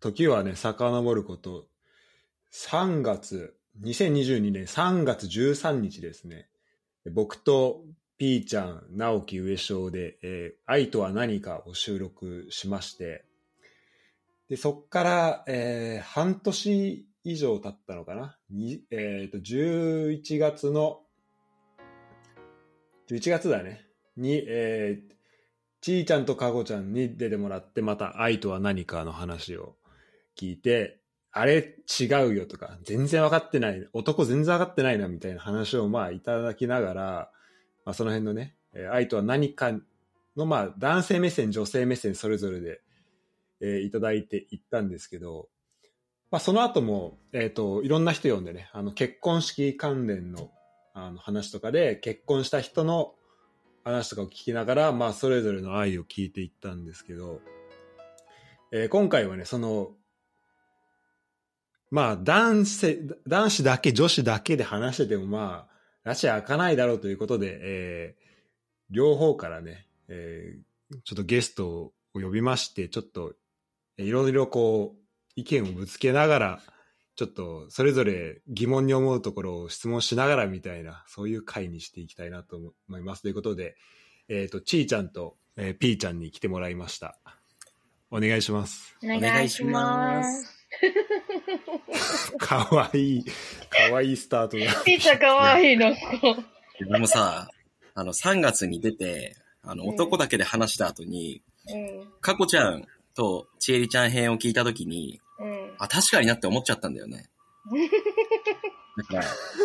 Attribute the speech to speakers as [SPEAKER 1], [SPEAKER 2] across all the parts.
[SPEAKER 1] 時はね、遡ること、3月、2022年3月13日ですね。僕とピーちゃん、直樹上昇で、えー愛とは何かを収録しまして、で、そっから、えー半年以上経ったのかな。にえーと、11月の、11月だね。に、えーちーちゃんとかごちゃんに出てもらって、また愛とは何かの話を聞いて、あれ違うよとか、全然分かってない、男全然分かってないなみたいな話をまあいただきながら、まあ、その辺のね、えー愛とは何かのまあ男性目線、女性目線それぞれで、えーいただいていったんですけど、まあ、その後も、えっ、と、いろんな人呼んでね、あの結婚式関連のあの話とかで、結婚した人の話とかを聞きながら、まあ、それぞれの愛を聞いていったんですけど、えー今回はね、その、まあ、男性、男子だけ、女子だけで話してても、まあ、拉致開かないだろうということで、えー両方からね、えーちょっとゲストを呼びまして、ちょっと、えーいろいろこう、意見をぶつけながら、ちょっと、それぞれ疑問に思うところを質問しながらみたいな、そういう回にしていきたいなと思います。ということで、えっ、と、ちーちゃんと、えー、ぴーちゃんに来てもらいました。お願いします。
[SPEAKER 2] お願いします。
[SPEAKER 1] かわいい、かわいいスタートだ。
[SPEAKER 2] ピーちゃんかわいいの子。
[SPEAKER 3] 俺もさ、あの、3月に出て、あの、
[SPEAKER 2] うん
[SPEAKER 3] 男だけで話した後に、
[SPEAKER 2] うん。
[SPEAKER 3] かこちゃんとちえりちゃん編を聞いた時に、
[SPEAKER 2] うん。
[SPEAKER 3] あ、確かになって思っちゃったんだよね。だから、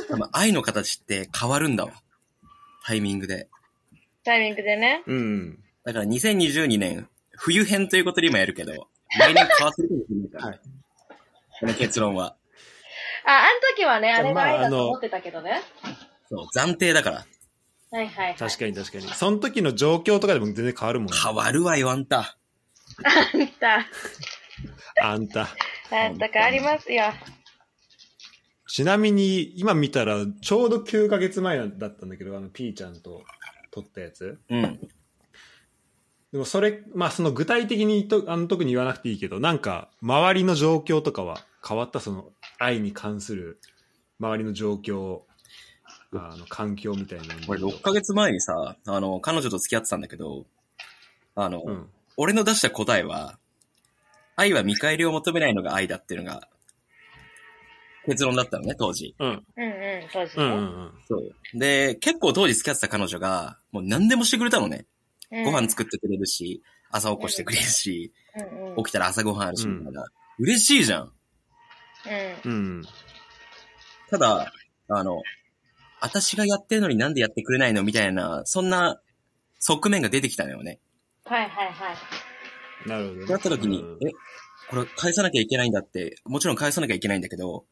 [SPEAKER 3] 多分愛の形って変わるんだわ。タイミングで。
[SPEAKER 2] タイミングでね。
[SPEAKER 1] うん。
[SPEAKER 3] だから2022年、冬編ということで今やるけど、来年変わってるかもしれないから。
[SPEAKER 1] はい
[SPEAKER 3] この結論は。
[SPEAKER 2] あ、あの時はね、あれが
[SPEAKER 1] まあ
[SPEAKER 2] 愛だ
[SPEAKER 1] あの
[SPEAKER 2] と思ってたけどね。
[SPEAKER 3] そう、暫定だから。
[SPEAKER 2] はいはい。
[SPEAKER 1] 確かに確かに。その時の状況とかでも全然変わるもんね。
[SPEAKER 3] 変わるわよ、あんた。
[SPEAKER 2] に。あっ
[SPEAKER 1] あんた。
[SPEAKER 2] た、あったかありますよ。
[SPEAKER 1] ちなみに、今見たら、ちょうど9ヶ月前だったんだけど、あの、ピーちゃんと撮ったやつ。
[SPEAKER 3] うん。
[SPEAKER 1] でもそれ、まあその具体的にと、あの、特に言わなくていいけど、なんか、周りの状況とかは変わった、その、愛に関する、周りの状況、あの、環境みたいなの。
[SPEAKER 3] 俺6ヶ月前にさ、あの、彼女と付き合ってたんだけど、あの、
[SPEAKER 1] うん。
[SPEAKER 3] 俺の出した答えは、愛は見返りを求めないのが愛だっていうのが、結論だったのね、当時。
[SPEAKER 1] うん。
[SPEAKER 2] うんうん、そうです
[SPEAKER 1] うんう
[SPEAKER 2] ね。
[SPEAKER 1] ん
[SPEAKER 3] そう。で、結構当時付き合ってた彼女が、もう何でもしてくれたのね。
[SPEAKER 2] うん
[SPEAKER 3] ご飯作ってくれるし、朝起こしてくれるし、
[SPEAKER 2] うんうん。うん
[SPEAKER 3] 起きたら朝ごはんあるし、みたいな。嬉しいじゃん。
[SPEAKER 1] うん。うん。
[SPEAKER 3] ただ、あの、私がやってるのになんでやってくれないのみたいな、そんな側面が出てきたのよね。
[SPEAKER 2] はいはいはい。
[SPEAKER 1] なるほど、ね。
[SPEAKER 3] なった時に、
[SPEAKER 1] うん
[SPEAKER 3] え、これ返さなきゃいけないんだって、もちろん返さなきゃいけないんだけど、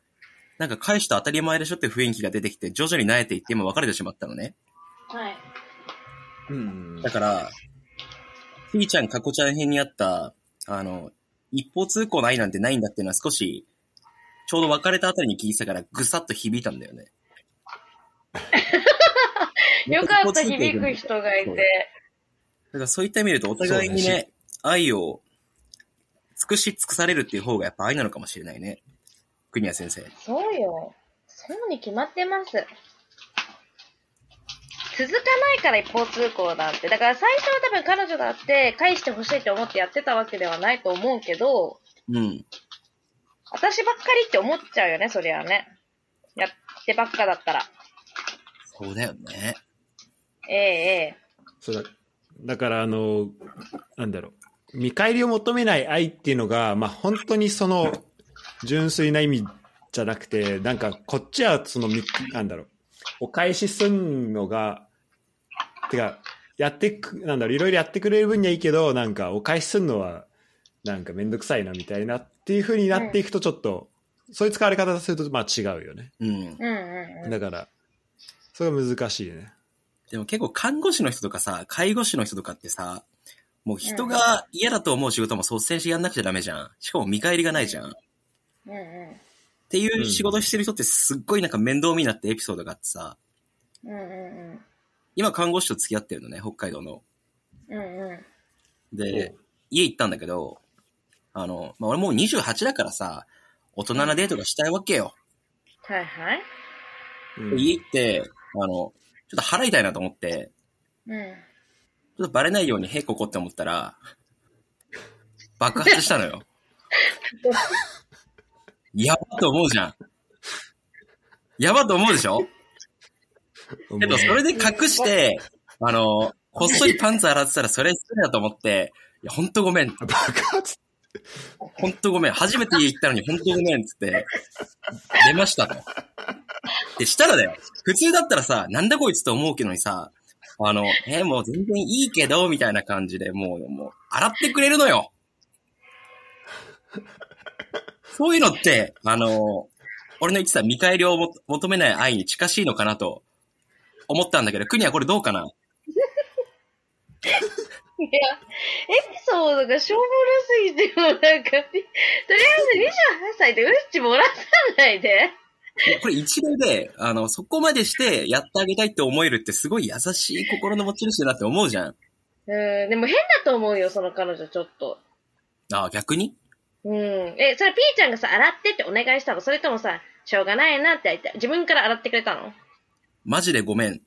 [SPEAKER 3] なんか返した当たり前でしょって雰囲気が出てきて、徐々に慣れていって今別れてしまったのね。
[SPEAKER 2] はい。
[SPEAKER 1] うん
[SPEAKER 3] だから、ひーちゃん、かこちゃん編にあった、あの、一方通行ないなんてないんだっていうのは少し、ちょうど別れたあたりに聞いてたから、ぐさっと響いたんだよね。
[SPEAKER 2] よかった、響く人がい
[SPEAKER 3] そう
[SPEAKER 2] て。
[SPEAKER 3] だからそういった意味で言うと、お互いに
[SPEAKER 1] そうだ
[SPEAKER 3] ね、愛を尽くし尽くされるっていう方がやっぱ愛なのかもしれないね。国谷先生。
[SPEAKER 2] そうよ。そうに決まってます。続かないから一方通行なんて。だから最初は多分彼女だって返してほしいと思ってやってたわけではないと思うけど、
[SPEAKER 3] うん。
[SPEAKER 2] 私ばっかりって思っちゃうよね、そりゃね。やってばっかだったら。
[SPEAKER 3] そうだよね。
[SPEAKER 2] ええええ。
[SPEAKER 1] そうだだからあのなんだろう見返りを求めない愛っていうのが、まあ、本当にその純粋な意味じゃなくてなんかこっちはそのみなんだろうお返しすんのがてかやってくなんだろういろいろやってくれる分にはいいけどなんかお返しすんのはなんかめんどくさいなみたいなっていうふうになっていくとちょっと、そういう使われ方するとまあ違うよね
[SPEAKER 3] うん。
[SPEAKER 2] うんうんうん。
[SPEAKER 1] だからそれが難しいね
[SPEAKER 3] でも結構看護師の人とかさ、介護士の人とかってさ、もう人が嫌だと思う仕事も率先してやんなくちゃダメじゃん。しかも見返りがないじゃん。っ
[SPEAKER 2] うんう
[SPEAKER 3] ていう仕事してる人ってすっごいなんか面倒見になってエピソードがあってさ、
[SPEAKER 2] ん。うんうん
[SPEAKER 3] 今看護師と付き合ってるのね、北海道の。
[SPEAKER 2] うん。うんうん。
[SPEAKER 3] で、家行ったんだけど、あの、まあ、俺もう28だからさ、大人なデートがしたいわけよ。
[SPEAKER 2] はいはい。
[SPEAKER 1] うん
[SPEAKER 3] で家行って、あの、ちょっと腹痛いなと思って、
[SPEAKER 2] うん。
[SPEAKER 3] ちょっとバレないようにへここって思ったら、爆発した のよ。やばと思うじゃん。やばと思うでしょ
[SPEAKER 1] 思う
[SPEAKER 3] けど、それで隠して、あの、細いパンツ洗ってたらそれ失礼だと思って、いや、ほんとごめん。
[SPEAKER 1] 爆発
[SPEAKER 3] ほんとごめん。初めて家行ったのにほんとごめん。つって、出ましたと。で、したらだよ。普通だったらさ、なんだこいつと思うけどにさ、あの、えもう全然いいけど、みたいな感じで、もう、もう、洗ってくれるのよ。そういうのって、あの、俺の言ってた見返りをも求めない愛に近しいのかなと思ったんだけど、国はこれどうかない
[SPEAKER 2] や、エピソードがしょうもなすぎても、なんか、とりあえず28歳でうんち漏らさないで。
[SPEAKER 3] いやこれ一例で、あの、そこまでしてやってあげたいって思えるってすごい優しい心の持ち主だなって思うじゃん。
[SPEAKER 2] うん、でも変だと思うよ、その彼女ちょっと。
[SPEAKER 3] ああ、逆に
[SPEAKER 2] うん。え、それピーちゃんがさ、洗ってってお願いしたのそれともさ、しょうがないなって言って、自分から洗ってくれたの
[SPEAKER 3] マジでごめんっ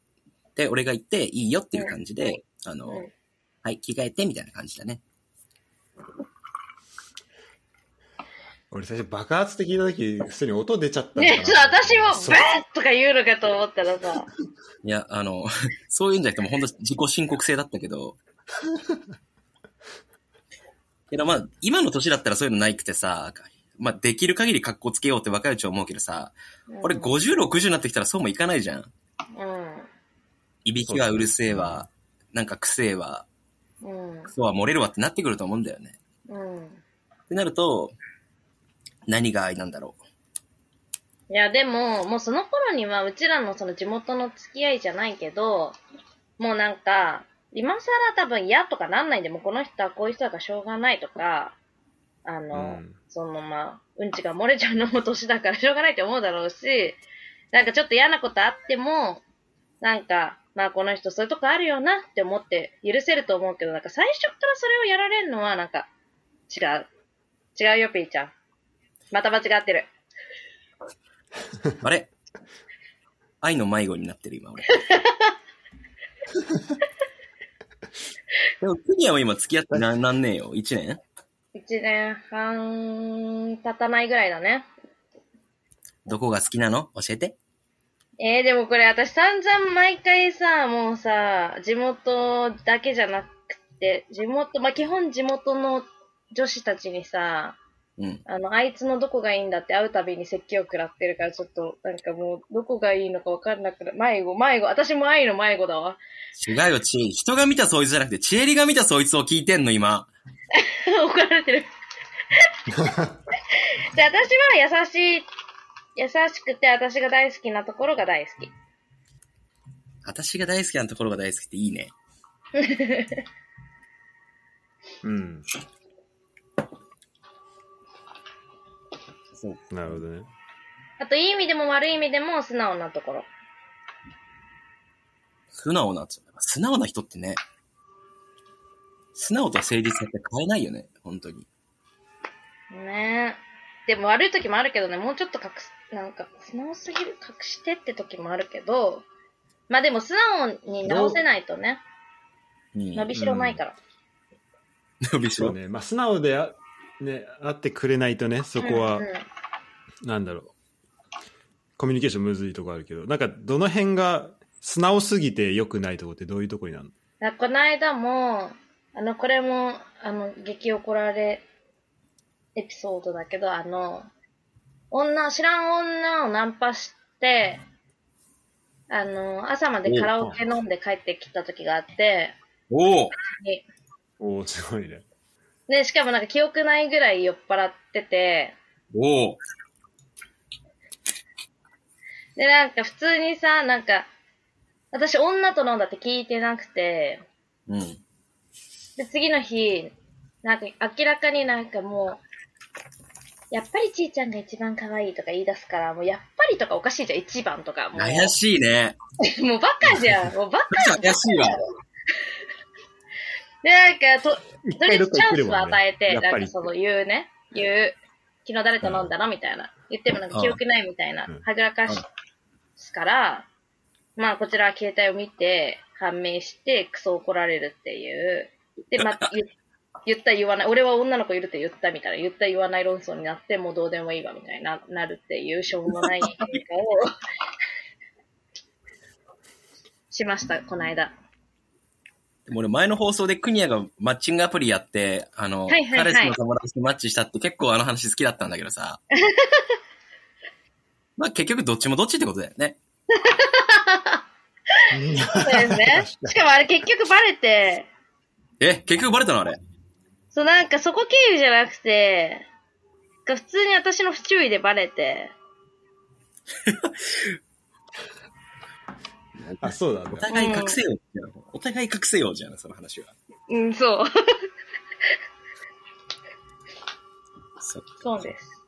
[SPEAKER 3] て俺が言っていいよっていう感じで、あの、
[SPEAKER 2] うん
[SPEAKER 3] はい、着替えてみたいな感じだね。
[SPEAKER 1] 俺最初爆発って聞いた時普通に音出ちゃったのか
[SPEAKER 2] ね
[SPEAKER 1] な、
[SPEAKER 2] ちょっと私も、
[SPEAKER 1] そう
[SPEAKER 2] ブーとか言うのかと思った らさ、
[SPEAKER 3] いや、あの、 そういうんじゃなくてもう本当自己申告制だったけど。 けどまあ、今の年だったらそういうのないくてさ、まあ、できる限り格好つけようって若いうちは思うけどさ、俺
[SPEAKER 2] うん
[SPEAKER 3] 50、60になってきたらそうもいかないじゃん。いびきはうるせえわ、なんかくせえわ、
[SPEAKER 2] うん。うん
[SPEAKER 3] ク。ソは漏れるわってなってくると思うんだよね。
[SPEAKER 2] うん。
[SPEAKER 3] ってなると、何が愛なんだろう。
[SPEAKER 2] いや、でも、もうその頃には、うちらのその地元の付き合いじゃないけど、もうなんか、今更多分嫌とかなんないんで、もうこの人はこういう人だからしょうがないとか、あ
[SPEAKER 1] う
[SPEAKER 2] の、
[SPEAKER 1] ん、
[SPEAKER 2] そのまあ、うんちが漏れちゃうのも年だから しょうがないって思うだろうし、なんかちょっと嫌なことあっても、なんか、まあこの人そういうとこあるよなって思って許せると思うけど、なんか最初からそれをやられるのはなんか、違う。違うよ、ピーちゃん。また間違ってる。
[SPEAKER 3] あれ愛の迷子になってる今 俺。でも、クニアも今付き合ってななんねえよ。1年
[SPEAKER 2] 一年半経たないぐらいだね。
[SPEAKER 3] どこが好きなの教えて。
[SPEAKER 2] えー、でもこれ私散々毎回さ、もうさ、地元だけじゃなくて、地元、まあ、基本地元の女子たちにさ、
[SPEAKER 3] うん。
[SPEAKER 2] あの、あいつのどこがいいんだって会うたびに説教食らってるから、ちょっと、なんかもう、どこがいいのかわかんなくな迷子、迷子、私も愛の迷子だわ。
[SPEAKER 3] 違うよ、チエリ。人が見たそいつじゃなくて、チエリが見たそいつを聞いてんの今。
[SPEAKER 2] 怒られてる。で、私は優しい、優しくて私が大好きなところが大好き。
[SPEAKER 3] 私が大好きなところが大好きっていいね。
[SPEAKER 1] うん、
[SPEAKER 3] そう。
[SPEAKER 1] なるほどね
[SPEAKER 2] あと、いい意味でも悪い意味でも素直なところ。
[SPEAKER 3] 素直な、素直な人ってね、素直と誠実さって変えないよね、本当に。
[SPEAKER 2] ねえ。でも悪い時もあるけどね、もうちょっと隠す、なんか、素直すぎる、隠してって時もあるけど、まあでも素直に直せないとね、
[SPEAKER 3] うん
[SPEAKER 2] 伸びしろないから。
[SPEAKER 3] 伸びし
[SPEAKER 1] そう
[SPEAKER 3] ろ。
[SPEAKER 1] ね、まあ、素直であ、ね、会ってくれないとねそこは、
[SPEAKER 2] うんうん
[SPEAKER 1] なんだろうコミュニケーションむずいとこあるけどなんかどの辺が素直すぎて良くないとこってどういうとこになるの
[SPEAKER 2] あこの間も、あの、これも、あの、激怒られエピソードだけど、あの、女、知らん女をナンパして、あの、朝までカラオケ飲んで帰ってきた時があって、
[SPEAKER 3] おお
[SPEAKER 2] で
[SPEAKER 1] おおすごいね
[SPEAKER 2] で、しかもなんか記憶ないぐらい酔っ払ってて、
[SPEAKER 3] おお
[SPEAKER 2] で、なんか普通にさ、なんか、私女と飲んだって聞いてなくて、
[SPEAKER 3] うん。
[SPEAKER 2] で、次の日、なんか明らかになんかもう、やっぱりちーちゃんが一番可愛いとか言い出すから、もうやっぱりとかおかしいじゃん、一番とか。もう
[SPEAKER 3] 怪しいね。
[SPEAKER 2] もうバカじゃん。もうバカ
[SPEAKER 3] 怪しいわ。
[SPEAKER 2] で、なんか、と、
[SPEAKER 1] 一
[SPEAKER 2] とりあ
[SPEAKER 1] 回
[SPEAKER 2] え
[SPEAKER 1] ど
[SPEAKER 2] ず
[SPEAKER 1] っ
[SPEAKER 2] チ
[SPEAKER 1] か行
[SPEAKER 2] ャ
[SPEAKER 1] く
[SPEAKER 2] ン
[SPEAKER 1] れ
[SPEAKER 2] ス
[SPEAKER 1] もんね
[SPEAKER 2] を与えて、
[SPEAKER 1] やっ
[SPEAKER 2] な
[SPEAKER 1] ぱ
[SPEAKER 2] ん
[SPEAKER 1] り
[SPEAKER 2] か。その言うね、言う、昨日誰と飲んだのみたいな。言ってもなんか記憶ないみたいな
[SPEAKER 1] うん、
[SPEAKER 2] はぐらかし、すから、まあこちらは携帯を見て、判明して、クソ怒られるっていう。で、ま あ、言言った言わない、俺は女の子いるって言ったみたいな、言った言わない論争になって、もうどうでもいいわみたいにな、なるっていうしょう もない喧嘩をしました、この間。
[SPEAKER 3] でも俺前の放送でクニアがマッチングアプリやって、あの、
[SPEAKER 2] はいはいはい
[SPEAKER 3] 彼氏の友達とマッチしたって結構あの話好きだったんだけどさ。 まあ結局どっちもどっちってことだよね。
[SPEAKER 2] そ うですね。しかもあれ結局バレて、
[SPEAKER 3] え、結局バレたのあれ。
[SPEAKER 2] そうなんかそこ経由じゃなくて、が普通に私の不注意でバレて、
[SPEAKER 1] あ、そうなん
[SPEAKER 3] お
[SPEAKER 1] だ。
[SPEAKER 3] 互い隠せよっていうのお互い隠せよじゃん、その話は。
[SPEAKER 2] うん、そう。
[SPEAKER 3] そう。
[SPEAKER 2] そうです。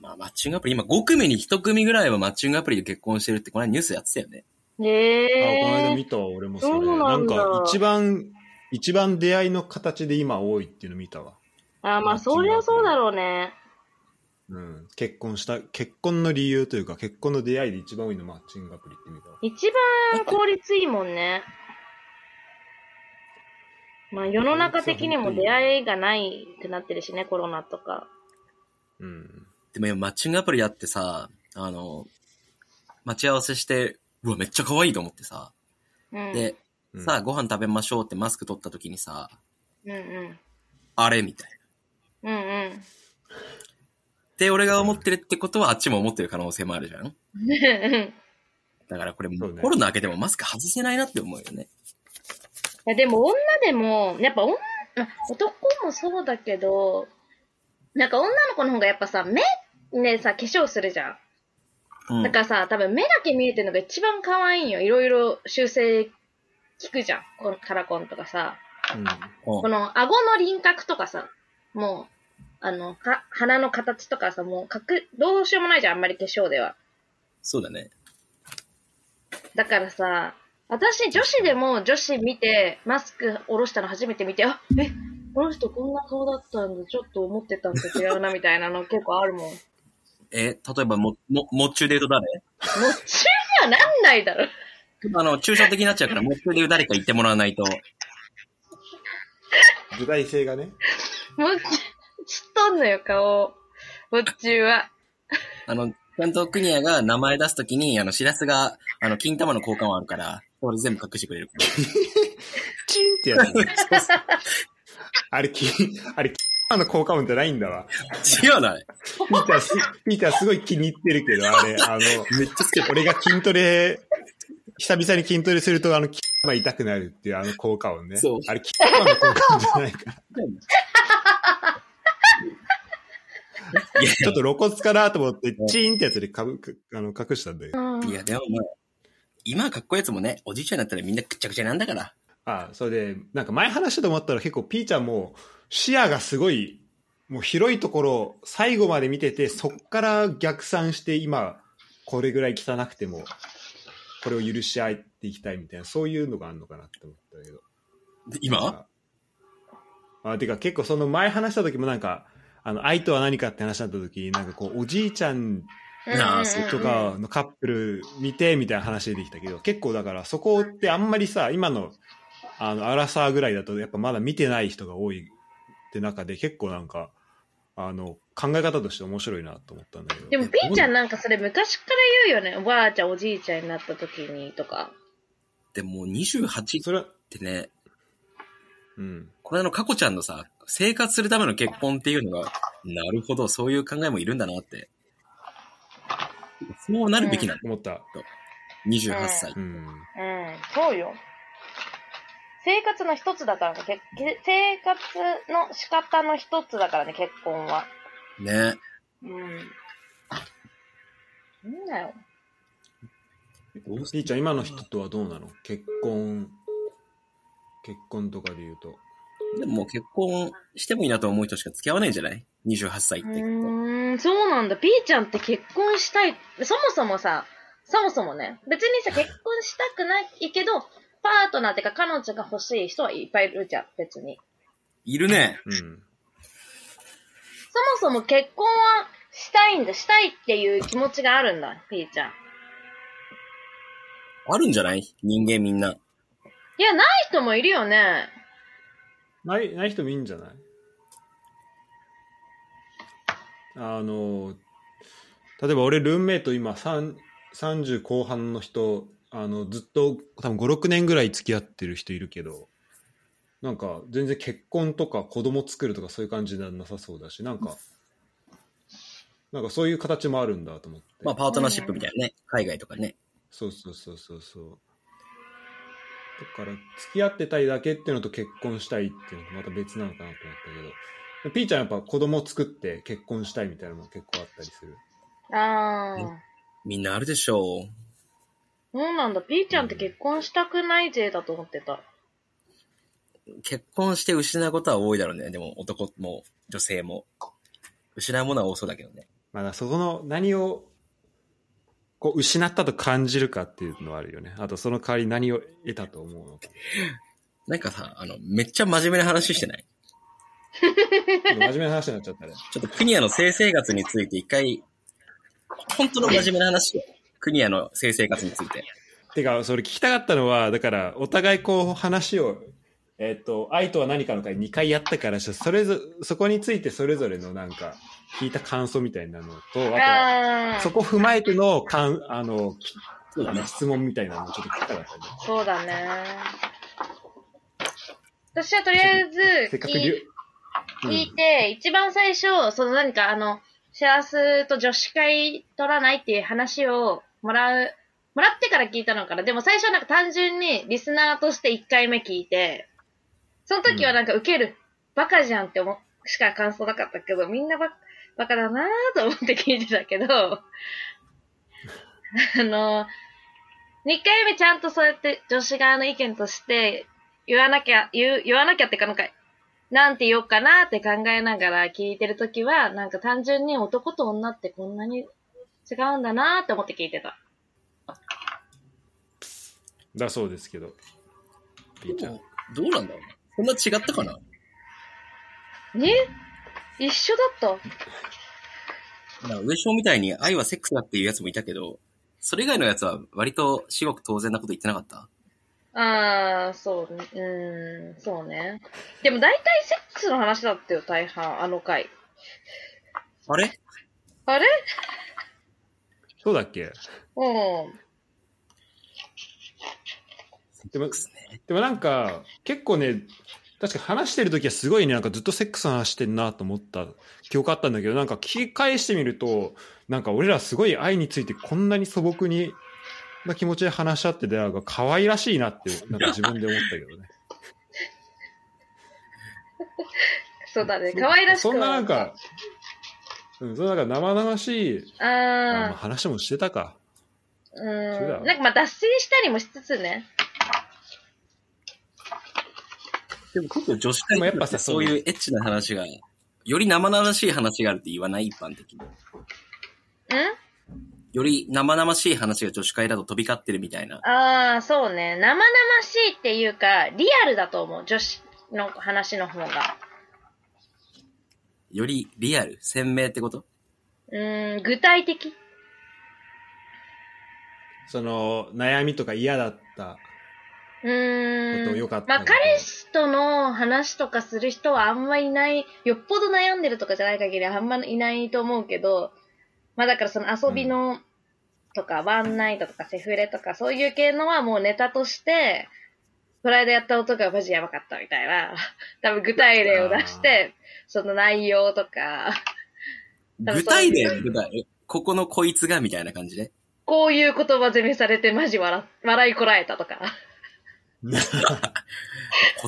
[SPEAKER 3] まあマッチングアプリ、今5組に1組ぐらいはマッチングアプリで結婚してるってこの間ニュースやってたよね。
[SPEAKER 1] あ、この間
[SPEAKER 2] えー、
[SPEAKER 1] 見たわ、俺もそれ。
[SPEAKER 2] そう
[SPEAKER 1] な
[SPEAKER 2] なん
[SPEAKER 1] ん
[SPEAKER 2] だ
[SPEAKER 1] か、一番、一番出会いの形で今多いっていうの見たわ。
[SPEAKER 2] あーまあそりゃそうだろうね。
[SPEAKER 1] うん。結婚した、結婚の理由というか、結婚の出会いで一番多いのマッチングアプリって見たわ。
[SPEAKER 2] 一番効率いいもんね。まあ世の中的にも出会いがないってなってるしね、コロナとか。
[SPEAKER 1] うん。
[SPEAKER 3] でも今マッチングアプリやってさ、あの、待ち合わせして、うわ、めっちゃ可愛いと思ってさ。
[SPEAKER 2] うん。
[SPEAKER 3] で、
[SPEAKER 1] うん
[SPEAKER 3] さあ、ご飯食べましょうってマスク取った時にさ、
[SPEAKER 2] うんうん。
[SPEAKER 3] あれみたいな。
[SPEAKER 2] うんうん。
[SPEAKER 3] で、俺が思ってるってことはあっちも思ってる可能性もあるじゃん。
[SPEAKER 2] い
[SPEAKER 3] だからこれ、
[SPEAKER 1] そうね
[SPEAKER 3] コロナ開けてもマスク外せないなって思うよね。
[SPEAKER 2] やでも女でも、やっぱ女、男もそうだけど、なんか女の子の方がやっぱさ、目ねさ、化粧するじゃん。
[SPEAKER 3] うん。
[SPEAKER 2] だからさ、多分目だけ見えてるのが一番可愛いんよ。いろいろ修正効くじゃん。このカラコンとかさ。
[SPEAKER 1] うん。
[SPEAKER 3] うん
[SPEAKER 2] この顎の輪郭とかさ、もう、あの、は鼻の形とかさ、もうかく、どうしようもないじゃん、あんまり化粧では。
[SPEAKER 3] そうだね。
[SPEAKER 2] だからさ、私、女子でも女子見て、マスク下ろしたの初めて見て、あ、え、この人こんな顔だったんだ、ちょっと思ってたんと違うな、みたいなの結構あるもん。もう
[SPEAKER 3] え、例えばも、も、もっちゅうで言うと誰
[SPEAKER 2] 中にはなんないだろ。
[SPEAKER 3] あの、抽象的になっちゃうから、もっちゅうで言う誰か言ってもらわないと。
[SPEAKER 1] 具体性がね。
[SPEAKER 2] もう、ちっとんのよ、顔。もう中は。
[SPEAKER 3] あの、ちゃんとクニアが名前出すときに、あの、シラスが、あの、金玉の交換はあるから、俺全部隠してくれる。
[SPEAKER 1] チンってやつ。あれ、き、あれ、あの効果音じゃないんだわ。
[SPEAKER 3] 違うな。
[SPEAKER 1] ピーターす、ピーターすごい気に入ってるけど、あれ、あの、
[SPEAKER 3] めっちゃ好きだ
[SPEAKER 1] 俺が筋トレ、久々に筋トレすると、あの、キッ痛くなるっていう、あの効果音ね。
[SPEAKER 3] そう
[SPEAKER 1] あれ、キッパの効果音じゃないから。
[SPEAKER 3] いや
[SPEAKER 1] ちょっと露骨かなと思って、チーンってやつでかぶ、かあの、隠したんだよ。
[SPEAKER 3] いや、でもまあ、今はかっこいいやつもね、おじいちゃんになったらみんなくちゃくちゃなんだから。
[SPEAKER 1] あそれで、なんか前話したと思ったら結構ピーちゃんも視野がすごい、もう広いところを最後まで見てて、そっから逆算して今、これぐらい汚くても、これを許し合っていきたいみたいな、そういうのがあるのかなって思ったけど。
[SPEAKER 3] 今
[SPEAKER 1] あてか結構その前話した時もなんか、あの、愛とは何かって話だった時に、なんかこう、おじいちゃん
[SPEAKER 3] なあそ
[SPEAKER 1] とかのカップル見てみたいな話できたけど結構だからそこってあんまりさ今のあのアラサーぐらいだとやっぱまだ見てない人が多いって中で結構なんかあの考え方として面白いなと思ったんだけど
[SPEAKER 2] でも、ピーちゃん
[SPEAKER 1] ど
[SPEAKER 2] なんかそれ昔から言うよね。おばあちゃん、おじいちゃんになった時にとか。
[SPEAKER 3] でも28っ
[SPEAKER 1] うそれは
[SPEAKER 3] てね、
[SPEAKER 1] うん
[SPEAKER 3] これあの、かこちゃんのさ、生活するための結婚っていうのが、なるほど、そういう考えもいるんだなって。そうなるべきなの、
[SPEAKER 1] 思った
[SPEAKER 3] 28歳。
[SPEAKER 1] うん
[SPEAKER 2] うん、そうよ。生活の一つだからね。けけ生活の仕方の一つだからね、結婚は。
[SPEAKER 3] ね。
[SPEAKER 2] うん。なんだよ。
[SPEAKER 3] どうす
[SPEAKER 1] ピーちゃん今の人とはどうなの結婚結婚とかで言うと
[SPEAKER 3] でももう結婚してもいいなと思う人しか付き合わないんじゃない ?28 歳っ
[SPEAKER 2] う
[SPEAKER 3] て言うと。
[SPEAKER 2] ーん、そうなんだ。ピーちゃんって結婚したい。そもそもさ、そもそもね、別にさ、結婚したくないけど、パートナーっていうか彼女が欲しい人はいっぱいいるじゃん、別に。
[SPEAKER 3] いるね。
[SPEAKER 1] うん。
[SPEAKER 2] そもそも結婚はしたいんだ、したいっていう気持ちがあるんだ、ピーちゃん。
[SPEAKER 3] あるんじゃない人間みんな。
[SPEAKER 2] いや、ない人もいるよね。
[SPEAKER 1] ない、ない人もいいんじゃないあの、例えば俺、ルームメイト今、3 30後半の人、あの、ずっと多分5、6年ぐらい付き合ってる人いるけど、なんか全然結婚とか子供作るとかそういう感じじゃなさそうだし、なんか、なんかそういう形もあるんだと思って。
[SPEAKER 3] まあ、パートナーシップみたいなね。海外とかね。
[SPEAKER 1] そうそうそうそうそう。だから、付き合ってたいだけっていうのと結婚したいっていうのとまた別なのかなと思ったけど、ピーちゃんやっぱ子供作って結婚したいみたいなのも結構あったりする。
[SPEAKER 2] あ
[SPEAKER 3] う
[SPEAKER 2] ー。
[SPEAKER 3] みんなあるでしょう。
[SPEAKER 2] そうなんだ。ピーちゃんって結婚したくない勢だと思ってた。
[SPEAKER 3] 結婚して失うことは多いだろうね。でも男も女性も。失うものは多そうだけどね。
[SPEAKER 1] まあ、だからそこの何を、こう、失ったと感じるかっていうのはあるよね。あと、その代わり何を得たと思うのか。
[SPEAKER 3] なんかさ、あの、めっちゃ真面目な話してない
[SPEAKER 1] ちょっと真面目な話になっちゃったね。
[SPEAKER 3] ちょっとクニアの性生活について一回、本当の真面目な話を。クニアの性生活について。
[SPEAKER 1] てか、それ聞きたかったのは、だから、お互いこう、話を、えっ、と、愛とは何かの会2回やったから、それぞ、そこについてそれぞれのなんか、聞いた感想みたいなのと、あ
[SPEAKER 2] あ
[SPEAKER 1] と、そ
[SPEAKER 2] ー。
[SPEAKER 1] こ踏まえての、かん、あの、き
[SPEAKER 3] そうだね。
[SPEAKER 1] 質問みたいなのをちょっと聞きたかったね。
[SPEAKER 2] そうだね。私はとりあえず
[SPEAKER 1] せっかくり
[SPEAKER 2] 聞
[SPEAKER 1] ゅ
[SPEAKER 2] い、
[SPEAKER 1] うん
[SPEAKER 2] 聞いて、一番最初、その何かあの、シェアスと女子会取らないっていう話をもらう、もらってから聞いたのかな。でも最初はなんか単純にリスナーとして1回目聞いて、その時はなんか受ける、バカじゃんって思うしか感想なかったけど、みんなババカだなぁと思って聞いてたけど、あの、2回目ちゃんとそうやって女子側の意見として言わなきゃ、言う言わなきゃってかなんかなんて言おうかなって考えながら聞いてるときは、なんか単純に男と女ってこんなに違うんだなって思って聞いてた。
[SPEAKER 1] だそうですけど。ピーちゃん。
[SPEAKER 3] どうなんだろうね。そんな違ったかな
[SPEAKER 2] ね一緒だった
[SPEAKER 3] まあ、上昇みたいに愛はセックスだっていうやつもいたけど、それ以外のやつは割と至極当然なこと言ってなかった。
[SPEAKER 2] あー、そう、うーん、そうね。でも大体セックスの話だったよ、大半、あの回。
[SPEAKER 3] あれ
[SPEAKER 2] あれ
[SPEAKER 1] そうだっけ
[SPEAKER 2] うん。
[SPEAKER 1] でも
[SPEAKER 3] セックスね。
[SPEAKER 1] でもなんか、結構ね、確か話してる時はすごいね、なんかずっとセックスの話してんなと思った記憶あったんだけど、なんか聞き返してみると、なんか俺らすごい愛についてこんなに素朴に、な気持ちで話し合ってて、なんか可愛らしいなって、なんか自分で思ったけどね。
[SPEAKER 2] そうだね。可愛らしく
[SPEAKER 1] そんな
[SPEAKER 2] は
[SPEAKER 1] なんか、うん、そんななんか生々しい、あまあ
[SPEAKER 2] あ
[SPEAKER 1] 話もしてたか。
[SPEAKER 2] ー、
[SPEAKER 1] そうだ
[SPEAKER 2] う
[SPEAKER 1] わ
[SPEAKER 2] ん。なんかまあ脱線したりもしつつね。
[SPEAKER 3] でも結構女子
[SPEAKER 1] でも
[SPEAKER 3] 会
[SPEAKER 1] やっ
[SPEAKER 3] とか
[SPEAKER 1] ぱ
[SPEAKER 3] って
[SPEAKER 1] さ
[SPEAKER 3] そういうエッチな話が、より生々しい話があるって言わない一般的に。
[SPEAKER 2] ん
[SPEAKER 3] より生々しい話が女子会だと飛び交ってるみたいな。
[SPEAKER 2] あー、そうね。生々しいっていうか、リアルだと思う、女子の話の方が。
[SPEAKER 3] よりリアル、鮮明ってこと
[SPEAKER 2] うーん、具体的
[SPEAKER 1] その、悩みとか嫌だった。こ
[SPEAKER 2] う
[SPEAKER 1] と
[SPEAKER 2] ー
[SPEAKER 1] 良
[SPEAKER 2] ん。
[SPEAKER 1] かった
[SPEAKER 2] ま
[SPEAKER 1] な
[SPEAKER 2] あ、彼氏との話とかする人はあんまいない、よっぽど悩んでるとかじゃない限りあんまいないと思うけど、まあだからその遊びのとか、ワンナイトとかセフレとかそういう系のはもうネタとして、この間やった男がマジやばかったみたいな、 多分具体例を出して、その内容とか、多分
[SPEAKER 3] 具
[SPEAKER 2] そういう
[SPEAKER 3] 体例、具体。えここのこいつがみたいな感じで。
[SPEAKER 2] こういう言葉攻めされてマジ笑笑いこらえたとか。
[SPEAKER 3] 言葉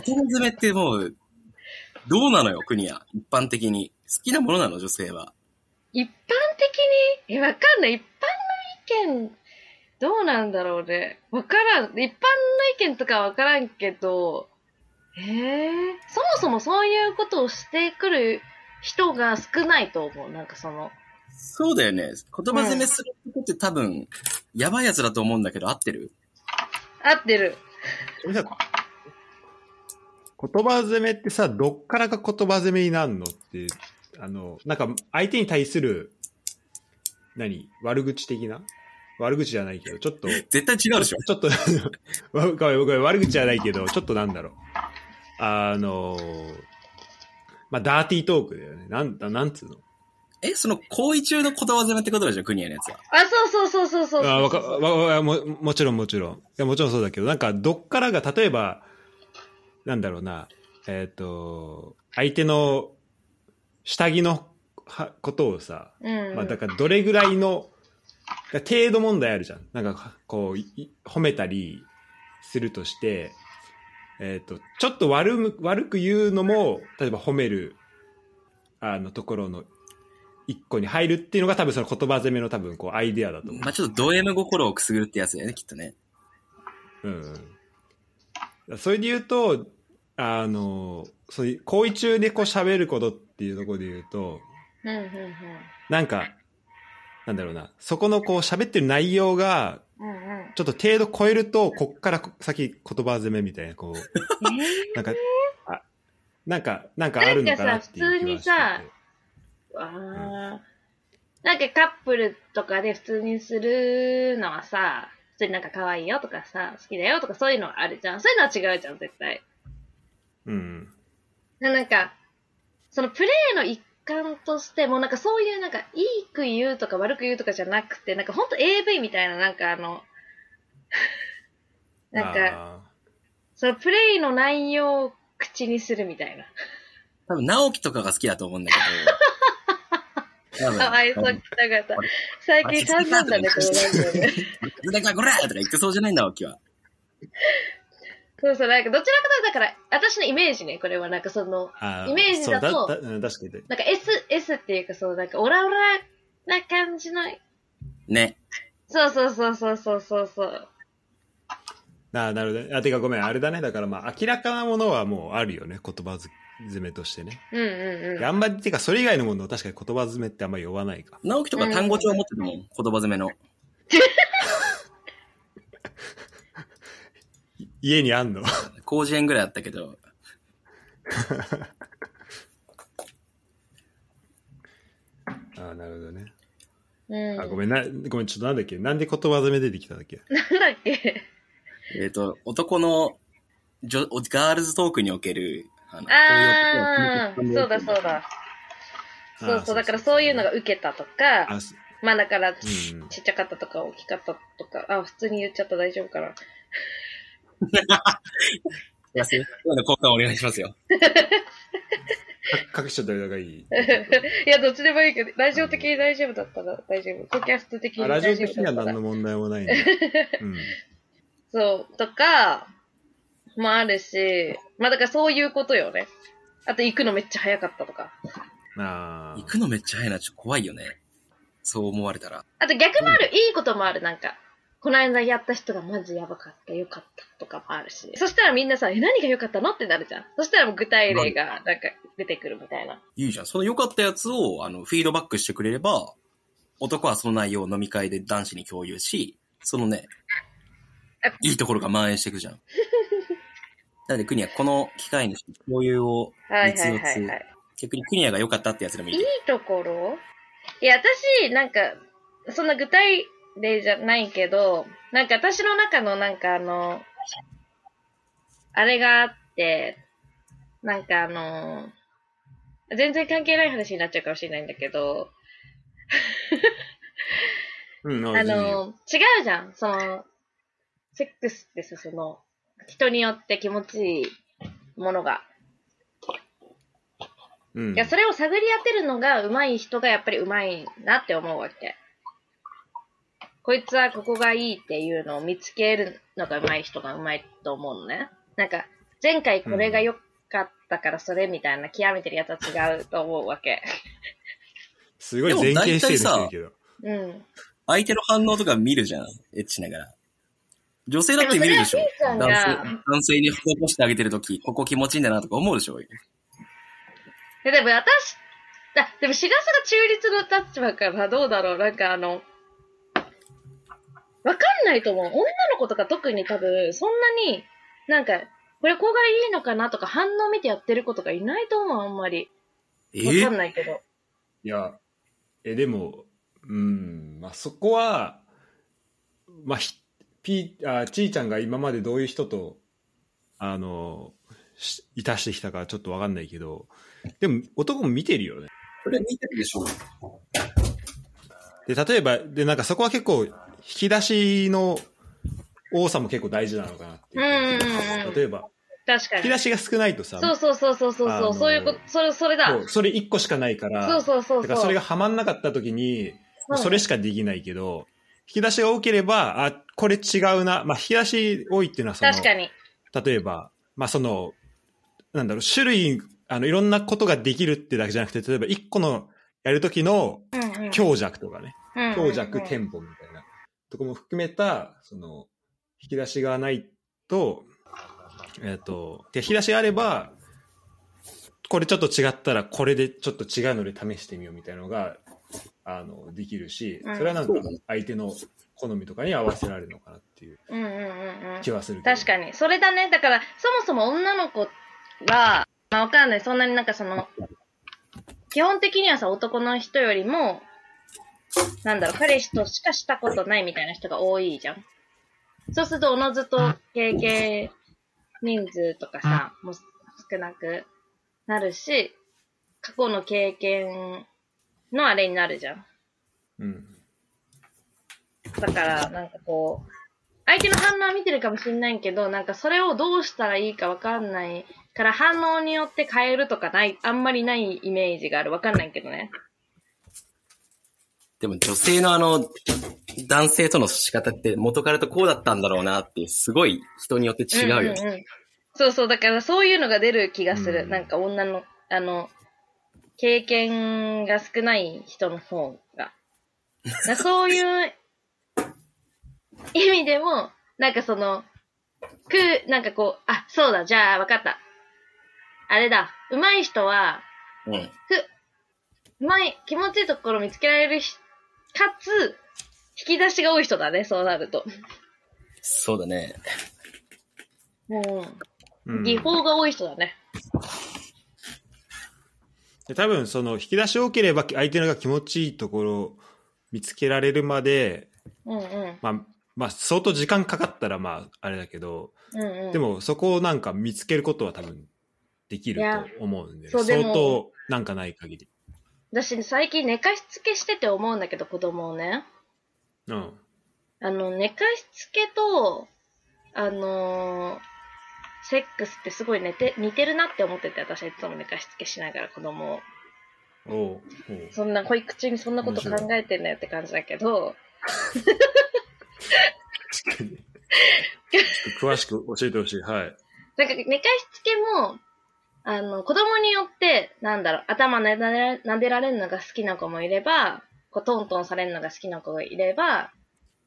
[SPEAKER 3] 詰めってもう、どうなのよ、国や。一般的に。好きなものなの、女性は。
[SPEAKER 2] 一般的にえ、わかんない。一般の意見、どうなんだろうね。わからん。一般の意見とかわからんけど、えー、そもそもそういうことをしてくる人が少ないと思う。なんかその、
[SPEAKER 3] そうだよね。言葉詰めすることって多分、やばいやつだと思うんだけど、合ってる
[SPEAKER 2] 合ってる。
[SPEAKER 1] それさ言葉攻めってさ、どっからが言葉攻めになるのって、あの、なんか相手に対する、何悪口的な悪口じゃないけど、ちょっと、
[SPEAKER 3] 絶対違うでしょ。
[SPEAKER 1] ちょっと、 わごめんごめん悪口じゃないけど、ちょっとなんだろう。あの、まあ、ダーティートークだよね。なん、なんつうの
[SPEAKER 3] え、その、行為中の言葉攻めってことでしょ、クニエのやつは。
[SPEAKER 2] あ、そうそうそうそうそうそう
[SPEAKER 1] あわかわわももちろんもちろんいやもちろんそうだけどなんかどっからが例えばなんだろうなえっ、と相手の下着のはことをさ、
[SPEAKER 2] うん。
[SPEAKER 1] まあ、だからどれぐらいのだから程度問題あるじゃんなんかこういい褒めたりするとして、えっとちょっと悪む悪く言うのも例えば褒めるあのところの一個に入るっていうのが多分その言葉攻めの多分こうアイデアだと思う
[SPEAKER 3] まあ、ちょっとド M 心をくすぐるってやつだよね、きっとね。
[SPEAKER 1] うん、それで言うとあのそういう行為中でこう喋ることっていうところで言うと
[SPEAKER 2] うんうんうん。
[SPEAKER 1] なんかなんだろうなそこのこう喋ってる内容が
[SPEAKER 2] うん うん。
[SPEAKER 1] ちょっと程度超えるとこっから先言葉攻めみたいなこ う
[SPEAKER 2] え
[SPEAKER 1] なんかあなんかなんかあるのかなっていう気はしてて
[SPEAKER 2] なんかさ普通にさー、あーなんかカップルとかで普通にするのはさ、普通になんか可愛いよとかさ、好きだよとかそういうのあるじゃん。そういうのは違うじゃん、絶対。
[SPEAKER 1] うん
[SPEAKER 2] ななんか、そのプレイの一環としても、なんかそういうなんか、いいく言うとか悪く言うとかじゃなくて、なんかほんと AV みたいな、なんかあの、 なんか、
[SPEAKER 1] あ
[SPEAKER 2] そのプレイの内容を口にするみたいな。
[SPEAKER 3] 多分、直樹とかが好きだと思うんだけど。多分
[SPEAKER 2] かわいそう、
[SPEAKER 3] うん
[SPEAKER 2] 北方。最近簡単だね、このラジオね。
[SPEAKER 3] 水だけはこらとか言ってそうじゃないんだ、直樹は。
[SPEAKER 2] そうそう、なんかどちらかというと、だから、私のイメージね、これはなんかその、
[SPEAKER 1] ーあ
[SPEAKER 2] イメージだと
[SPEAKER 1] そうだだうん確かに
[SPEAKER 2] なんか S、S っていうか、そう、なんかオラオラな感じの、
[SPEAKER 3] ね。
[SPEAKER 2] そうそうそうそうそうそうそう。
[SPEAKER 1] なあなるほどねあてかごめんあれだねだからまあ明らかなものはもうあるよね言葉攻めとしてね
[SPEAKER 2] うんうんうん。
[SPEAKER 1] あんまり、てか、それ以外のもの、確かに言葉詰めってあんまり呼ばないか。
[SPEAKER 3] 直樹とか単語帳持ってるもん、言葉詰めの。
[SPEAKER 1] 家 にあんの
[SPEAKER 3] 工事園ぐらいあったけど。
[SPEAKER 1] ああ、なるほどね。
[SPEAKER 2] うん、
[SPEAKER 1] あ、ごめんな、ごめん、ちょっとなんだっけなんで言葉詰め出てきたんだっけ
[SPEAKER 2] なんだっけ
[SPEAKER 3] えっ、と、男の女、ガールズトークにおける、あの、
[SPEAKER 2] ああ
[SPEAKER 3] こい
[SPEAKER 2] ー、そうだそうだ。そうそう、だからそういうのが、受けたと
[SPEAKER 1] あ
[SPEAKER 2] か、
[SPEAKER 1] ーそ
[SPEAKER 2] まあだから、
[SPEAKER 1] ん
[SPEAKER 2] ちっちゃかったとか大きかったとか、あ、普通に言っちゃった大丈夫かな。
[SPEAKER 3] ういう今の交換お願いしますよ。
[SPEAKER 1] か隠しちゃった方がいい。
[SPEAKER 2] いや、どっちでもいいけど、ラジオ的に大丈夫だったら大丈夫。ポッドキャスト的に
[SPEAKER 1] あ
[SPEAKER 2] 大
[SPEAKER 1] ラジオ
[SPEAKER 2] 丈夫だっ
[SPEAKER 1] 的
[SPEAKER 2] た
[SPEAKER 1] に
[SPEAKER 2] ら。
[SPEAKER 1] は何の問題もないね。うん。
[SPEAKER 2] そう、とか、もあるし、まあだからそういうことよね。あと行くのめっちゃ早かったとか。
[SPEAKER 1] あ
[SPEAKER 3] 行くのめっちゃ早いな、ちょっと怖いよね。そう思われたら。
[SPEAKER 2] あと逆もある、いいこともある、なんか。この間やった人がマジやばかった、よかったとかもあるし。そしたらみんなさ、え、何が良かったのってなるじゃん。そしたらもう具体例がなんか出てくるみたいな。
[SPEAKER 3] いいじゃん。その良かったやつを、あの、フィードバックしてくれれば、男はその内容を飲み会で男子に共有し、そのね、いいところが蔓延していくじゃん。 なので、クニア、この機会にして共有を、
[SPEAKER 2] はいはいはいはい。
[SPEAKER 3] 逆にクニアが良かったってやつでもいい
[SPEAKER 2] い
[SPEAKER 3] け
[SPEAKER 2] い
[SPEAKER 3] ど。
[SPEAKER 2] ところいや、私、なんか、そんな具体例じゃないけど、なんか私の中のなんかあの、あれがあって、なんかあの、全然関係ない話になっちゃうかもしれないんだけど、
[SPEAKER 1] うん、
[SPEAKER 2] あ
[SPEAKER 1] あ
[SPEAKER 2] の、違うじゃん。その、セックスってさ、その、人によって気持ちいいものが
[SPEAKER 1] うん
[SPEAKER 2] いや、それを探り当てるのが上手い人がやっぱり上手いなって思うわけ。こいつはここがいいっていうのを見つけるのが上手い人が上手いと思うのね。なんか、前回これが良かったからそれみたいな極めてるやつは違うと思うわけ。
[SPEAKER 1] すごい前傾してる人いるけど。
[SPEAKER 2] うん。
[SPEAKER 3] 相手の反応とか見るじゃん。エッチしながら。女性だって見るでしょ。
[SPEAKER 2] でもそれは
[SPEAKER 3] 男性
[SPEAKER 2] みーちゃんが、
[SPEAKER 3] 男性に施してあげてるとき、ここ気持ちいいんだなとか思うでしょ。
[SPEAKER 2] で、でも私、あ、でも、しがさが中立の立場からどうだろうなんかあの、わかんないと思う。女の子とか特に多分、そんなに、なんか、これこうがいいのかなとか反応見てやってる子とかいないと思う、あんまり。
[SPEAKER 3] え
[SPEAKER 2] わかんないけど。
[SPEAKER 1] いや、え、でも、うん、まあ、そこは、まあ、ひピーあちーちゃんが今までどういう人と、あの、しいたしてきたかちょっとわかんないけど、でも男も見てるよね。
[SPEAKER 3] これ見てるでしょ
[SPEAKER 1] で、例えば、で、なんかそこは結構、引き出しの多さも結構大事なのかなっていう気がする
[SPEAKER 2] うんうんうん
[SPEAKER 1] 例えば、
[SPEAKER 2] 確か
[SPEAKER 1] 引
[SPEAKER 2] に
[SPEAKER 1] き。出しが少ないとさ、
[SPEAKER 2] そうそうそうそうそう、
[SPEAKER 1] あのー
[SPEAKER 2] そういうこと、それ、それだ。
[SPEAKER 1] そうそれ1個しかないから、
[SPEAKER 2] そうそうそうそう。
[SPEAKER 1] だからそれがはまんなかった時に、
[SPEAKER 2] そう
[SPEAKER 1] それしかできないけど、引き出しが多ければ、あ、これ違うな。まあ、引き出し多いっていうのはその、
[SPEAKER 2] 確かに。
[SPEAKER 1] 例えば、まあ、その、なんだろう、種類、あの、いろんなことができるってだけじゃなくて、例えば一個のやるときの
[SPEAKER 2] うんうん
[SPEAKER 1] 強弱とかね、
[SPEAKER 2] うんうんうん
[SPEAKER 1] 強弱テンポみたいなとこも含めた、その、引き出しがないと、えっ、と、で引き出しがあれば、これちょっと違ったら、これでちょっと違うので試してみようみたいなのが、あの、できるし、それはなんか
[SPEAKER 3] うんそう
[SPEAKER 1] 相手の好みとかに合わせられるのかなっていう
[SPEAKER 2] うんうんうんうん
[SPEAKER 1] 気。はするけど。
[SPEAKER 2] 確かに。それだね。だから、そもそも女の子は、まあわかんない。そんなになんかその、基本的にはさ、男の人よりも、なんだろう、彼氏としかしたことないみたいな人が多いじゃん。そうすると、おのずと経験人数とかさ、もう少なくなるし、過去の経験のあれになるじゃん。
[SPEAKER 1] うん。
[SPEAKER 2] だから、なんかこう、相手の反応は見てるかもしれないけど、なんかそれをどうしたらいいかわかんないから、反応によって変えるとかない、あんまりないイメージがある。わかんないけどね。
[SPEAKER 3] でも女性のあの、男性との仕方って元からとこうだったんだろうなって、すごい人によって違うよね。
[SPEAKER 2] んんんそうそう、だからそういうのが出る気がする。
[SPEAKER 1] うん
[SPEAKER 2] なんか女の、あの、経験が少ない人の方が。だからそういう意味でも、なんかその、く、なんかこう、あ、そうだ、じゃあ分かった。あれだ、上手い人は、
[SPEAKER 3] うん。
[SPEAKER 2] うまい、気持ちいいところ見つけられるし、かつ、引き出しが多い人だね、そうなると。
[SPEAKER 3] そうだね。
[SPEAKER 2] も
[SPEAKER 1] う
[SPEAKER 2] う、
[SPEAKER 1] ん
[SPEAKER 2] 技法が多い人だね。
[SPEAKER 1] で多分その引き出し多ければ相手のが気持ちいいところを見つけられるまで、
[SPEAKER 2] うんうん
[SPEAKER 1] まあ、まあ相当時間かかったらまああれだけど、
[SPEAKER 2] うんうん、
[SPEAKER 1] でもそこをなんか見つけることは多分できる
[SPEAKER 2] いや
[SPEAKER 1] と思うんで
[SPEAKER 2] そうでも
[SPEAKER 1] 相当なんかない限り
[SPEAKER 2] 私最近寝かしつけしてて思うんだけど子供をね
[SPEAKER 1] うん
[SPEAKER 2] あの寝かしつけとあのーセックスってすごい寝て似てるなって思ってて私はいつも寝かしつけしながら子供を
[SPEAKER 1] おうおう
[SPEAKER 2] そんな保育中にそんなこと考えてんだよって感じだけど
[SPEAKER 1] 詳しく教えてほしいはい
[SPEAKER 2] なんか寝かしつけもあの子供によってなんだろう頭なでられなでられるのが好きな子もいればこうトントンされるのが好きな子がいれば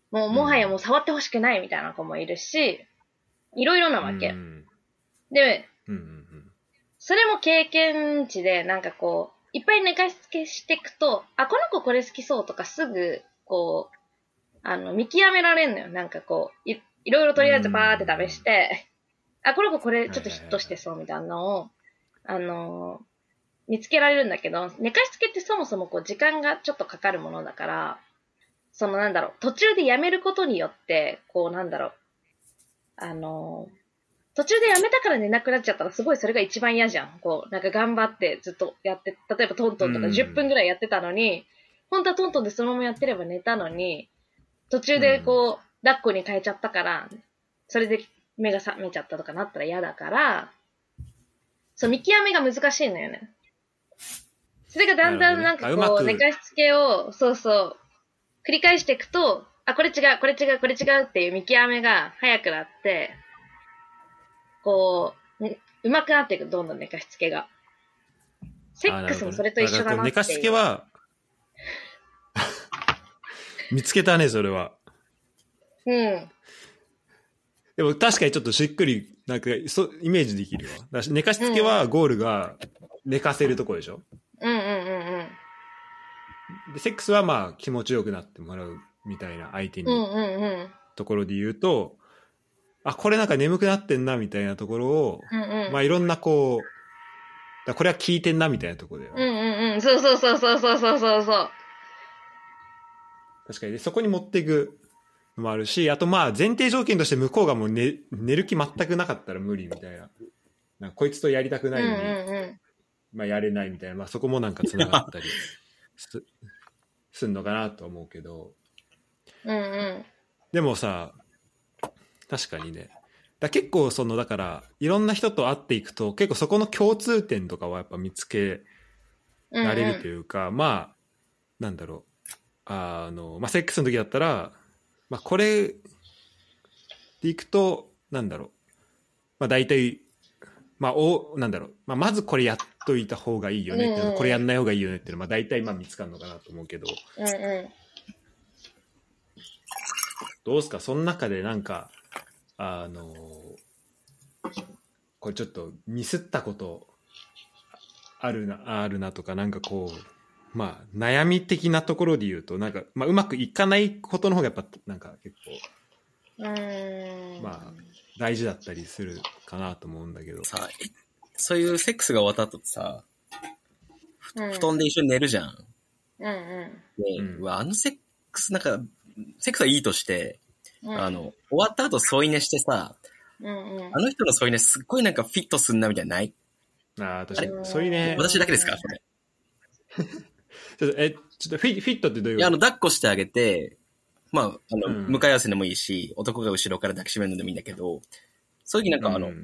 [SPEAKER 2] もうもはやもう触ってほしくないみたいな子もいるしいろいろなわけ。
[SPEAKER 1] うん
[SPEAKER 2] で、
[SPEAKER 1] うんうん
[SPEAKER 2] それも経験値で、なんかこう、いっぱい寝かしつけしていくと、あ、この子これ好きそうとかすぐ、こう、あの、見極められんのよ。なんかこう、いいろいろとりあえずバーって試して、あ、この子これちょっとヒットしてそうみたいなのを、あのー見つけられるんだけど、寝かしつけってそもそもこう、時間がちょっとかかるものだから、そのなんだろう、途中でやめることによって、こうなんだろう、あのー途中でやめたから寝なくなっちゃったらすごいそれが一番嫌じゃん。こう、なんか頑張ってずっとやって、例えばトントンとか
[SPEAKER 1] うん
[SPEAKER 2] 10分ぐらいやってたのに、本当はトントンでそのままやってれば寝たのに、途中でこう、抱っこに変えちゃったから、それで目が覚めちゃったとかなったら嫌だから、そう、見極めが難しいのよね。それがだんだん
[SPEAKER 1] な
[SPEAKER 2] な
[SPEAKER 1] るほどね
[SPEAKER 2] んか
[SPEAKER 1] あうま
[SPEAKER 2] こ
[SPEAKER 1] く
[SPEAKER 2] う、寝かしつけを、そうそう、繰り返していくと、あ、これ違う、これ違う、これ違うっていう見極めが早くなって、こう、ねうまくなっていく、どんどん寝かしつけが。セックスもそれと一緒だなっていう。
[SPEAKER 1] あなるほどねだからこう寝かしつけは 見つけたねそれは
[SPEAKER 2] うん。
[SPEAKER 1] でも確かにちょっとしっくり、なんか、そイメージできるわ。だし寝かしつけはゴールが寝かせるとこでしょ、
[SPEAKER 2] うんうんうんうん。
[SPEAKER 1] で、セックスはまあ気持ちよくなってもらうみたいな相手
[SPEAKER 2] うん
[SPEAKER 1] に
[SPEAKER 2] うんうん。
[SPEAKER 1] ところで言うと、あ、これなんか眠くなってんなみたいなところを、
[SPEAKER 2] うんうん。
[SPEAKER 1] まあいろんなこう、だこれは聞いてんなみたいなところで、
[SPEAKER 2] うんうんうん。そうそうそうそうそうそうそうそう。
[SPEAKER 1] 確かにでそこに持っていくのもあるし、あとまあ前提条件として向こうがもう寝寝る気全くなかったら無理みたいな。なんかこいつとやりたく
[SPEAKER 2] うん
[SPEAKER 1] な
[SPEAKER 2] う
[SPEAKER 1] い
[SPEAKER 2] ん
[SPEAKER 1] のに、
[SPEAKER 2] う
[SPEAKER 1] まあ、やれないみたいな、まあ、そこもなんかつながったりすすんのかなと思うけど
[SPEAKER 2] ん。うんうん。
[SPEAKER 1] でもさ確かにねだ結構そのだからいろんな人と会っていくと結構そこの共通点とかはやっぱ見つけ
[SPEAKER 2] うんうん
[SPEAKER 1] られるというか、まあなんだろうあの、まあ、セックスの時だったら、まあ、これでいくとなんだろう、まあ、大体、まあ、おなんだろう、まあ、まずこれやっといた方がいいよねっていうの
[SPEAKER 2] うん
[SPEAKER 1] これやんない方がいいよねっていうのは、まあ、大体まあ見つかるのかなと思うけど
[SPEAKER 2] うんう
[SPEAKER 1] どうすかその中でなんかあのこれちょっとミスったことあるなあるなとかなんかこうまあ悩み的なところで言うとなんか、まあ、うまくいかないことの方がやっぱなんか結構
[SPEAKER 2] ん。うーん。
[SPEAKER 1] まあ大事だったりするかなと思うんだけど
[SPEAKER 3] さ、えそういうセックスが終わった後ってさ、
[SPEAKER 2] うん、
[SPEAKER 3] 布団で一緒に寝るじゃん。
[SPEAKER 2] うんう
[SPEAKER 3] で、
[SPEAKER 1] うん
[SPEAKER 3] うわ、あのセックス、なんか、セックスはいいとして、
[SPEAKER 2] ん。うん
[SPEAKER 3] あ、の、終わった後添い寝してさ、
[SPEAKER 2] うんうん
[SPEAKER 3] あ。の人の添い寝すっごいなんかフィットすんなみたいなのない、
[SPEAKER 1] ああ確かにそういうね
[SPEAKER 3] 私だけですかそれ
[SPEAKER 1] ちょっとえちょっとフィフィットってどういう
[SPEAKER 3] いや、あの、抱っこしてあげて、まあ、あの、
[SPEAKER 1] うん
[SPEAKER 3] 向かい合わせでもいいし、男が後ろから抱きしめるのでもいいんだけど、そういう時なんかあの、
[SPEAKER 1] うん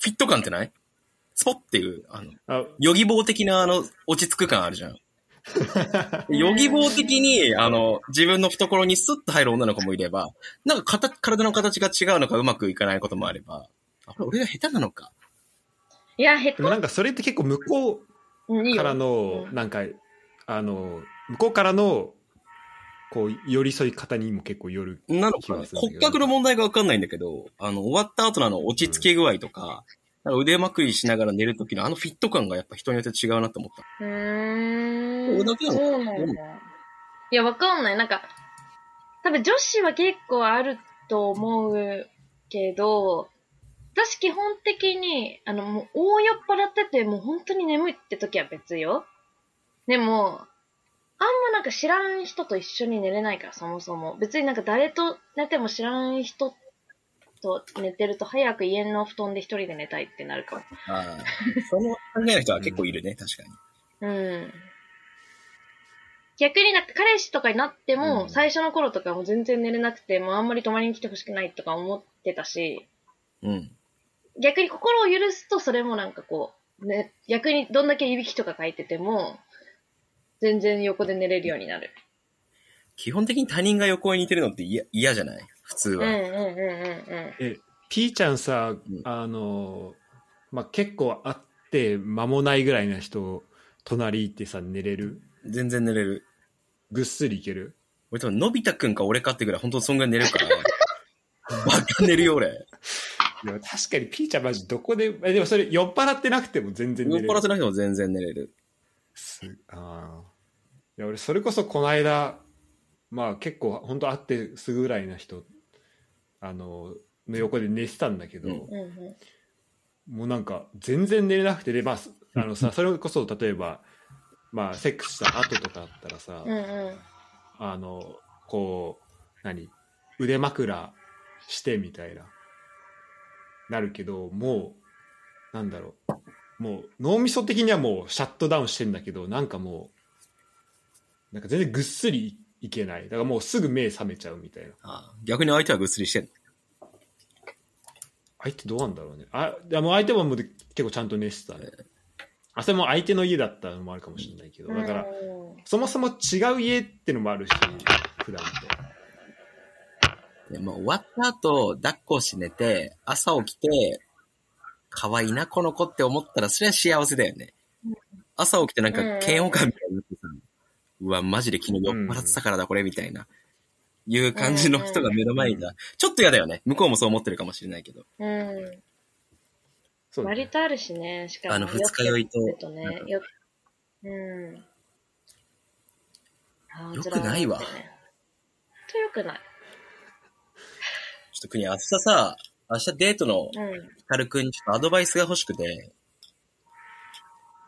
[SPEAKER 3] フィット感ってないスポッっていう、あの、
[SPEAKER 1] あ
[SPEAKER 3] ヨギ棒的なあの、落ち着く感あるじ ゃん。ヨギ棒的に、あの、自分の懐にスッと入る女の子もいれば、なんか形体の形が違うのかうまくいかないこともあれば、あ、これ俺が下手なのか。
[SPEAKER 2] いや、減っ
[SPEAKER 1] でもなんかそれって結構向こう
[SPEAKER 2] うんいいよ
[SPEAKER 1] からの
[SPEAKER 2] うん
[SPEAKER 1] なんかあの向こうからのこう寄り添い方にも結構よる
[SPEAKER 3] なのか
[SPEAKER 1] そう
[SPEAKER 3] な
[SPEAKER 1] ですね
[SPEAKER 3] 骨格の問題がわかんないんだけど、あの、終わった後のあの、落ち着け具合とか、なんか腕まくりしながら寝る時のあのフィット感がやっぱ人によって違うなと思った。
[SPEAKER 2] うー
[SPEAKER 3] 俺
[SPEAKER 2] ん。
[SPEAKER 3] だけなの
[SPEAKER 2] そうなんだ。いや、わかんない。なんか、多分女子は結構あると思うけど、私基本的に、あの、もう大酔っ払ってて、もう本当に眠いって時は別よ。でも、あんまなんか知らん人と一緒に寝れないから、そもそも。別になんか誰と寝ても知らん人と寝てると早く家の布団で一人で寝たいってなるかも。
[SPEAKER 3] ああ、その考えの人は結構いるね、確かに。
[SPEAKER 2] うん。逆になんか彼氏とかになっても、
[SPEAKER 1] うん
[SPEAKER 2] 最初の頃とかも全然寝れなくて、もうあんまり泊まりに来てほしくないとか思ってたし、
[SPEAKER 3] うん。
[SPEAKER 2] 逆に心を許すとそれもなんかこう、ね、逆にどんだけいびきとか書いてても、全然横で寝れるようになる。
[SPEAKER 3] 基本的に他人が横に似てるのって嫌嫌じゃない普通
[SPEAKER 2] うんう
[SPEAKER 3] は。
[SPEAKER 2] んうんうんうん。
[SPEAKER 1] え P ちゃんさ
[SPEAKER 3] うん
[SPEAKER 1] あの、まあ、結構会って間もないぐらいな人隣いてさ寝れる
[SPEAKER 3] 全然寝れる。
[SPEAKER 1] ぐっすりいける
[SPEAKER 3] 俺多分、のび太くんか俺かってぐらい本当そんぐらい寝れるから。 バカ寝るよ、俺。
[SPEAKER 1] いや確かに P ちゃんマジどこでえでもそれ酔っ払ってなくても全然
[SPEAKER 3] 酔
[SPEAKER 1] 寝
[SPEAKER 3] っ
[SPEAKER 1] れる
[SPEAKER 3] 払ってなくても全然寝れる。
[SPEAKER 1] すあーいや俺それこそこの間まあ結構本当会ってすぐぐらいな人あのの横で寝てたんだけど、
[SPEAKER 3] うん
[SPEAKER 2] うんう
[SPEAKER 1] もうなんか全然寝れなくてでまあすあのさそれこそ例えばまあセックスした後とかあったらさ、
[SPEAKER 2] ん。うんうん。
[SPEAKER 1] あのこう何腕枕してみたいななるけどもうなんだろうもう脳みそ的にはもうシャットダウンしてんだけどなんかもうなんか全然ぐっすりいけないだからもうすぐ目覚めちゃうみたいな
[SPEAKER 3] ああ逆に相手はぐっすりしてんの。
[SPEAKER 1] 相手どうなんだろうねあでも相手ももう結構ちゃんと寝てたねあそれも相手の家だったのもあるかもしれないけどだから
[SPEAKER 2] うん
[SPEAKER 1] そもそも違う家ってのもあるし普段と
[SPEAKER 3] でまあ、終わった後、抱っこして寝て、朝起きて、可愛いな、この子って思ったら、それは幸せだよね。朝起きてなんか
[SPEAKER 2] うん、
[SPEAKER 3] 嫌悪感みたいになってさ、うわ、マジで昨日酔っ払ってたからだ、これ、みたいな、いう感じの人が目の前にいたらちょっと嫌だよね。向こうもそう思ってるかもしれないけど。
[SPEAKER 2] う
[SPEAKER 1] そ
[SPEAKER 2] ん。
[SPEAKER 1] うだね
[SPEAKER 2] 割とあるしね、しかも。
[SPEAKER 3] あの二日酔いと
[SPEAKER 2] よくやってるとね、ようん。あー
[SPEAKER 3] よくないわ
[SPEAKER 2] 辛いねほんとよくない。
[SPEAKER 3] ちょっと国、明日さ、明日デートの
[SPEAKER 2] うん。
[SPEAKER 3] ヒカルくんにちょっとアドバイスが欲しくて、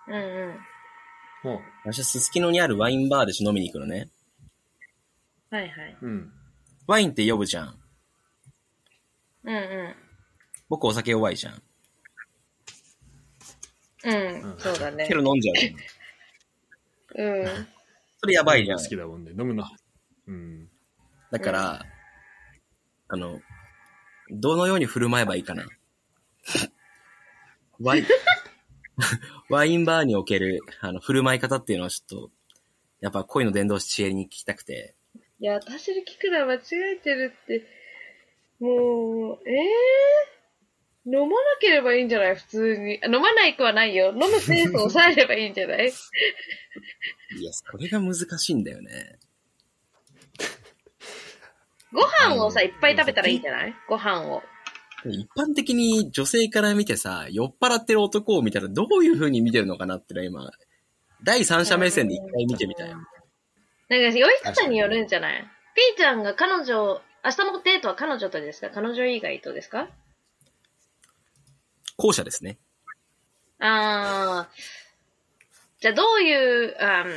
[SPEAKER 2] うんうん。
[SPEAKER 1] も
[SPEAKER 3] 明日すすきのにあるワインバーで飲みに行くのね。
[SPEAKER 2] はいはい。
[SPEAKER 1] う、うん。
[SPEAKER 3] ワインって呼ぶじゃん。
[SPEAKER 2] うんう
[SPEAKER 3] 僕お酒弱いじゃん。
[SPEAKER 2] ん。う
[SPEAKER 1] うん
[SPEAKER 2] ん。そうだね
[SPEAKER 3] け。ど飲んじゃうじゃん。
[SPEAKER 2] うん。
[SPEAKER 3] それやばいじゃん
[SPEAKER 1] 好。きだもんね。飲むの。うん。
[SPEAKER 3] だから、あの、どのように振る舞えばいいかな。 ワイン、 ワインバーにおける、あの、振る舞い方っていうのはちょっと、やっぱ恋の伝道師知恵に聞きたくて、
[SPEAKER 2] いや、私に聞くのは間違えてるって。もう、ええ飲まなければいいんじゃない普通に。あ飲まない子はないよ。飲むセンスを抑えればいいんじゃない
[SPEAKER 3] いや、それが難しいんだよね。
[SPEAKER 2] ご飯をさ、いっぱい食べたらいいんじゃないご飯を。
[SPEAKER 3] 一般的に女性から見てさ、酔っ払ってる男を見たらどういう風に見てるのかなってのは今、第三者目線で一回見てみたい。
[SPEAKER 2] なんか、酔い方によるんじゃない ?P ちゃんが彼女を、明日のデートは彼女とですか彼女以外とですか
[SPEAKER 3] 後者ですね。
[SPEAKER 2] あー。じゃあどういう、あん、ピー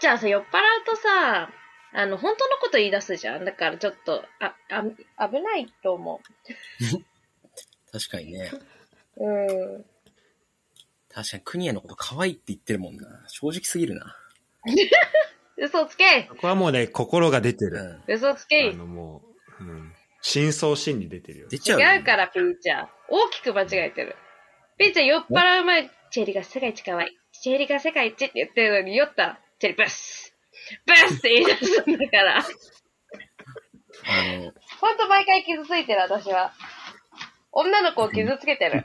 [SPEAKER 2] ちゃんさ、酔っ払うとさ、あの、本当のこと言い出すじゃん。だからちょっと、あ、あ、危ないと思
[SPEAKER 3] 確かにね。
[SPEAKER 2] う。うん。
[SPEAKER 3] 確かに、クニエのこと可愛いって言ってるもんな。正直すぎるな。
[SPEAKER 2] 嘘つけ
[SPEAKER 1] ここはもうね、心が出て
[SPEAKER 3] う
[SPEAKER 1] る。
[SPEAKER 3] ん。
[SPEAKER 2] 嘘つけ違
[SPEAKER 1] あの、もう、うん。真相心理出てるよ。
[SPEAKER 3] 出ちゃうよね、
[SPEAKER 2] うから、ピーちゃん。大きく間違えてる。ピーちゃん酔っ払う前、チェリーが世界一可愛い。チェリーが世界一って言ってるのに酔ったら。チェリーブスブスって言い出すんだから。
[SPEAKER 3] あの、
[SPEAKER 2] ほんと毎回傷ついてる、私は。女の子を傷つけてる。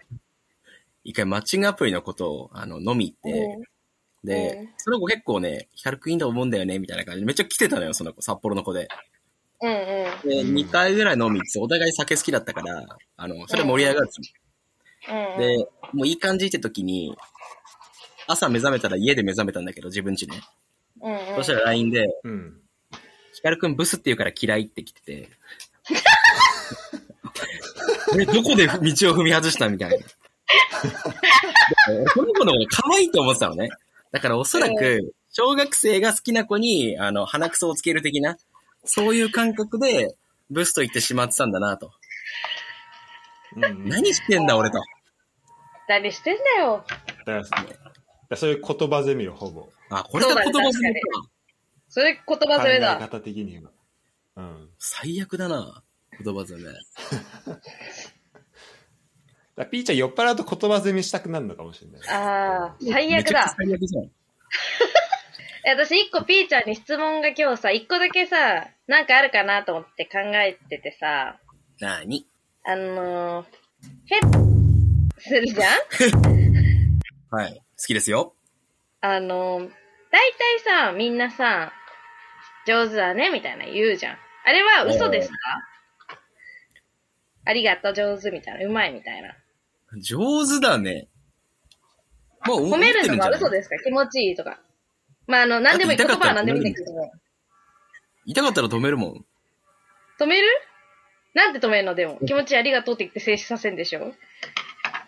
[SPEAKER 3] 一回マッチングアプリのことを、あの、飲み行って、
[SPEAKER 2] うん
[SPEAKER 3] で、
[SPEAKER 2] うん
[SPEAKER 3] その子結構ね、ヒカルくんいいと思うんだよね、みたいな感じで、めっちゃ来てたのよ、その子、札幌の子で。
[SPEAKER 2] うんうん。
[SPEAKER 3] で、
[SPEAKER 1] うん
[SPEAKER 3] 2回ぐらい飲み行って、お互い酒好きだったから、あの、それ盛り上がる。
[SPEAKER 2] うんうん、
[SPEAKER 3] で、もういい感じって時に、朝目覚めたら家で目覚めたんだけど、自分家ね。
[SPEAKER 2] うんうん、
[SPEAKER 3] そしたら LINE で、
[SPEAKER 1] うん。
[SPEAKER 3] ヒカルくんブスって言うから嫌いって来てて。 え、どこで道を踏み外したみたいな。この子のこと可愛いと思ってたのね。だからおそらく、小学生が好きな子に、あの、鼻くそをつける的な、そういう感覚で、ブスと言ってしまってたんだなと。
[SPEAKER 1] うん、だ
[SPEAKER 3] 何してんだ俺と。
[SPEAKER 2] 何してんだよ。
[SPEAKER 1] からだからそういう言葉攻めよ、ほぼ。
[SPEAKER 3] あ、これが言葉攻めか。
[SPEAKER 2] それ言
[SPEAKER 1] 考
[SPEAKER 2] 葉攻め
[SPEAKER 1] え
[SPEAKER 2] だ。
[SPEAKER 1] 方的には。うん。
[SPEAKER 3] 最悪だな。言葉攻め。
[SPEAKER 1] だからピーちゃん酔っ払うと言葉攻めしたくなるのかもしれない。
[SPEAKER 2] ああ、最
[SPEAKER 3] め
[SPEAKER 2] 悪
[SPEAKER 3] ちゃくちゃ
[SPEAKER 2] だ。
[SPEAKER 3] 最悪じゃん。
[SPEAKER 2] え私、一個 P ちゃんに質問が今日さ、一個だけさ、なんかあるかなと思って考えててさ、
[SPEAKER 3] なに
[SPEAKER 2] あのー、フェッするじゃん
[SPEAKER 3] はい。好きですよ。
[SPEAKER 2] あのー、大体さ、みんなさ、上手だね、みたいな言うじゃん。あれは嘘ですかありがとう、上手、みたいな。うまい、みたいな。
[SPEAKER 3] 上手だね。もう
[SPEAKER 2] 褒めるのが嘘
[SPEAKER 3] 思ってんじゃない
[SPEAKER 2] ですか気持ちいいとか。まあ、あの、何でもいい。
[SPEAKER 3] だ
[SPEAKER 2] 言
[SPEAKER 3] って
[SPEAKER 2] 葉は
[SPEAKER 3] 痛かった
[SPEAKER 2] 何
[SPEAKER 3] ら
[SPEAKER 2] でもいいんだけど。
[SPEAKER 3] 痛かったら止めるもん。
[SPEAKER 2] 止めるなんて止めるのでも。気持ちいいありがとうって言って静止させんでしょ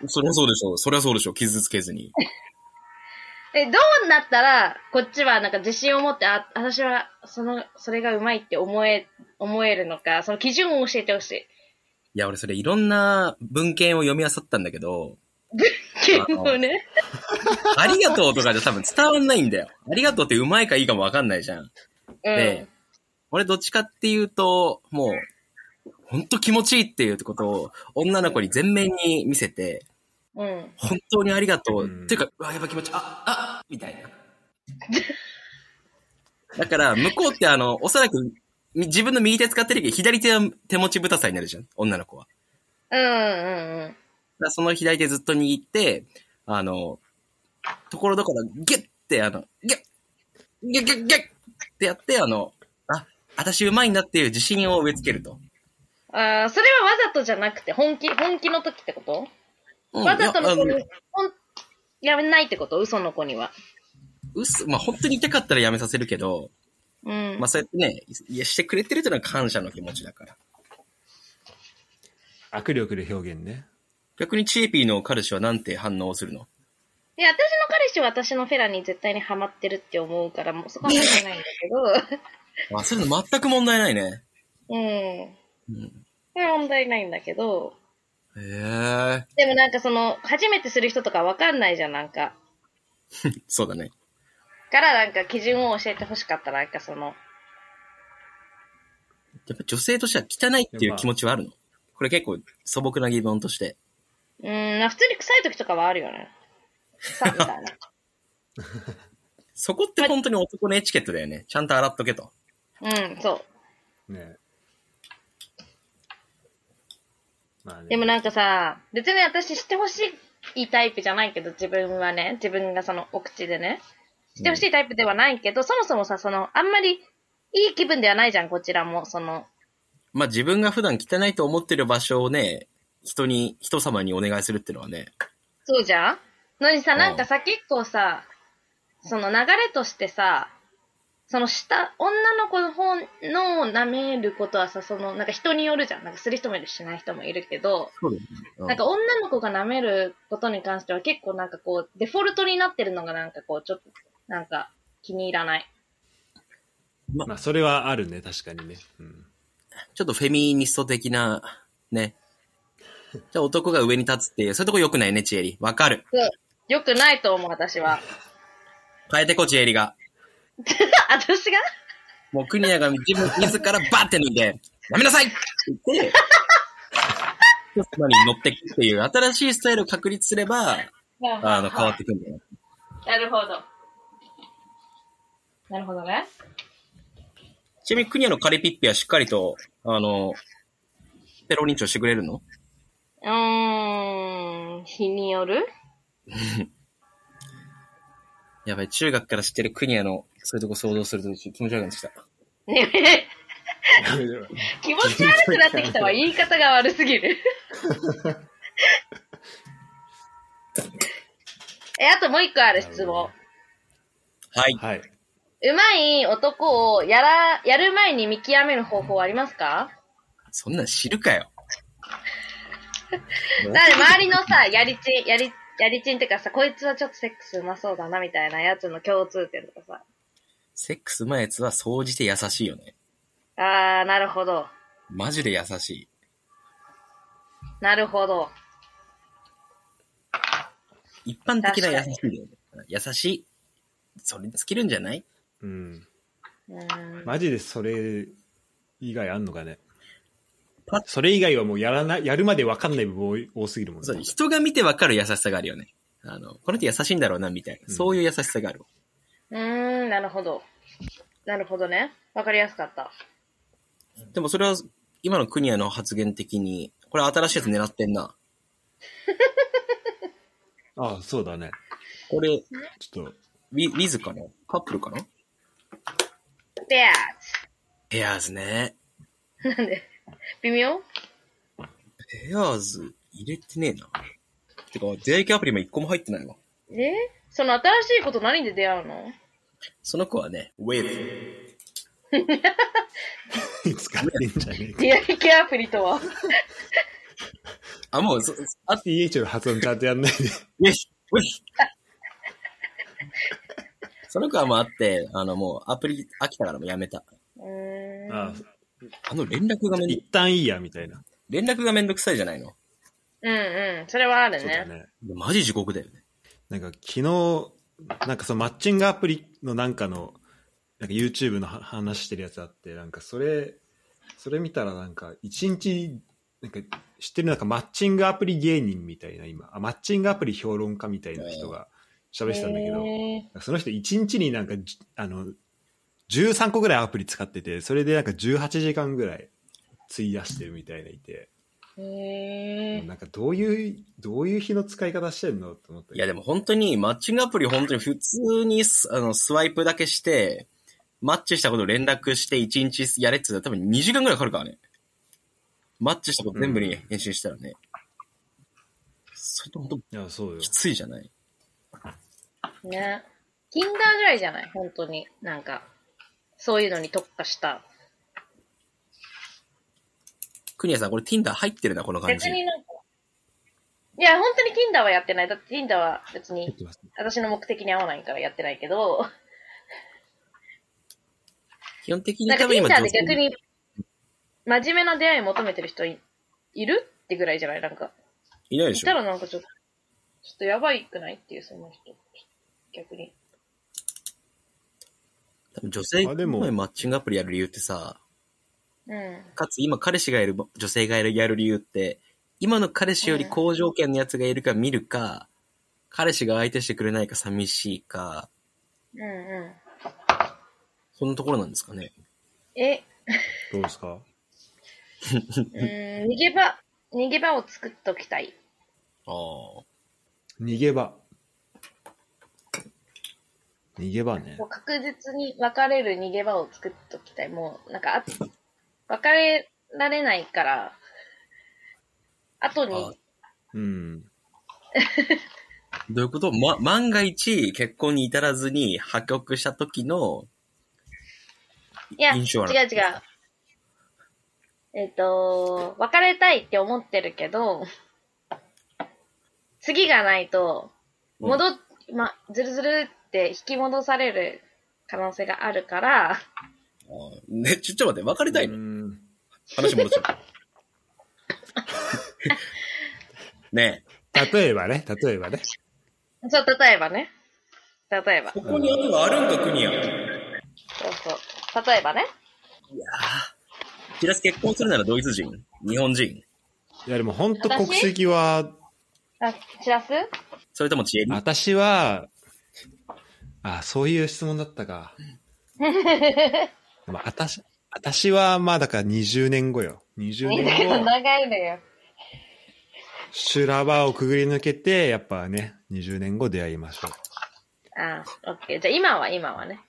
[SPEAKER 3] そりゃそうでしょう。そりゃそうでしょう。傷つけずに。
[SPEAKER 2] え、どうなったら、こっちはなんか自信を持って、あ、私は、その、それがうまいって思え、思えるのか、その基準を教えてほしい。
[SPEAKER 3] いや、俺それいろんな文献を読み漁ったんだ けど、
[SPEAKER 2] 結構ね。
[SPEAKER 3] ありがとうとかじゃ多分伝わんないんだよ。ありがとうってうまいかいいかもわかんないじゃん。
[SPEAKER 2] うん。
[SPEAKER 3] で、俺どっちかっていうと、もう、ほんと気持ちいいっていうことを女の子に全面に見せて、
[SPEAKER 2] うん。
[SPEAKER 3] 本当にありがとう。
[SPEAKER 1] うん
[SPEAKER 3] っていうか、うわ、やっぱ気持ちいい、あ、あ、みたいな。だから、向こうってあの、おそらく、み自分の右手使ってるけど、左手は手持ちぶたさになるじゃん、女の子は。
[SPEAKER 2] うんうんうん。
[SPEAKER 3] だからその左手ずっと握って、あの、ところどころ、ギュッて、あの、ギュッ、ギュッギュッギュッってやって、あの、あ、私うまいんだっていう自信を植え付けると。
[SPEAKER 2] あーそれはわざとじゃなくて、本気、本気の時ってこと、
[SPEAKER 3] うん
[SPEAKER 2] わざと
[SPEAKER 3] いや
[SPEAKER 2] の
[SPEAKER 3] あ
[SPEAKER 2] 子に、ほん、やめないってこと嘘の子には。
[SPEAKER 3] うっすまあ、本当に痛かったらやめさせるけど、
[SPEAKER 2] うん
[SPEAKER 3] まあ、そうやってね、いや、してくれてるというのは感謝の気持ちだから。
[SPEAKER 1] 握力で表現ね。
[SPEAKER 3] 逆にチエピーの彼氏はなんて反応するの
[SPEAKER 2] いや、私の彼氏は私のフェラに絶対にハマってるって思うから、もうそこは問題ないんだけ
[SPEAKER 3] あ、そういうの全く問題ないね。
[SPEAKER 2] ど、うん。
[SPEAKER 3] うん。
[SPEAKER 2] それは問題ないんだけど、
[SPEAKER 3] へえ。
[SPEAKER 2] でもなんかその、初めてする人とかわかんないじゃん、なんか。
[SPEAKER 3] そうだね。
[SPEAKER 2] からなんか基準を教えてほしかった、なんかその、
[SPEAKER 3] やっぱ女性としては汚いっていう気持ちはあるのこれ結構素朴な疑問として。
[SPEAKER 2] うん、まあ普通に臭い時とかはあるよね。臭いみたいな。
[SPEAKER 3] そこって本当に男のエチケットだよね。ちゃんと洗っとけと。
[SPEAKER 2] うん、そ
[SPEAKER 1] ねまあね
[SPEAKER 2] う。でもなんかさ、別に私してほしいタイプじゃないけど、自分はね、自分がそのお口でね、してほしいタイプではないけど、そもそもさ、その、あんまりいい気分ではないじゃん、こちらも。その、
[SPEAKER 3] まあ自分が普段汚いと思ってる場所をね、人に、人様にお願いするっていうのはね。
[SPEAKER 2] そうじゃんのにさ、
[SPEAKER 3] うん
[SPEAKER 2] なんかさ、結構さ、その流れとしてさ、その下、女の子の方のを舐めることはさ、その、なんか人によるじゃん。なんかする人もいるし、しない人もいるけど、
[SPEAKER 3] そうだよね。うん
[SPEAKER 2] なんか女の子が舐めることに関しては結構なんかこう、デフォルトになってるのがなんかこう、ちょっと、なんか気に入らない。
[SPEAKER 1] まあ、それはあるね、確かにね。うん、
[SPEAKER 3] ちょっとフェミニスト的な、ね。じゃあ男が上に立つっていう、そういうとこ良くないね、チエリ。わかる。
[SPEAKER 2] よくないと思う、私は。
[SPEAKER 3] 変えてこ、チエリが。
[SPEAKER 2] 私が
[SPEAKER 3] もう国谷が自分 自らバーって脱いで、やめなさいって言って、人様に乗ってくっていう新しいスタイルを確立すれば、あの、変わってくんだよ。
[SPEAKER 2] なるほど。なるほどね。
[SPEAKER 3] ちなみに国谷のカレピッピはしっかりと、あの、ペロリンチョしてくれるの
[SPEAKER 2] うーん、日による
[SPEAKER 3] やばい、中学から知ってる国谷の、そういうとこ想像すると気持ち悪くなってきた。
[SPEAKER 2] ね 気持ち悪くなってきたわ。言い方が悪すぎる。え、あともう一個ある質問。
[SPEAKER 3] はい。
[SPEAKER 1] はい。
[SPEAKER 2] うまい男をやら、やる前に見極める方法はありますか
[SPEAKER 3] そんなん知るかよ。
[SPEAKER 2] だって周りのさ、やりちん、やり、やりちんってかさ、こいつはちょっとセックスうまそうだなみたいなやつの共通点とかさ。
[SPEAKER 3] セックスうまいやつは総じて優しいよね。
[SPEAKER 2] あー、なるほど。
[SPEAKER 3] マジで優しい。
[SPEAKER 2] なるほど。
[SPEAKER 3] 一般的な優しいだよね。優しい。それに尽きるんじゃない
[SPEAKER 1] うん。
[SPEAKER 2] うーん。
[SPEAKER 1] マジでそれ以外あんのかね
[SPEAKER 3] パッ。
[SPEAKER 1] それ以外はもうやらな、やるまで分かんない部分多すぎるもん
[SPEAKER 3] そう
[SPEAKER 1] ね。
[SPEAKER 3] 人が見てわかる優しさがあるよね。あの、この人優しいんだろうな、みたいな。
[SPEAKER 1] うん
[SPEAKER 3] そういう優しさがある。
[SPEAKER 2] うーん、なるほど。なるほどね。わかりやすかった。
[SPEAKER 3] でもそれは、今の国谷の発言的に、これ新しいやつ狙ってんな。
[SPEAKER 1] ああ、そうだね。
[SPEAKER 3] これ、ウ
[SPEAKER 1] ちょっと、
[SPEAKER 3] ィウィズかなカップルかな
[SPEAKER 2] であ
[SPEAKER 3] ペアーズね。
[SPEAKER 2] なんで微妙
[SPEAKER 3] ペアーズ入れてねえな。てか、出会い系アプリも一個も入ってないわ。
[SPEAKER 2] えその新しいこと何で出会うの
[SPEAKER 3] その子はね、with。
[SPEAKER 1] 使ってんじゃねえ か。
[SPEAKER 2] 出会い系アプリとは。
[SPEAKER 3] あ、もう、そあ、
[SPEAKER 1] TH の発音ちゃんとやんないで。
[SPEAKER 3] ウィ ッウィッその子はもうあって、あの、もうアプリ飽きたからもうやめた。
[SPEAKER 2] うーん。
[SPEAKER 1] ああ、
[SPEAKER 3] あの連絡がめんど
[SPEAKER 1] 一、旦いいや、みたいな。
[SPEAKER 3] 連絡がめんどくさいじゃないの
[SPEAKER 2] うんうん。それはある
[SPEAKER 1] そうだ
[SPEAKER 2] ね。
[SPEAKER 1] ね。
[SPEAKER 3] マジ地獄だよね。
[SPEAKER 1] なんか昨日、なんかそのマッチングアプリのなんかの、なんか YouTube のは話してるやつあって、なんかそれ、それ見たらなんか一日、なんか知ってるなんかマッチングアプリ芸人みたいな今、あマッチングアプリ評論家みたいな人が喋ってたんだけど、
[SPEAKER 2] へ
[SPEAKER 1] その人一日になんかじ、あの、13個ぐらいアプリ使ってて、それでなんか18時間ぐらい費やしてるみたいないて、
[SPEAKER 2] ーへー
[SPEAKER 1] なんかどういう、どういう日の使い方してんのと思ったけど
[SPEAKER 3] いやでも本当にマッチングアプリ本当に普通にスあのスワイプだけして、マッチしたこと連絡して1日やれっつったら多分2時間ぐらいかかるからね。マッチしたこと全部に返信したらね。それと本
[SPEAKER 1] いや、そうよ
[SPEAKER 3] 当き。ついじゃない
[SPEAKER 2] ね。Tinder ぐらいじゃない本当に。なんか。そういうのに特化した。
[SPEAKER 3] クニアさん、これ Tinder 入ってるな、この感
[SPEAKER 2] 別
[SPEAKER 3] じ。
[SPEAKER 2] になんか、いや、本当に Tinder はやってない。だって Tinder は別
[SPEAKER 1] 入
[SPEAKER 2] に
[SPEAKER 1] ってますね。
[SPEAKER 2] 私の目的に合わないからやってないけど、
[SPEAKER 3] 基本的
[SPEAKER 2] な
[SPEAKER 3] に
[SPEAKER 2] んか
[SPEAKER 3] 多分今
[SPEAKER 2] Tinder
[SPEAKER 3] 女
[SPEAKER 2] で逆
[SPEAKER 3] 性、
[SPEAKER 2] に、真面目な出会い求めてる人いいるってぐらいじゃないなんか。
[SPEAKER 3] いないで
[SPEAKER 2] い
[SPEAKER 3] したょ。
[SPEAKER 2] らなんかちょっと、ちょっとやばいくないっていう、その人。逆に。
[SPEAKER 3] 多分女性、
[SPEAKER 1] あでも
[SPEAKER 3] マッチングアプリやる理由ってさ、
[SPEAKER 2] うん。
[SPEAKER 3] かつ今彼氏がいる、女性がいるやる理由って、今の彼氏より好条件のやつがいるか見るか、彼氏が相手してくれないか寂しいか、
[SPEAKER 2] うんう
[SPEAKER 3] そんなところなんですかね。
[SPEAKER 2] ん。え、
[SPEAKER 1] どうですか
[SPEAKER 2] うん、逃げ場、逃げ場を作っときたい。
[SPEAKER 3] ああ。
[SPEAKER 1] 逃げ場。逃げ場ね
[SPEAKER 2] も。う確実に別れる逃げ場を作っときたい。もう、なんか、あ別れられないから、後
[SPEAKER 3] あ
[SPEAKER 2] に、
[SPEAKER 1] うん。
[SPEAKER 3] どういうことま、万が一結婚に至らずに破局した時の、
[SPEAKER 2] いや、違う
[SPEAKER 3] 印象悪い
[SPEAKER 2] 違う。えっ、と、別れたいって思ってるけど、次がないと、戻っ、ま、ずるずるって引き戻される可能性があるから、
[SPEAKER 3] あーね、ちょ、ちょっと待って、別れたいの、
[SPEAKER 1] うん
[SPEAKER 3] 話戻っちゃ う。ねえ、
[SPEAKER 1] 例えばね、例えばね。
[SPEAKER 2] そう、例えばね。例えば。そ
[SPEAKER 3] ここに愛はあるんか、国や。
[SPEAKER 2] うそう。例えばね。
[SPEAKER 3] キラス結婚するならドイツ人日本人
[SPEAKER 1] いや、でも本当国籍は、
[SPEAKER 2] あ、しらす
[SPEAKER 3] それとも知恵里
[SPEAKER 1] 私は、あ、そういう質問だったか。まあ、私、私は、まあ、だから20年後よ。20
[SPEAKER 2] いいんだけど
[SPEAKER 1] 年後、
[SPEAKER 2] 長いのよ。
[SPEAKER 1] 修羅場をくぐり抜けて、やっぱね、20年後出会いましょう。
[SPEAKER 2] あオッケー。じゃあ今は今はね。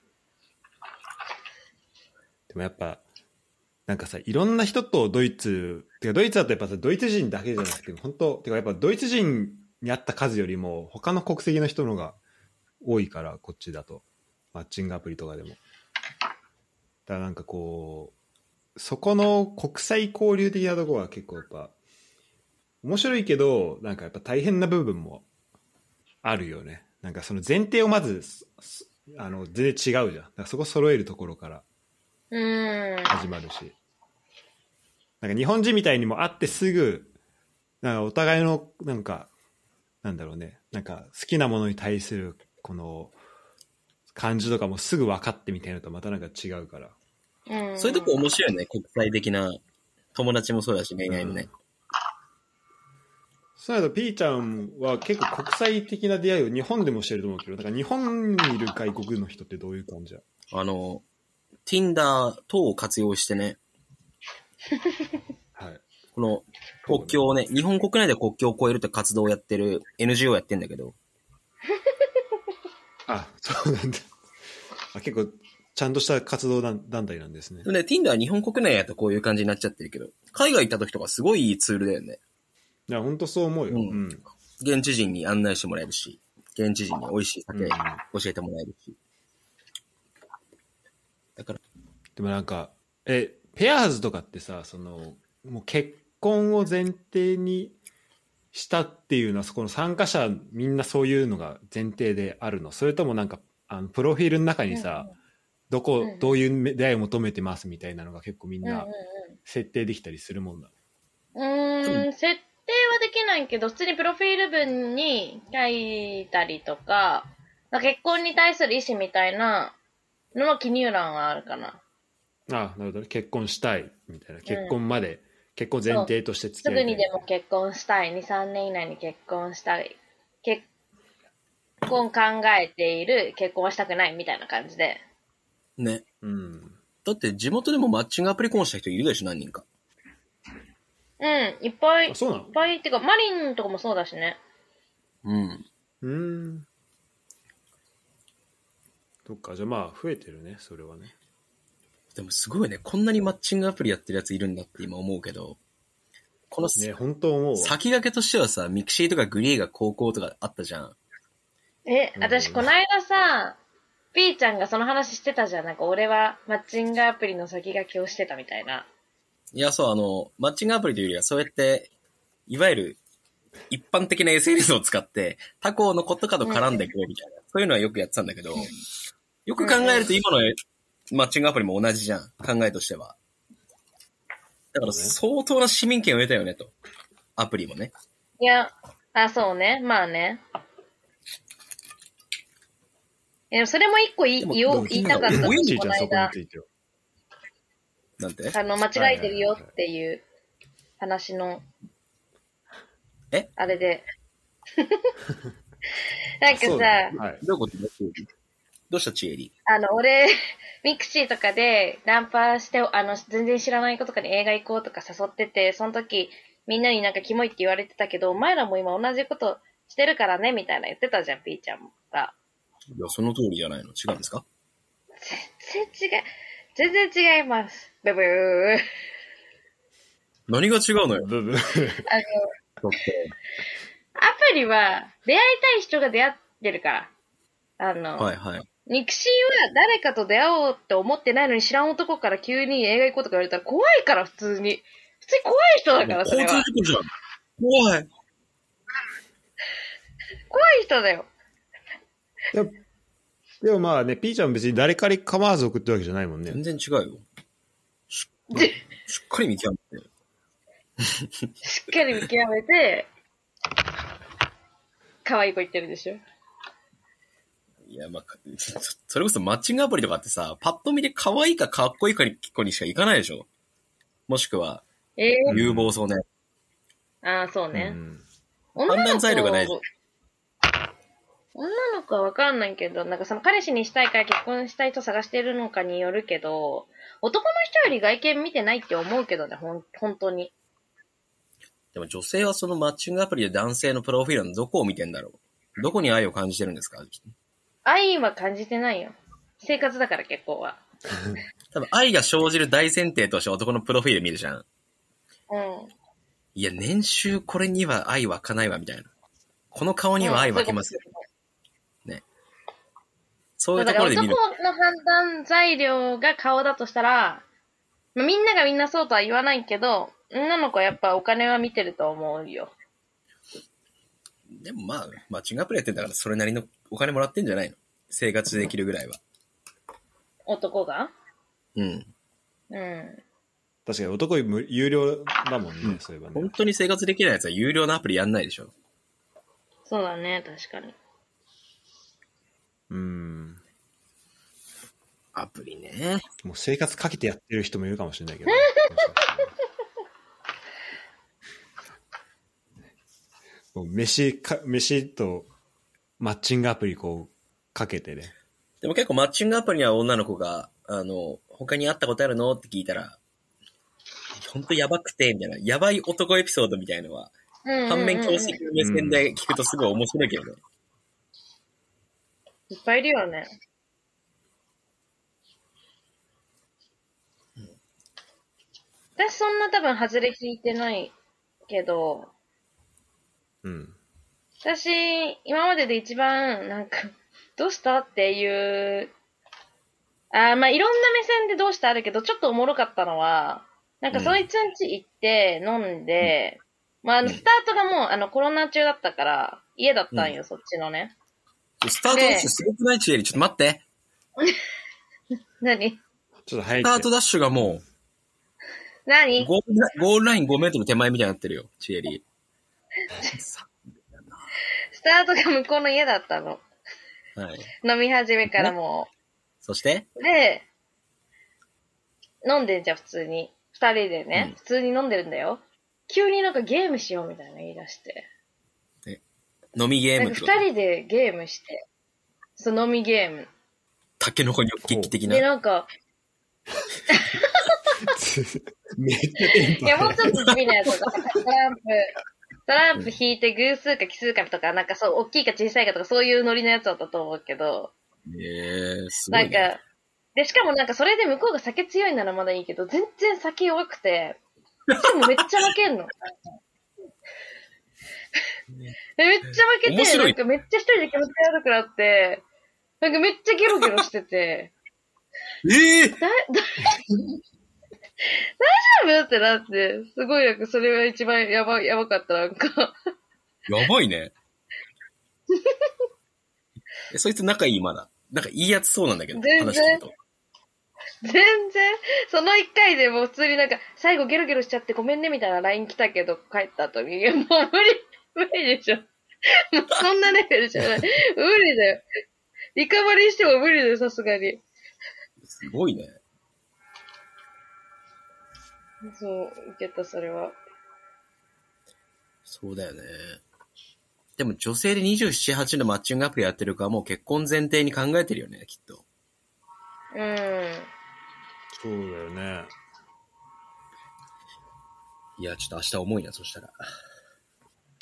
[SPEAKER 1] でもやっぱ、なんかさ、いろんな人とドイツ、てかドイツだとやっぱさ、ドイツ人だけじゃなくて、本当てかやっぱドイツ人に会った数よりも、他の国籍の人の方が多いから、こっちだと。マッチングアプリとかでも。だからなんかこう、そこの国際交流的なとこは結構やっぱ、面白いけど、なんかやっぱ大変な部分もあるよね。なんかその前提をまず、すすあの、全然違うじゃん。だからそこ揃えるところから。
[SPEAKER 2] うーん。
[SPEAKER 1] 始まるしなんか日本人みたいにも会ってすぐなんかお互いのなんかなんだろうねなんか好きなものに対するこの感じとかもすぐ分かってみたいなのとまたなんか違うから
[SPEAKER 2] うん。
[SPEAKER 3] そういうとこ面白いよね、国際的な。友達もそうだし、恋愛もね。
[SPEAKER 1] そうなると P ちゃんは結構国際的な出会いを日本でもしてると思うけどだから日本にいる外国の人ってどういう感じや
[SPEAKER 3] あの、Tinder 等を活用してね、
[SPEAKER 1] はい
[SPEAKER 3] この国境をね、日本国内で国境を越えるって活動をやってる NGO やってんだけど、
[SPEAKER 1] あそうなんだあ結構ちゃんとした活動団団体なんですね
[SPEAKER 3] でもね、Tinder は日本国内やとこういう感じになっちゃってるけど、海外行った時とかすごいいいツールだよね。
[SPEAKER 1] いや本当そう思うよ、
[SPEAKER 3] う
[SPEAKER 1] うんん
[SPEAKER 3] 現地人に案内してもらえるし、現地人に美味しい酒
[SPEAKER 1] うん
[SPEAKER 3] 教えてもらえるし。だから、
[SPEAKER 1] でもなんか、え、ペアーズとかってさ、その、もう結婚を前提にしたっていうのは、そこの参加者みんなそういうのが前提であるのそれともなんか、あの、プロフィールの中にさ、どこ、
[SPEAKER 2] うん
[SPEAKER 1] どういう出会いを求めてますみたいなのが結構みん
[SPEAKER 2] うんうん
[SPEAKER 1] な設定できたりするもんだ。
[SPEAKER 2] うん。うーん、設定はできないけど、普通にプロフィール文に書いたりとか、まあ結婚に対する意思みたいなのは記入欄はあるかな。
[SPEAKER 1] あなるほど。結婚したいみたいな。
[SPEAKER 2] ん
[SPEAKER 1] 結婚まで、結婚前提として付き
[SPEAKER 2] す
[SPEAKER 1] 合いた
[SPEAKER 2] ぐ
[SPEAKER 1] い
[SPEAKER 2] にでも結婚したい。2、3年以内に結婚したい。結婚考えている。結婚はしたくない。みたいな感じで。
[SPEAKER 3] ね。
[SPEAKER 1] うん。
[SPEAKER 3] だって地元でもマッチングアプリ婚した人いるでしょ、何人か。
[SPEAKER 2] うん、いっぱい、い
[SPEAKER 1] あ、
[SPEAKER 2] っ
[SPEAKER 1] そうなの
[SPEAKER 2] ぱい。てか、マリンとかもそうだしね。
[SPEAKER 3] うん。
[SPEAKER 1] うん。そっか、じゃあまあ、増えてるね、それはね。
[SPEAKER 3] でもすごいね、こんなにマッチングアプリやってるやついるんだって今思うけど、この
[SPEAKER 1] ね、本当思うわ。
[SPEAKER 3] 先駆けとしてはさ、ミクシーとかグリーが高校とかあったじゃん。
[SPEAKER 2] え、
[SPEAKER 1] うん
[SPEAKER 2] 私、こないださ、ピーちゃんがその話してたじゃん。なんか俺はマッチングアプリの先駆けをしてたみたいな。
[SPEAKER 3] いや、そう、あの、マッチングアプリというよりは、そうやって、いわゆる、一般的な SNS を使って、他校のことかと絡んでくれみたいな、そういうのはよくやってたんだけど、よく考えると今のマッチングアプリも同じじゃん、考えとしては。だから、相当な市民権を得たよね、と。アプリもね。
[SPEAKER 2] いや、あ、そうね。まあね。え、でもそれも一個い
[SPEAKER 3] でも
[SPEAKER 2] 言お
[SPEAKER 3] で
[SPEAKER 2] う
[SPEAKER 3] も
[SPEAKER 2] 言いたかったの
[SPEAKER 3] でも
[SPEAKER 1] お
[SPEAKER 3] い
[SPEAKER 1] い
[SPEAKER 3] い
[SPEAKER 1] ちい
[SPEAKER 2] こ
[SPEAKER 1] ちゃ
[SPEAKER 2] の
[SPEAKER 1] ん、そこに
[SPEAKER 2] 間
[SPEAKER 1] つ。いては。
[SPEAKER 3] なんて
[SPEAKER 2] あの、間違えてるよっていう話の、
[SPEAKER 3] え
[SPEAKER 2] あれで。なんか
[SPEAKER 1] そう
[SPEAKER 2] さ
[SPEAKER 1] だ、ねはい。
[SPEAKER 3] どういうことどうした、チエリ
[SPEAKER 2] あの、俺、ミクシーとかで、ナンパして、あの、全然知らない子とかに映画行こうとか誘ってて、その時、みんなになんかキモいって言われてたけど、お前らも今同じことしてるからね、みたいな言ってたじゃん、ピーちゃんが。
[SPEAKER 3] いや、その通りじゃないの。違うんですか
[SPEAKER 2] 全然違う。全然違います。ブブー。
[SPEAKER 3] 何が違うのよ。
[SPEAKER 1] ブブ
[SPEAKER 2] あの、
[SPEAKER 3] だって
[SPEAKER 2] アプリは、出会いたい人が出会ってるから。あの、
[SPEAKER 3] はいはい。
[SPEAKER 2] 肉親は誰かと出会おうって思ってないのに知らん男から急に映画行こうとか言われたら怖いから、普通に。普通に怖い人だから、そ
[SPEAKER 3] 交
[SPEAKER 2] れ
[SPEAKER 3] 通
[SPEAKER 2] は。
[SPEAKER 3] 事故じゃん。怖い。
[SPEAKER 2] 怖い人だよ。
[SPEAKER 1] でもでもまあね、ピーちゃんは別に誰かに構わず送ってるわけじゃないもんね。
[SPEAKER 3] 全然違うよ。し
[SPEAKER 2] で
[SPEAKER 3] しっかり見極めて。
[SPEAKER 2] しっかり見極めて、可愛い子言ってるでしょ。
[SPEAKER 3] いや、まあ、 そそれこそマッチングアプリとかってさ、パッと見て可愛いかかっこいいかに子にしかいかないでしょもしくは、
[SPEAKER 2] ええ
[SPEAKER 1] うん
[SPEAKER 3] 有望そうね。
[SPEAKER 2] ああ、そう
[SPEAKER 1] う。
[SPEAKER 2] ね
[SPEAKER 1] ん
[SPEAKER 2] 女
[SPEAKER 3] 判
[SPEAKER 2] の
[SPEAKER 3] 断材料がない
[SPEAKER 2] 子女の子はわかんないけど、なんかその彼氏にしたいから結婚したい人探してるのかによるけど、男の人より外見見てないって思うけどね、ほん、本当に。
[SPEAKER 3] でも女性はそのマッチングアプリで男性のプロフィールのどこを見てんだろうどこに愛を感じてるんですか
[SPEAKER 2] 愛は感じてないよ。生活だから結構は。
[SPEAKER 3] 多分愛が生じる大前提として男のプロフィール見るじゃん。
[SPEAKER 2] うん。
[SPEAKER 3] いや、年収これには愛湧かないわ、みたいな。この顔には愛湧きますよ。そう
[SPEAKER 2] そ
[SPEAKER 3] いうう
[SPEAKER 2] だ
[SPEAKER 3] と
[SPEAKER 2] か
[SPEAKER 3] こ
[SPEAKER 2] ら
[SPEAKER 3] ろで
[SPEAKER 2] 男
[SPEAKER 3] 見る
[SPEAKER 2] の。判断材料が顔だとしたら、まあみんながみんなそうとは言わないけど、女の子はやっぱお金は見てると思うよ。
[SPEAKER 3] でもまあ、マッチングアプリやってんだから、それなりのお金もらってんじゃないの生活できるぐらいは。
[SPEAKER 2] 男が
[SPEAKER 3] うん。
[SPEAKER 2] うん。
[SPEAKER 1] 確かに男無有料だもんね、そういえばね
[SPEAKER 3] 本。当に生活できないやつは有料のアプリやんないでしょ。
[SPEAKER 2] そうだね、確かに。
[SPEAKER 1] うん。
[SPEAKER 3] アプリね。
[SPEAKER 1] もう生活かけてやってる人もいるかもしれないけど。もう飯か、飯とマッチングアプリこうかけてね。
[SPEAKER 3] でも結構マッチングアプリには女の子が、あの、他に会ったことあるのって聞いたら、本当やばくて、みたいな。やばい男エピソードみたいのは、
[SPEAKER 2] うんうんうん
[SPEAKER 3] 反面教師的な目線で聞くとすごい面白いけどね。
[SPEAKER 2] いっぱいいるよね。私そんな多分外れ引いてないけど、
[SPEAKER 1] うん。
[SPEAKER 2] 私、今までで一番、なんか、 どうしたっていう、あーまあ、いろんな目線でどうしたあるけど、ちょっとおもろかったのは、なんか
[SPEAKER 3] うん
[SPEAKER 2] そいつんち行って飲んで、まあ、あの、
[SPEAKER 3] うん
[SPEAKER 2] スタートがもう、あの、コロナ中だったから、家だったんよ、そっちのね。
[SPEAKER 3] スタートダッシュすごくないチエリちょっと待って。
[SPEAKER 2] 何
[SPEAKER 1] ちょっと早いけ
[SPEAKER 3] スタ
[SPEAKER 1] ど。
[SPEAKER 3] ートダッシュがもう、
[SPEAKER 2] 何
[SPEAKER 3] ゴールラゴールライン5メートル手前みたいになってるよ、チ エリ。
[SPEAKER 2] スタートが向こうの家だったの。
[SPEAKER 3] はい。
[SPEAKER 2] 飲み始めからも
[SPEAKER 3] そして、
[SPEAKER 2] う。で、飲んでんじゃん、普通に。二人でね、
[SPEAKER 3] うん
[SPEAKER 2] 普通に飲んでるんだよ。急になんかゲームしようみたいな言い出して。
[SPEAKER 3] 飲みゲー
[SPEAKER 2] なん
[SPEAKER 3] ム
[SPEAKER 2] か
[SPEAKER 3] ってこ
[SPEAKER 2] 二
[SPEAKER 3] と
[SPEAKER 2] 人でゲームして、そう、飲みゲーム。
[SPEAKER 3] タケノコニョッキッキ的
[SPEAKER 2] で、
[SPEAKER 3] な。
[SPEAKER 2] なん か、
[SPEAKER 1] めっちゃテン
[SPEAKER 2] い
[SPEAKER 1] パ
[SPEAKER 2] や、もうちょっと地味なやつとか、トランプ、トランプ引いて偶数か奇数かとか、なんかそう、大きいか小さいかとか、そういうノリのやつだったと思うけど、
[SPEAKER 3] えー、すご
[SPEAKER 2] なん
[SPEAKER 3] い、ね。
[SPEAKER 2] か、で、しかもなんかそれで向こうが酒強いならまだいいけど、全然酒弱くて、しかもめっちゃ負 けんの。でめっちゃ負け
[SPEAKER 3] 面
[SPEAKER 2] て、
[SPEAKER 3] 白
[SPEAKER 2] な
[SPEAKER 3] い
[SPEAKER 2] んかめっちゃ一人で気持ち悪くなって、なんかめっちゃゲロゲロしてて、
[SPEAKER 3] ええ
[SPEAKER 2] だ、だ、大丈夫ってなって、すごいなんかそれが一番やば、やばかったなんか。
[SPEAKER 3] やばいね。えそいつ仲いいまだ。なんかいいやつそうなんだけど、
[SPEAKER 2] 全然
[SPEAKER 3] 話聞くと。
[SPEAKER 2] 全然、その一回でもう普通になんか、最後ゲロゲロしちゃってごめんねみたいな LINE 来たけど、帰った後に、いやもう無理、無理でしょ。もうそんなレベルじゃない。無理だよ。リカバリーしても無理だよ、さすがに。
[SPEAKER 3] すごいね。
[SPEAKER 2] そう、受けた、それは。
[SPEAKER 3] そうだよね。でも女性で27、8のマッチングアプリやってるからもう結婚前提に考えてるよね、きっと。
[SPEAKER 2] うん。
[SPEAKER 1] そうだよね。
[SPEAKER 3] いや、ちょっと明日重いな、そしたら。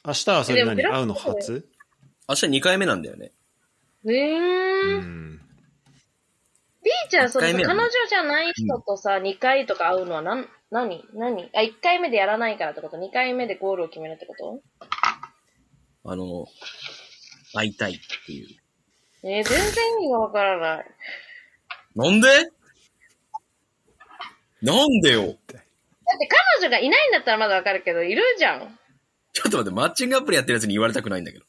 [SPEAKER 1] 明日はそれ何
[SPEAKER 2] でも
[SPEAKER 1] 会うの初
[SPEAKER 3] 明日2回目なんだよね。
[SPEAKER 1] う
[SPEAKER 2] えー。
[SPEAKER 1] ん。
[SPEAKER 2] ピーちゃん、それ
[SPEAKER 3] 一
[SPEAKER 2] さ
[SPEAKER 3] 回目
[SPEAKER 2] 彼
[SPEAKER 3] はね
[SPEAKER 2] 女じゃない人とさ、2回とか会うのはなん、何何あ、1回目でやらないからってこと ?2 回目でゴールを決めるってこと
[SPEAKER 3] あの、会いたいっていう。
[SPEAKER 2] えー、全然意味がわからない。
[SPEAKER 3] なんでなんでよ
[SPEAKER 2] だって彼女がいないんだったらまだわかるけど、いるじゃん。
[SPEAKER 3] ちょっと待って、マッチングアプリやってるやつに言われたくないんだけど。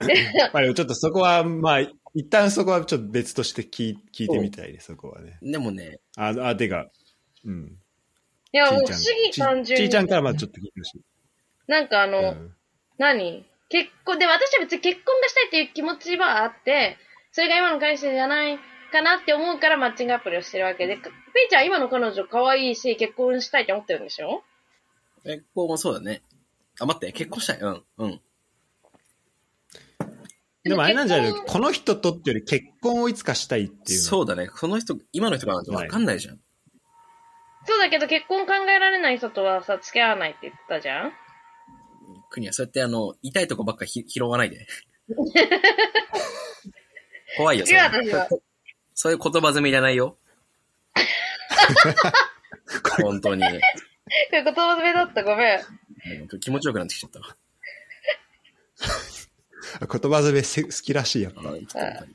[SPEAKER 1] まあでもちょっとそこは、まあ、一旦そこはちょっと別として聞い聞いてみたいね、そこはね。
[SPEAKER 3] でもね、
[SPEAKER 1] あ、あ、てか、うん。
[SPEAKER 2] いや、
[SPEAKER 1] ち
[SPEAKER 2] もう
[SPEAKER 1] ー
[SPEAKER 2] 不
[SPEAKER 1] ちゃ
[SPEAKER 2] 思
[SPEAKER 1] ん
[SPEAKER 2] 議、
[SPEAKER 1] ち
[SPEAKER 2] 単純
[SPEAKER 1] ーちゃん
[SPEAKER 2] に。
[SPEAKER 1] からまあちょっと聞いてほしい。
[SPEAKER 2] なんかあの、
[SPEAKER 1] うん
[SPEAKER 2] 何結婚、で、私は別に結婚がしたいっていう気持ちはあって、それが今の彼氏じゃないかなって思うからマッチングアプリをしてるわけで、かピーちゃん今の彼女可愛いし、結婚したいって思ってるんでしょ
[SPEAKER 3] 結婚もそうだね。あ、待って、結婚したい。うん、うん。
[SPEAKER 1] でもあれなんじゃない
[SPEAKER 2] でも結
[SPEAKER 1] この人とってより結婚をいつかしたいっていうの。
[SPEAKER 3] そうだね。この人、今の人からなんてわかんないじゃん。
[SPEAKER 2] そうだけど結婚考えられない人とはさ、付き合わないって言ったじゃん
[SPEAKER 3] 国はそうやってあの、痛いとこばっかひ拾わない で。怖いよ、そ
[SPEAKER 2] 違う、
[SPEAKER 3] れ
[SPEAKER 2] 私は。
[SPEAKER 3] そういう言葉詰めいらない よ。本当に。
[SPEAKER 2] 言葉詰めだった、ごめん。
[SPEAKER 3] 気持ちよくなってきちゃったわ。
[SPEAKER 1] 言葉詰めせ好きらしいやっぱ。
[SPEAKER 3] あの生きてる限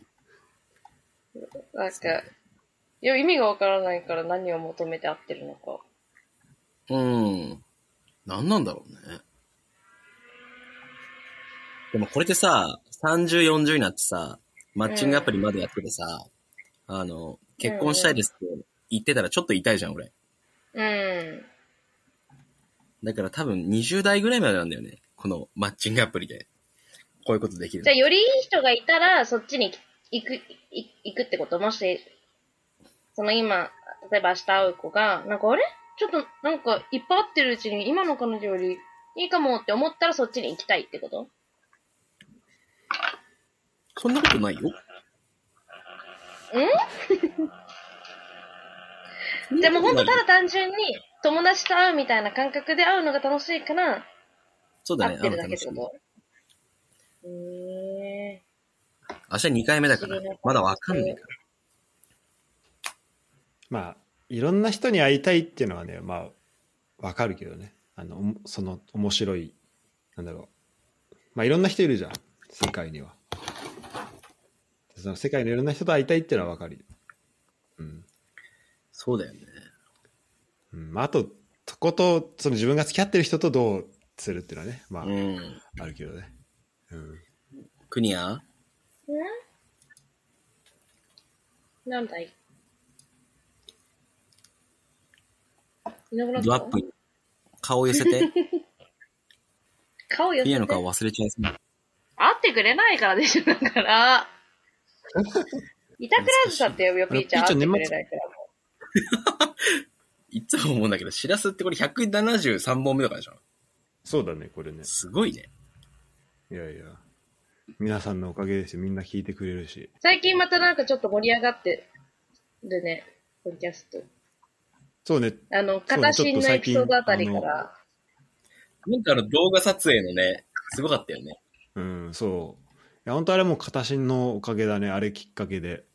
[SPEAKER 3] り
[SPEAKER 2] なんか、いや、意味がわからないから何を求めて合ってるのか。
[SPEAKER 3] うん。何なんだろうね。でもこれってさ、30、40になってさ、マッチングアプリまでやっててさ、あの、結婚したいですって言ってたらちょっと痛いじゃん、俺。
[SPEAKER 2] うん。
[SPEAKER 3] だから多分20代ぐらいまでなんだよね。このマッチングアプリで。こういうことできる
[SPEAKER 2] じゃ。あ、よりいい人がいたら、そっちに行く、い行くってこともし、その今、例えば明日会う子が、なんかあれちょっと、なんか、いっぱい会ってるうちに、今の彼女よりいいかもって思ったら、そっちに行きたいってこと
[SPEAKER 3] そんなことないよ。
[SPEAKER 2] でも本当ただ単純に、友達と会うみたいな感覚で会うのが楽しいから、
[SPEAKER 3] そうだ
[SPEAKER 2] 会
[SPEAKER 3] ね。
[SPEAKER 2] ってるだけって
[SPEAKER 3] あの
[SPEAKER 2] ことへえ
[SPEAKER 3] 明日2回目だから、まだわかんないから。
[SPEAKER 1] まあ、いろんな人に会いたいっていうのはね、まあ、わかるけどね。あの、おもその面白い、なんだろう。まあ、いろんな人いるじゃん。世界には。その世界のいろんな人と会いたいっていうのはわかるよ。うん。
[SPEAKER 3] そうだよね。
[SPEAKER 1] うん、まあ、あと、とこと、その自分が付き合ってる人とどうするっていうのはね、まあ、
[SPEAKER 3] うん。
[SPEAKER 1] あるけどね。うん。
[SPEAKER 3] クニア
[SPEAKER 2] んなんだいいなくなっ
[SPEAKER 3] ドアッ
[SPEAKER 2] た
[SPEAKER 3] プに顔寄 せて。
[SPEAKER 2] 顔寄せ
[SPEAKER 3] ク
[SPEAKER 2] て
[SPEAKER 3] ニアの顔忘れちゃいそう。
[SPEAKER 2] 会ってくれないからでしょ、だから。板倉ずさって呼ぶよ、
[SPEAKER 1] あ
[SPEAKER 2] ピ
[SPEAKER 1] の
[SPEAKER 2] ーちゃ
[SPEAKER 1] ピー
[SPEAKER 2] ん。会っ
[SPEAKER 1] ち
[SPEAKER 2] て
[SPEAKER 1] ゃん
[SPEAKER 2] くれないから。
[SPEAKER 3] いつも思うんだけど、シラスってこれ173本目とかでしょ
[SPEAKER 1] そうだね、これね。
[SPEAKER 3] すごいね。
[SPEAKER 1] いやいや。皆さんのおかげですよ。みんな聞いてくれるし。
[SPEAKER 2] 最近またなんかちょっと盛り上がってるね、ポッドキャスト。
[SPEAKER 1] そうね。
[SPEAKER 2] あの、
[SPEAKER 1] そう
[SPEAKER 2] 片心のエピソードあたりか
[SPEAKER 1] ちょっと最近あ
[SPEAKER 2] ら。
[SPEAKER 3] なんかあの動画撮影のね、すごかったよね。
[SPEAKER 1] うん、そう。いや、本当あれも片心のおかげだね。あれきっかけで。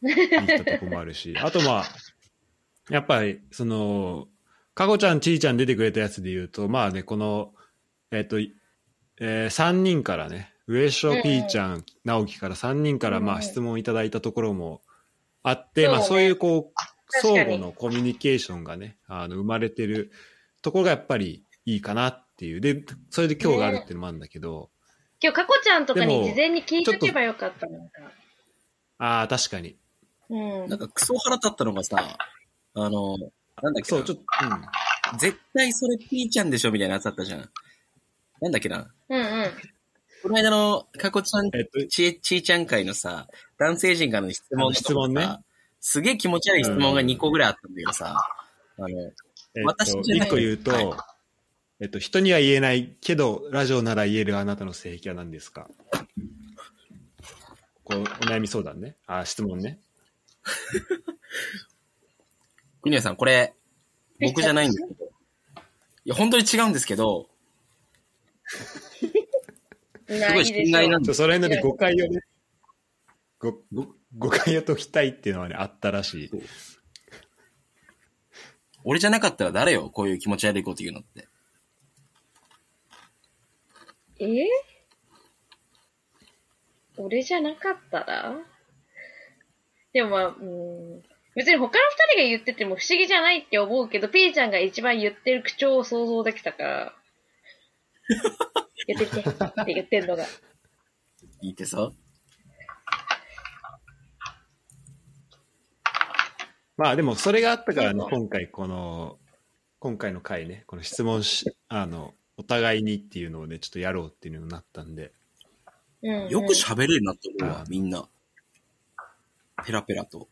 [SPEAKER 1] 行ったとこもある し。あとまあ、やっぱり、その、かごちゃん、ちーちゃん出てくれたやつで言うと、まあね、この、えっ、と、え3人からね、上昇 P ちゃん、直樹から3人から、
[SPEAKER 2] うん
[SPEAKER 1] まあ質問いただいたところもあって、
[SPEAKER 2] そうね
[SPEAKER 1] まあそういうこう、
[SPEAKER 2] 確かに
[SPEAKER 1] 相互のコミュニケーションがね、あの、生まれてるところがやっぱりいいかなっていう。で、それで今日があるっていうのもあるんだけど、
[SPEAKER 2] 今日、かこちゃんとか
[SPEAKER 1] で
[SPEAKER 2] に
[SPEAKER 1] も
[SPEAKER 2] 事前に聞いとけばよかったのか。
[SPEAKER 1] ああ、確かに。
[SPEAKER 2] うん。
[SPEAKER 3] なんかクソ腹立ったのがさ、あの、なんだっけ
[SPEAKER 1] そ
[SPEAKER 3] な
[SPEAKER 1] う、ちょっと、うん。
[SPEAKER 3] 絶対それ P ちゃんでしょみたいなやつだったじゃん。なんだっけな。
[SPEAKER 2] うんうん。
[SPEAKER 3] この間の、かこちゃん、
[SPEAKER 1] えっと、
[SPEAKER 3] ちえ、ちーちゃん会のさ、男性陣からの質問のとこ
[SPEAKER 1] 質問ね
[SPEAKER 3] さすげえ気持ち悪い質問が2個ぐらいあったんだけどさ、あの、
[SPEAKER 1] えっ
[SPEAKER 3] 私
[SPEAKER 1] と、
[SPEAKER 3] じゃない
[SPEAKER 1] 一個言うと、
[SPEAKER 3] はい
[SPEAKER 1] えっと、人には言えないけど、ラジオなら言えるあなたの性癖は何ですかこう、お悩み相談ね。あ、質問ね。
[SPEAKER 3] 国谷さん、これ、僕じゃないんですけど、いや、本当に違うんですけど、
[SPEAKER 2] す
[SPEAKER 3] すごい信頼なん
[SPEAKER 1] ち
[SPEAKER 3] で
[SPEAKER 1] ょ
[SPEAKER 3] す。
[SPEAKER 1] その辺のね、誤解をね、ごご誤解を解きたいっていうのはね、あったらしい。
[SPEAKER 3] 俺じゃなかったら誰よ、こういう気持ち悪いこと言うのって。
[SPEAKER 2] えー俺じゃなかったらでもまあ、うん。別に他の二人が言ってても不思議じゃないって思うけど、ピーちゃんが一番言ってる口調を想像できた から。言っててって言ってんのが。
[SPEAKER 3] 言ってさ。
[SPEAKER 1] まあでも、それがあったからね
[SPEAKER 2] う、ん
[SPEAKER 1] 今回この、今回の回ね、この質問し、あの、お互いにっていうのをね、ちょっとやろうっていうのになったんで、
[SPEAKER 2] うん、
[SPEAKER 3] よく喋れるなって思うわ
[SPEAKER 1] う、ん
[SPEAKER 3] みんな。ペラペラと。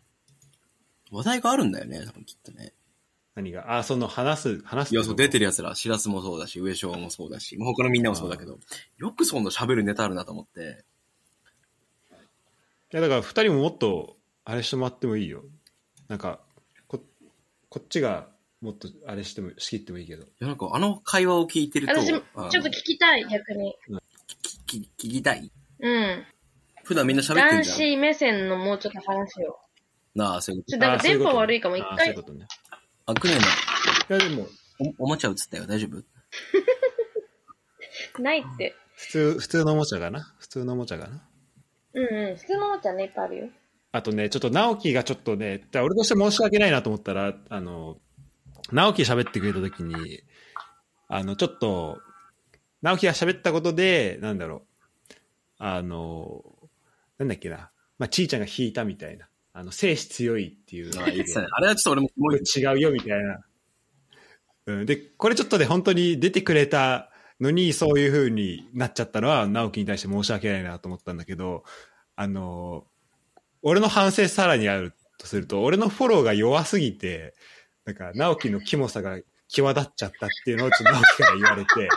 [SPEAKER 3] 話題があるんだよね、多分きっとね。
[SPEAKER 1] 何が、あ、その話す、話す
[SPEAKER 3] いや、そう、出て
[SPEAKER 1] る。
[SPEAKER 3] る奴ら、しらすもそうだし、上昇もそうだし、もう他のみんなもそうだけど、よくそんな喋るネタあるなと思って。
[SPEAKER 1] いや、だから二人ももっと、あれしてもらってもいいよ。なんか、こ、こっちが、もっと、あれしても、仕切ってもいいけど。
[SPEAKER 3] いや、なんかあの会話を聞いてると、
[SPEAKER 2] 私、ちょっ
[SPEAKER 3] あの
[SPEAKER 2] と聞きたい、逆に。
[SPEAKER 3] きき聞きたい
[SPEAKER 2] うん。
[SPEAKER 3] 普段みんな喋ってん
[SPEAKER 2] 男
[SPEAKER 3] じゃん。
[SPEAKER 2] 子目線のもうちょっと話を。
[SPEAKER 3] なあ、そういうこ
[SPEAKER 2] ちょ
[SPEAKER 3] と
[SPEAKER 2] っとなんか
[SPEAKER 1] あーそう
[SPEAKER 2] 電
[SPEAKER 1] うこ
[SPEAKER 2] 波
[SPEAKER 1] とね
[SPEAKER 2] 悪いかも、一
[SPEAKER 1] あーそうい
[SPEAKER 2] 回
[SPEAKER 1] う。ことね。
[SPEAKER 3] あ、クネ
[SPEAKER 1] いや、でも、
[SPEAKER 3] のおおもちゃ映ったよ、大丈夫
[SPEAKER 2] ないって。
[SPEAKER 1] 普通、普通のおもちゃかな普通のおもちゃかな
[SPEAKER 2] うんうん。普通のおもちゃね、いっぱいあるよ。
[SPEAKER 1] あとね、ちょっと直樹がちょっとね、だから俺として申し訳ないなと思ったら、あの、直樹喋ってくれた時に、あの、ちょっと、直樹が喋ったことで、なんだろう、あの、なんだっけな、まあ、ちーちゃんが引いたみたいな、あの、精子強いっていうの
[SPEAKER 3] あ
[SPEAKER 1] が
[SPEAKER 3] 言 ってたねあれはちょっと俺も、も
[SPEAKER 1] こ
[SPEAKER 3] う
[SPEAKER 1] れ違うよみたいな。うん、で、これちょっとね、本当に出てくれたのに、そういう風になっちゃったのは、直樹に対して申し訳ないなと思ったんだけど、あのー俺の反省さらにあるとすると、俺のフォローが弱すぎて、なんか、直樹のキモさが際立っちゃったっていうのを、ちょっと直樹から言われて、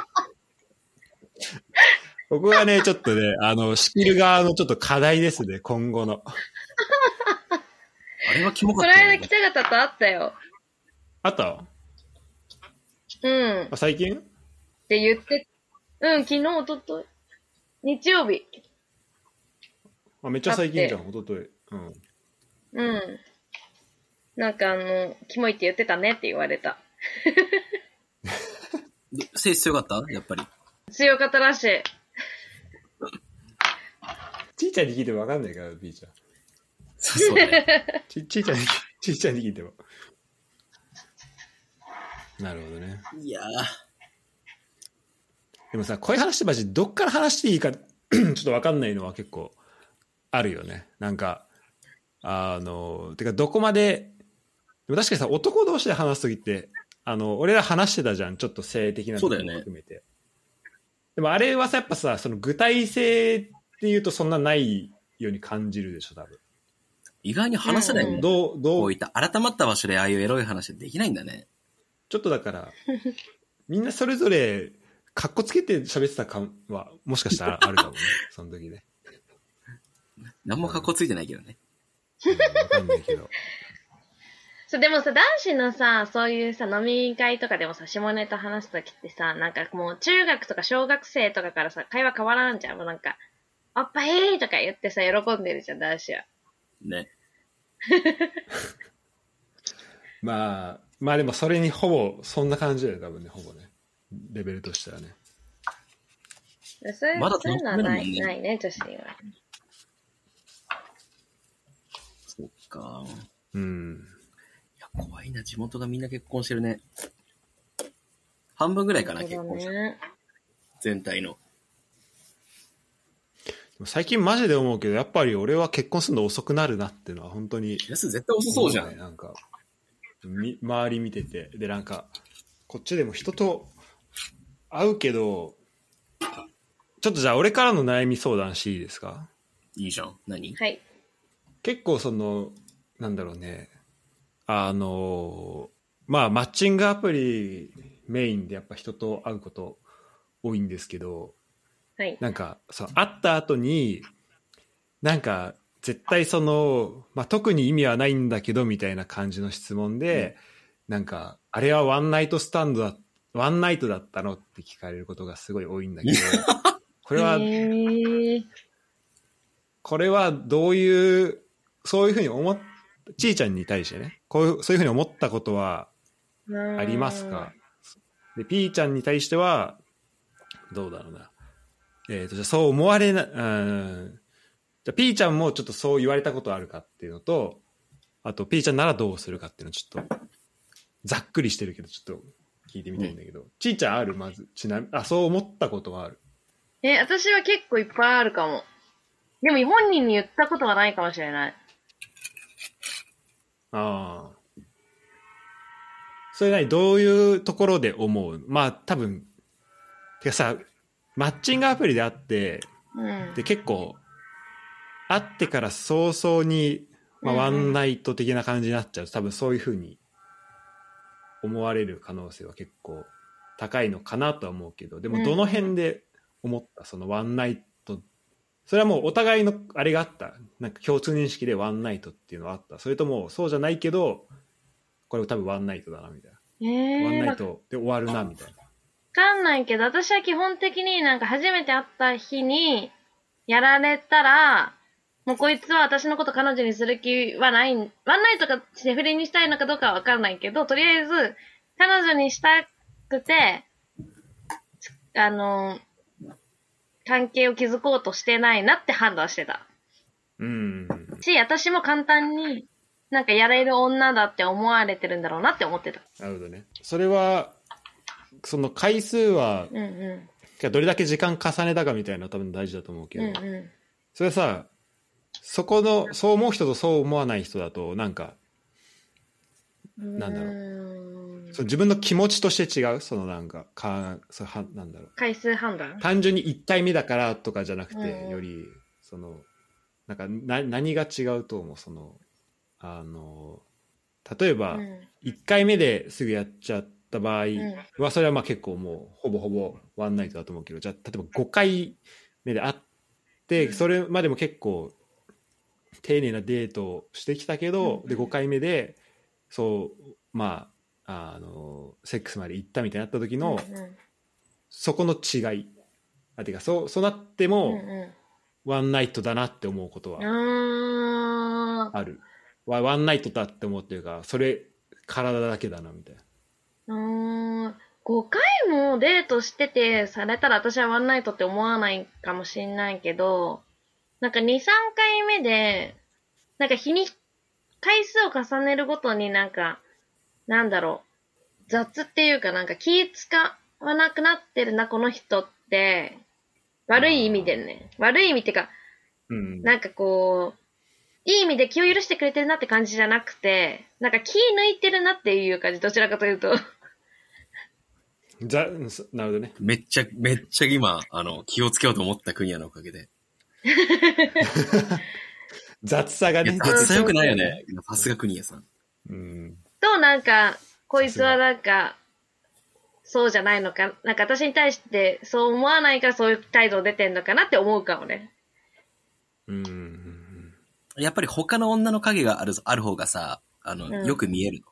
[SPEAKER 1] ここがね、ちょっとね、あの、仕切る側のちょっと課題ですね、今後の。
[SPEAKER 3] あれはキモ
[SPEAKER 2] こ
[SPEAKER 3] かっ
[SPEAKER 2] の
[SPEAKER 3] たよ、
[SPEAKER 2] 間
[SPEAKER 3] ね
[SPEAKER 2] 北。方と会ったよ。
[SPEAKER 1] あとは
[SPEAKER 2] うん。っ
[SPEAKER 1] あ最近
[SPEAKER 2] て言って、うん、昨日、一昨日日曜日。
[SPEAKER 1] あめっちゃ最近じゃん、一昨日うん。
[SPEAKER 2] うん。なんかあの、キモいって言ってたねって言われた。
[SPEAKER 3] で性質強かったやっぱり。
[SPEAKER 2] 強かったらしい。
[SPEAKER 1] ちーちゃんに聞いても分かんないから、B ちゃん。
[SPEAKER 3] そうそう、ね。
[SPEAKER 1] ちちーちゃんに、ちーちゃんに聞いても。なるほどね。
[SPEAKER 3] いやー
[SPEAKER 1] でもさ、こういう話ってマジ、どっから話していいか、ち ょっと分かんないのは結構あるよね。なんか、あの、てかどこまで、でも確かにさ、男同士で話すときって、あの、俺ら話してたじゃん、ちょっと性的な
[SPEAKER 3] そ
[SPEAKER 1] と
[SPEAKER 3] う
[SPEAKER 1] ころ
[SPEAKER 3] だよ
[SPEAKER 1] も
[SPEAKER 3] ね
[SPEAKER 1] 含めて。でもあれはさ、やっぱさ、その具体性っていうとそんなないように感じるでしょ、多分。
[SPEAKER 3] 意外に話せないもん、
[SPEAKER 2] うん
[SPEAKER 1] どう、ど
[SPEAKER 3] こ
[SPEAKER 1] う
[SPEAKER 3] ういった改まった場所でああいうエロい話できないんだね。
[SPEAKER 1] ちょっとだ から、みんなそれぞれ、かっこつけて喋ってた感は、もしかしたらあるかもね、 その時ね。
[SPEAKER 3] 何も格好ついてないけどね。
[SPEAKER 1] うんわかんないけど。
[SPEAKER 2] そう、でもさ、男子のさ、そういうさ、飲み会とかでもさ、下ネタ話すときってさ、なんかもう中学とか小学生とかからさ、会話変わらんじゃん。もうなんか、おっぱいとか言ってさ、喜んでるじゃん、男子は。
[SPEAKER 3] ね。
[SPEAKER 1] まあ、まあでもそれにほぼ、そんな感じだよ、多分ね、ほぼね。レベルとしてはね。
[SPEAKER 2] そういう
[SPEAKER 3] まだ
[SPEAKER 2] そういうのはな
[SPEAKER 3] 楽しめ
[SPEAKER 2] い
[SPEAKER 3] るもんね
[SPEAKER 2] ないね、女子には。
[SPEAKER 3] そっか。い
[SPEAKER 1] うん。
[SPEAKER 3] や、怖いな。地元がみんな結婚してるね。半分ぐらいかな、
[SPEAKER 2] な
[SPEAKER 3] 結
[SPEAKER 2] るほど
[SPEAKER 3] 婚してる。
[SPEAKER 2] ね。
[SPEAKER 3] 全体の。
[SPEAKER 1] 最近マジで思うけど、やっぱり俺は結婚するの遅くなるなっていうのは本当に。
[SPEAKER 3] やつ絶対遅そうじゃん。
[SPEAKER 1] なんか、み周り見てて。で、なんか、こっちでも人と会うけど、ちょっとじゃあ俺からの悩み相談していいですか
[SPEAKER 3] いいじゃん。何
[SPEAKER 2] はい。
[SPEAKER 1] 結構そのなんだろうねあのまあマッチングアプリメインでやっぱ人と会うこと多いんですけど
[SPEAKER 2] はい。
[SPEAKER 1] なんかその会った後になんか絶対その、まあ、特に意味はないんだけどみたいな感じの質問で、なんかあれはワンナイトスタンドだワンナイトだったのって聞かれることがすごい多いんだけどこれは
[SPEAKER 2] へー
[SPEAKER 1] これはどういう、そういうふうに思っ、ちーちゃんに対してね、こういう、そういうふうに思ったことはありますかで、ピーちゃんに対しては、どうだろうな。えっ、と、じゃあそう思われな、うん、じゃあピーちゃんもちょっとそう言われたことあるかっていうのと、あと、ピーちゃんならどうするかっていうのちょっと、ざっくりしてるけど、ちょっと聞いてみたいんだけど、ちーちゃんあるまず、ちなみあ、そう思ったことはある。
[SPEAKER 2] え、私は結構いっぱいあるかも。でも本人に言ったことはないかもしれない。
[SPEAKER 1] ああ。それ何どういうところで思うまあ多分、てかさ、マッチングアプリであって、
[SPEAKER 2] うん。
[SPEAKER 1] で結構、会ってから早々に、まあ、ワ
[SPEAKER 2] うんうん
[SPEAKER 1] ンナイト的な感じになっちゃうと、多分そういうふうに思われる可能性は結構高いのかなとは思うけど、で
[SPEAKER 2] うんう
[SPEAKER 1] も
[SPEAKER 2] ん
[SPEAKER 1] どの辺で思ったそのワンナイト、それはもうお互いのあれがあった。なんか共通認識でワンナイトっていうのはあった。それともそうじゃないけど、これ多分ワンナイトだなみたい
[SPEAKER 2] え
[SPEAKER 1] な。ワン
[SPEAKER 2] ー、
[SPEAKER 1] ナイ
[SPEAKER 2] わ
[SPEAKER 1] トで終わるなみたいな。
[SPEAKER 2] かんないけど、私は基本的になんか初めて会った日にやられたら、もうこいつは私のこと彼女にする気はない、ワンナイトかセフレにしたいのかどうかはわかんないけど、とりあえず彼女にしたくて、あの、関係を築こうとしてないなって判断してた。
[SPEAKER 1] うん。
[SPEAKER 2] し、私も簡単に、なんかやれる女だって思われてるんだろうなって思ってた。
[SPEAKER 1] なるほどね。それは、その回数は
[SPEAKER 2] うんう
[SPEAKER 1] じゃあどれだけ時間重ねたかみたいなのは多分大事だと思うけ
[SPEAKER 2] ん。う
[SPEAKER 1] ど、
[SPEAKER 2] んう
[SPEAKER 1] それさそこのそう思う人とそう思わない人だとなんか
[SPEAKER 2] ん。
[SPEAKER 1] なんだろう
[SPEAKER 2] うーん
[SPEAKER 1] その自分の気持ちとして違うそのなんかかそはなんだろう
[SPEAKER 2] 回数判断
[SPEAKER 1] 単純に1対目だからとかじゃなくて、
[SPEAKER 2] うん
[SPEAKER 1] よりそのなんかな何が違うと思うそのあの例えば
[SPEAKER 2] うんうん
[SPEAKER 1] 1回目ですぐやっちゃった場合、はそれはまあ結構もうほぼほぼワンナイトだと思うけどじゃあ例えば5回目で会ってそれまでも結構丁寧なデートをしてきたけど、
[SPEAKER 2] うん
[SPEAKER 1] で5回目でそうまああのセックスまで行ったみたいになった時の、
[SPEAKER 2] うんうん
[SPEAKER 1] そこの違いあていうかそうそうなって
[SPEAKER 2] うん
[SPEAKER 1] も、
[SPEAKER 2] う
[SPEAKER 1] ワンナイトだなって思うこと
[SPEAKER 2] ん。
[SPEAKER 1] は
[SPEAKER 2] あ
[SPEAKER 1] ある、わワンナイトだって思うっていうかそれ体だけだなみたいな
[SPEAKER 2] ーうーん。5回もデートしててされたら私はワンナイトって思わないかもしんないけど、なんか2、3回目で、なんか日に、回数を重ねるごとになんか、なんだろう、雑っていうかなんか気使わなくなってるな、この人って。悪い意味でね。悪い意味っていうか、
[SPEAKER 1] うん
[SPEAKER 2] なんかこう、いい意味で気を許してくれてるなって感じじゃなくて、なんか気抜いてるなっていう感じ、どちらかというと。
[SPEAKER 1] ざそなるほどね
[SPEAKER 3] めっちゃ、めっちゃ今、あの、気をつけようと思った国やのおかげで。
[SPEAKER 1] 雑さが
[SPEAKER 3] いや
[SPEAKER 1] ね、
[SPEAKER 3] 雑さ良くないよね。さすが国やさん。
[SPEAKER 1] うん
[SPEAKER 2] と、なんか、こいつはなんか、そうじゃないのか、なんか私に対してそう思わないからそういう態度出てんのかなって思うかもね。
[SPEAKER 1] うんうんうん
[SPEAKER 3] やっぱり他の女の影がある、ある方がさ、あの、
[SPEAKER 2] うん
[SPEAKER 3] よく見えるの。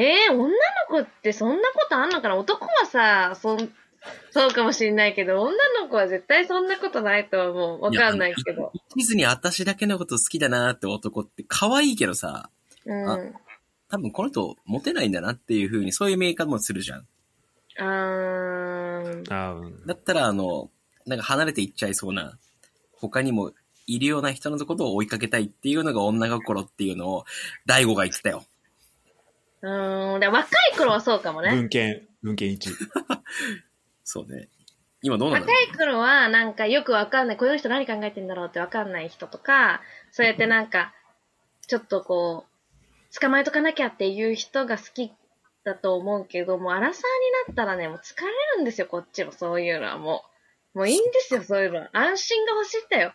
[SPEAKER 2] ええ女の子ってそんなことあんのかな男はさ、そん、そうかもしんないけど、女の子は絶対そんなことないとは思う。わかんないけど。
[SPEAKER 3] ディズニー私だけのこと好きだなって男って可愛いけどさ、
[SPEAKER 2] うん。あ
[SPEAKER 3] 多分この人モテないんだなっていう風にそういうメーカーもするじゃん。
[SPEAKER 2] ーん。
[SPEAKER 1] あーうん
[SPEAKER 3] だったらあの、なんか離れていっちゃいそうな、他にもいるような人のことを追いかけたいっていうのが女心っていうのを、大悟が言ってたよ。
[SPEAKER 2] うーん、で若い頃はそうかもね。
[SPEAKER 1] 文献、文献1。
[SPEAKER 3] そうね。今どうな
[SPEAKER 2] 若
[SPEAKER 3] んだろ
[SPEAKER 2] い頃は、なんかよくわかんない、この人何考えてんだろうってわかんない人とか、そうやってなんか、ちょっとこう、捕まえとかなきゃっていう人が好きだと思うけど、もうアラサーになったらね、もう疲れるんですよ、こっちも、そういうのはもう。もういいんですよ、そういうのは。安心が欲しいんだよ。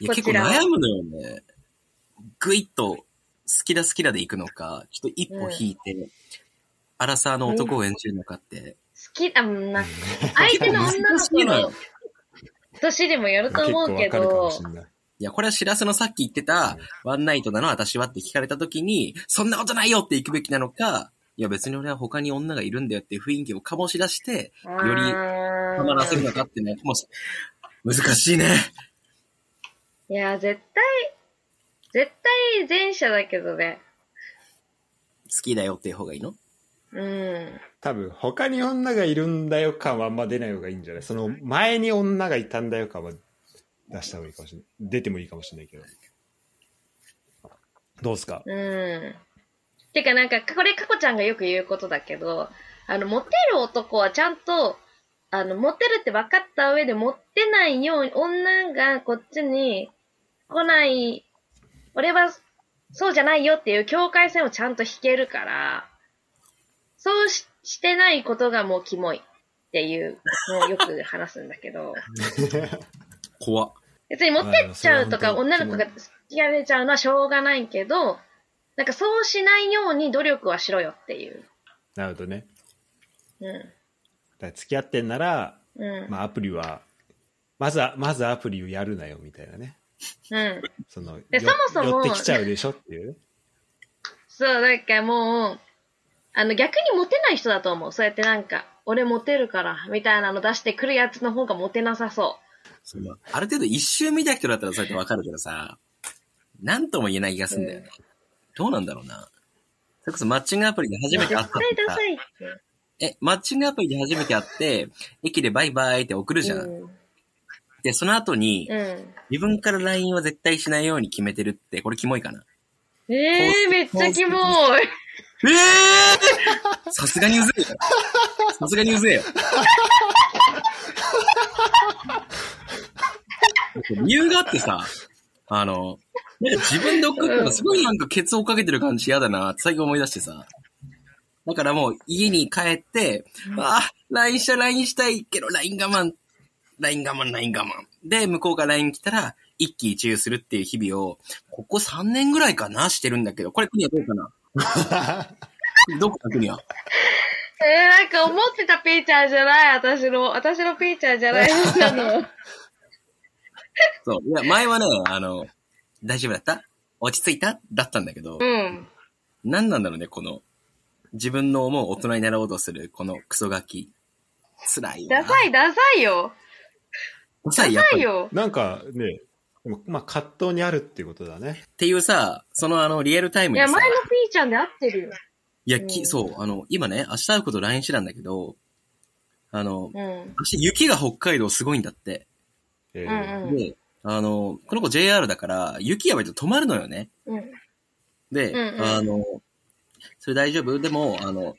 [SPEAKER 3] う。いや、
[SPEAKER 2] こ
[SPEAKER 3] 結構
[SPEAKER 2] ちらは
[SPEAKER 3] 悩むのよね。ぐいっと、好きだ好きだで行くのか、ちょっと一歩引いて、アラサーの男を演じるのかって。
[SPEAKER 2] 好き、あ、うん な、相手の女の
[SPEAKER 3] 結
[SPEAKER 2] 子
[SPEAKER 3] 構難しいの
[SPEAKER 2] の
[SPEAKER 3] よ
[SPEAKER 2] 年にもよると
[SPEAKER 1] 結
[SPEAKER 2] 思
[SPEAKER 1] 構
[SPEAKER 2] う
[SPEAKER 1] わ
[SPEAKER 2] け
[SPEAKER 1] かるかも
[SPEAKER 2] ど、
[SPEAKER 1] しんない。
[SPEAKER 3] いや、これは白洲のさっき言ってた、ワンナイトなの私はって聞かれた時に、そんなことないよって行くべきなのか、いや別に俺は他に女がいるんだよっていう雰囲気を醸し出して、より
[SPEAKER 2] あ
[SPEAKER 3] たまらせるのかってね、もう、難しいね。
[SPEAKER 2] ーいや、絶対、絶対前者だけどね。
[SPEAKER 3] 好きだよっていう方がいいの
[SPEAKER 2] うん。
[SPEAKER 1] 多分、他に女がいるんだよ感はあんま出ない方がいいんじゃないその前に女がいたんだよ感は出した方がいいかもしれない。出てもいいかもしれないけど。どうっすか
[SPEAKER 2] うん。てかなんか、これ、かこちゃんがよく言うことだけど、あの、モテる男はちゃんと、あの、モテるって分かった上で、モテないように、女がこっちに来ない、俺はそうじゃないよっていう境界線をちゃんと引けるから、そうししてないことがもうキモいっていうのをよく話すんだけど、
[SPEAKER 3] 怖っ。
[SPEAKER 2] 別にモテちゃうと
[SPEAKER 1] あ
[SPEAKER 2] か、
[SPEAKER 1] ーそれ
[SPEAKER 2] 女
[SPEAKER 1] は
[SPEAKER 2] の
[SPEAKER 1] 本当に
[SPEAKER 2] 子が好きられちゃうのはしょうがないけど、なんかそうしないように努力はしろよっていう。
[SPEAKER 1] なるほどね。
[SPEAKER 2] う
[SPEAKER 1] だから付き合ってんなら、
[SPEAKER 2] ん。うん。
[SPEAKER 1] まあ、アプリは、まずは、まずアプリをやるなよ、みたいなね。
[SPEAKER 2] うん。
[SPEAKER 1] その、
[SPEAKER 2] で
[SPEAKER 1] よ
[SPEAKER 2] そもそも
[SPEAKER 1] 寄ってきちゃうでしょっていうね。
[SPEAKER 2] そう、なんかもう、あの逆にモテない人だと思う。そうやってなんか、俺モテるから、みたいなの出してくるやつの方がモテなさそ
[SPEAKER 3] そのある程度一周見た人だったらそうやってわかるけどさ、なんとも言えない気がするんだよね。どうなんだろうな。それこそマッチングアプリで初
[SPEAKER 2] う。
[SPEAKER 3] め
[SPEAKER 2] 絶
[SPEAKER 3] て会った
[SPEAKER 2] 対
[SPEAKER 3] 人
[SPEAKER 2] ダ
[SPEAKER 3] さ
[SPEAKER 2] サいって。
[SPEAKER 3] え、マッチングアプリで初めて会って、駅でバイバイって送るじゃ。
[SPEAKER 2] うんん。
[SPEAKER 3] で、その後に、
[SPEAKER 2] うん
[SPEAKER 3] 自分から LINE は絶対しないように決めてるって、これキモいかな。
[SPEAKER 2] えー、めっちゃキモい。
[SPEAKER 3] ええー、さすがにうぜえよ。さすがにうぜえよ。理由があってさ、あの、なんか自分で送るのがすごいなんかケツをかけてる感じ嫌だなって最近思い出してさ。だからもう家に帰って、ああ、LINE した LINE したいけど LINE 我慢、LINE 我慢、LINE 我慢。で、向こうが LINE 来たら一喜一憂するっていう日々を、ここ3年ぐらいかなしてるんだけど、これ国はどうかなどこか国は
[SPEAKER 2] えー、なんか思ってたピーチャーじゃない、私の。私のピーチャーじ ゃない、そんなの。
[SPEAKER 3] そう。いや、前はね、あの、大丈夫だった落ち着いただったんだけど
[SPEAKER 2] う、ん。
[SPEAKER 3] 何なんだろうね、この、自分の思う大人になろうとする、このクソガキ。辛いよな。
[SPEAKER 2] ダサい、ダサいよ。
[SPEAKER 3] ダサ
[SPEAKER 2] ダ
[SPEAKER 3] いやっぱ
[SPEAKER 2] サい
[SPEAKER 3] り。っ
[SPEAKER 2] よ。
[SPEAKER 1] なんかね、でもまあ、葛藤にあるっていうことだね。
[SPEAKER 3] ていうさ、そのあの、リアルタイ
[SPEAKER 2] い
[SPEAKER 3] ムに
[SPEAKER 2] や、
[SPEAKER 3] さ、
[SPEAKER 2] 前のピーちゃんで合ってるよ。
[SPEAKER 3] いや、
[SPEAKER 2] う
[SPEAKER 3] き
[SPEAKER 2] ん
[SPEAKER 3] そう、あの、今ね、明日会うこと LINE してたんだけど、あの、
[SPEAKER 2] うん。
[SPEAKER 3] 明日雪が北海道すごいんだって。
[SPEAKER 1] え
[SPEAKER 2] う
[SPEAKER 1] ー
[SPEAKER 2] んうん。
[SPEAKER 3] で、あの、この子 JR だから、雪やばいと止まるのよね。
[SPEAKER 2] うん。
[SPEAKER 3] で、
[SPEAKER 2] うんうん
[SPEAKER 3] あの、それ大丈夫でも、あの、ちょ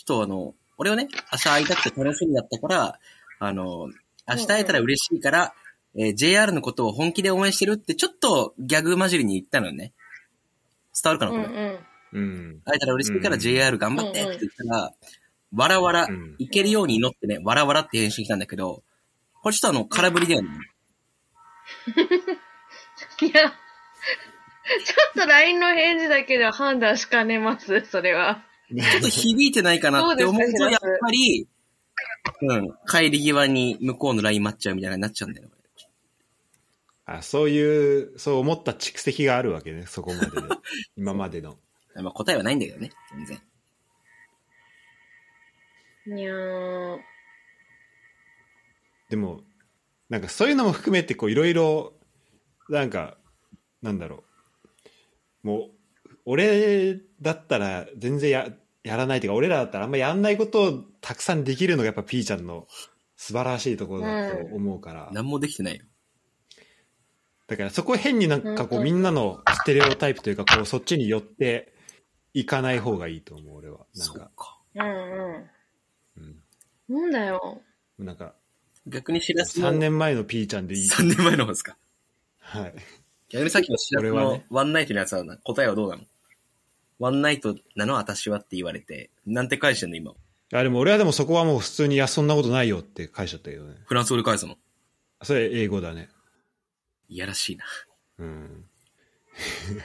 [SPEAKER 3] っとあの、俺はね、明日会いたくて楽しみだったから、あの、明日会えたら嬉しいから、えー JR のことを本気で応援してるって、ちょっとギャグ混じりに言ったのよね。伝わるかな、
[SPEAKER 2] う
[SPEAKER 3] こ
[SPEAKER 2] ん
[SPEAKER 3] れ。
[SPEAKER 2] うん。
[SPEAKER 1] うん。
[SPEAKER 3] 会えたら嬉しいか
[SPEAKER 1] う
[SPEAKER 3] ら
[SPEAKER 1] ん
[SPEAKER 3] JR 頑張ってって言ったら、わらわら
[SPEAKER 1] うん、
[SPEAKER 3] 行けるように祈ってね、わらわらって返信したんだけど、これちょっとあの、空振りだよね。
[SPEAKER 2] いや、ちょっと LINE の返事だけでは判断しかねます、それは。
[SPEAKER 3] ちょっと響いてないかなって思う
[SPEAKER 2] そ
[SPEAKER 3] と、
[SPEAKER 2] うですね
[SPEAKER 3] やっぱり、うん、帰り際に向こうのライン待っちゃうみたいになっちゃうんだよ。
[SPEAKER 1] あそういう、そう思った蓄積があるわけね、そこまで で。今までの。
[SPEAKER 3] まあ、答えはないんだけどね、全然。
[SPEAKER 2] にゃーん。
[SPEAKER 1] でも、なんかそういうのも含めて、こう、いろいろ、なんか、なんだろう。もう、俺だったら全然ややらないというか、俺らだったらあんまやんないことをたくさんできるのがやっぱ P ちゃんの素晴らしいところだと思うから、
[SPEAKER 3] 何もできてないよ。
[SPEAKER 1] だからそこ変になんかこ
[SPEAKER 2] うんう
[SPEAKER 1] うんみんなのステレオタイプというかこうそっちに寄っていかない方がいいと思う俺はなん
[SPEAKER 3] そう
[SPEAKER 1] か
[SPEAKER 3] か。
[SPEAKER 2] うん
[SPEAKER 1] う、
[SPEAKER 2] うん。なんだよ。
[SPEAKER 1] ん、なんか
[SPEAKER 3] 逆にしらすも。
[SPEAKER 1] 3年前の P ちゃんでいい、
[SPEAKER 3] 3年前の方ですか。
[SPEAKER 1] はい、
[SPEAKER 3] 逆にさっきのしらす
[SPEAKER 1] 俺は
[SPEAKER 3] の
[SPEAKER 1] ね
[SPEAKER 3] ワンナイトのやつはな答えはどうなのワンナイトなの私はって言われて、なんて返してんの今。
[SPEAKER 1] あでも俺はでもそこはもう普通に「いやそんなことないよ」って返しちゃったけどね
[SPEAKER 3] フランス語で返すの。
[SPEAKER 1] それ英語だね
[SPEAKER 3] いやらしいな。
[SPEAKER 1] うん い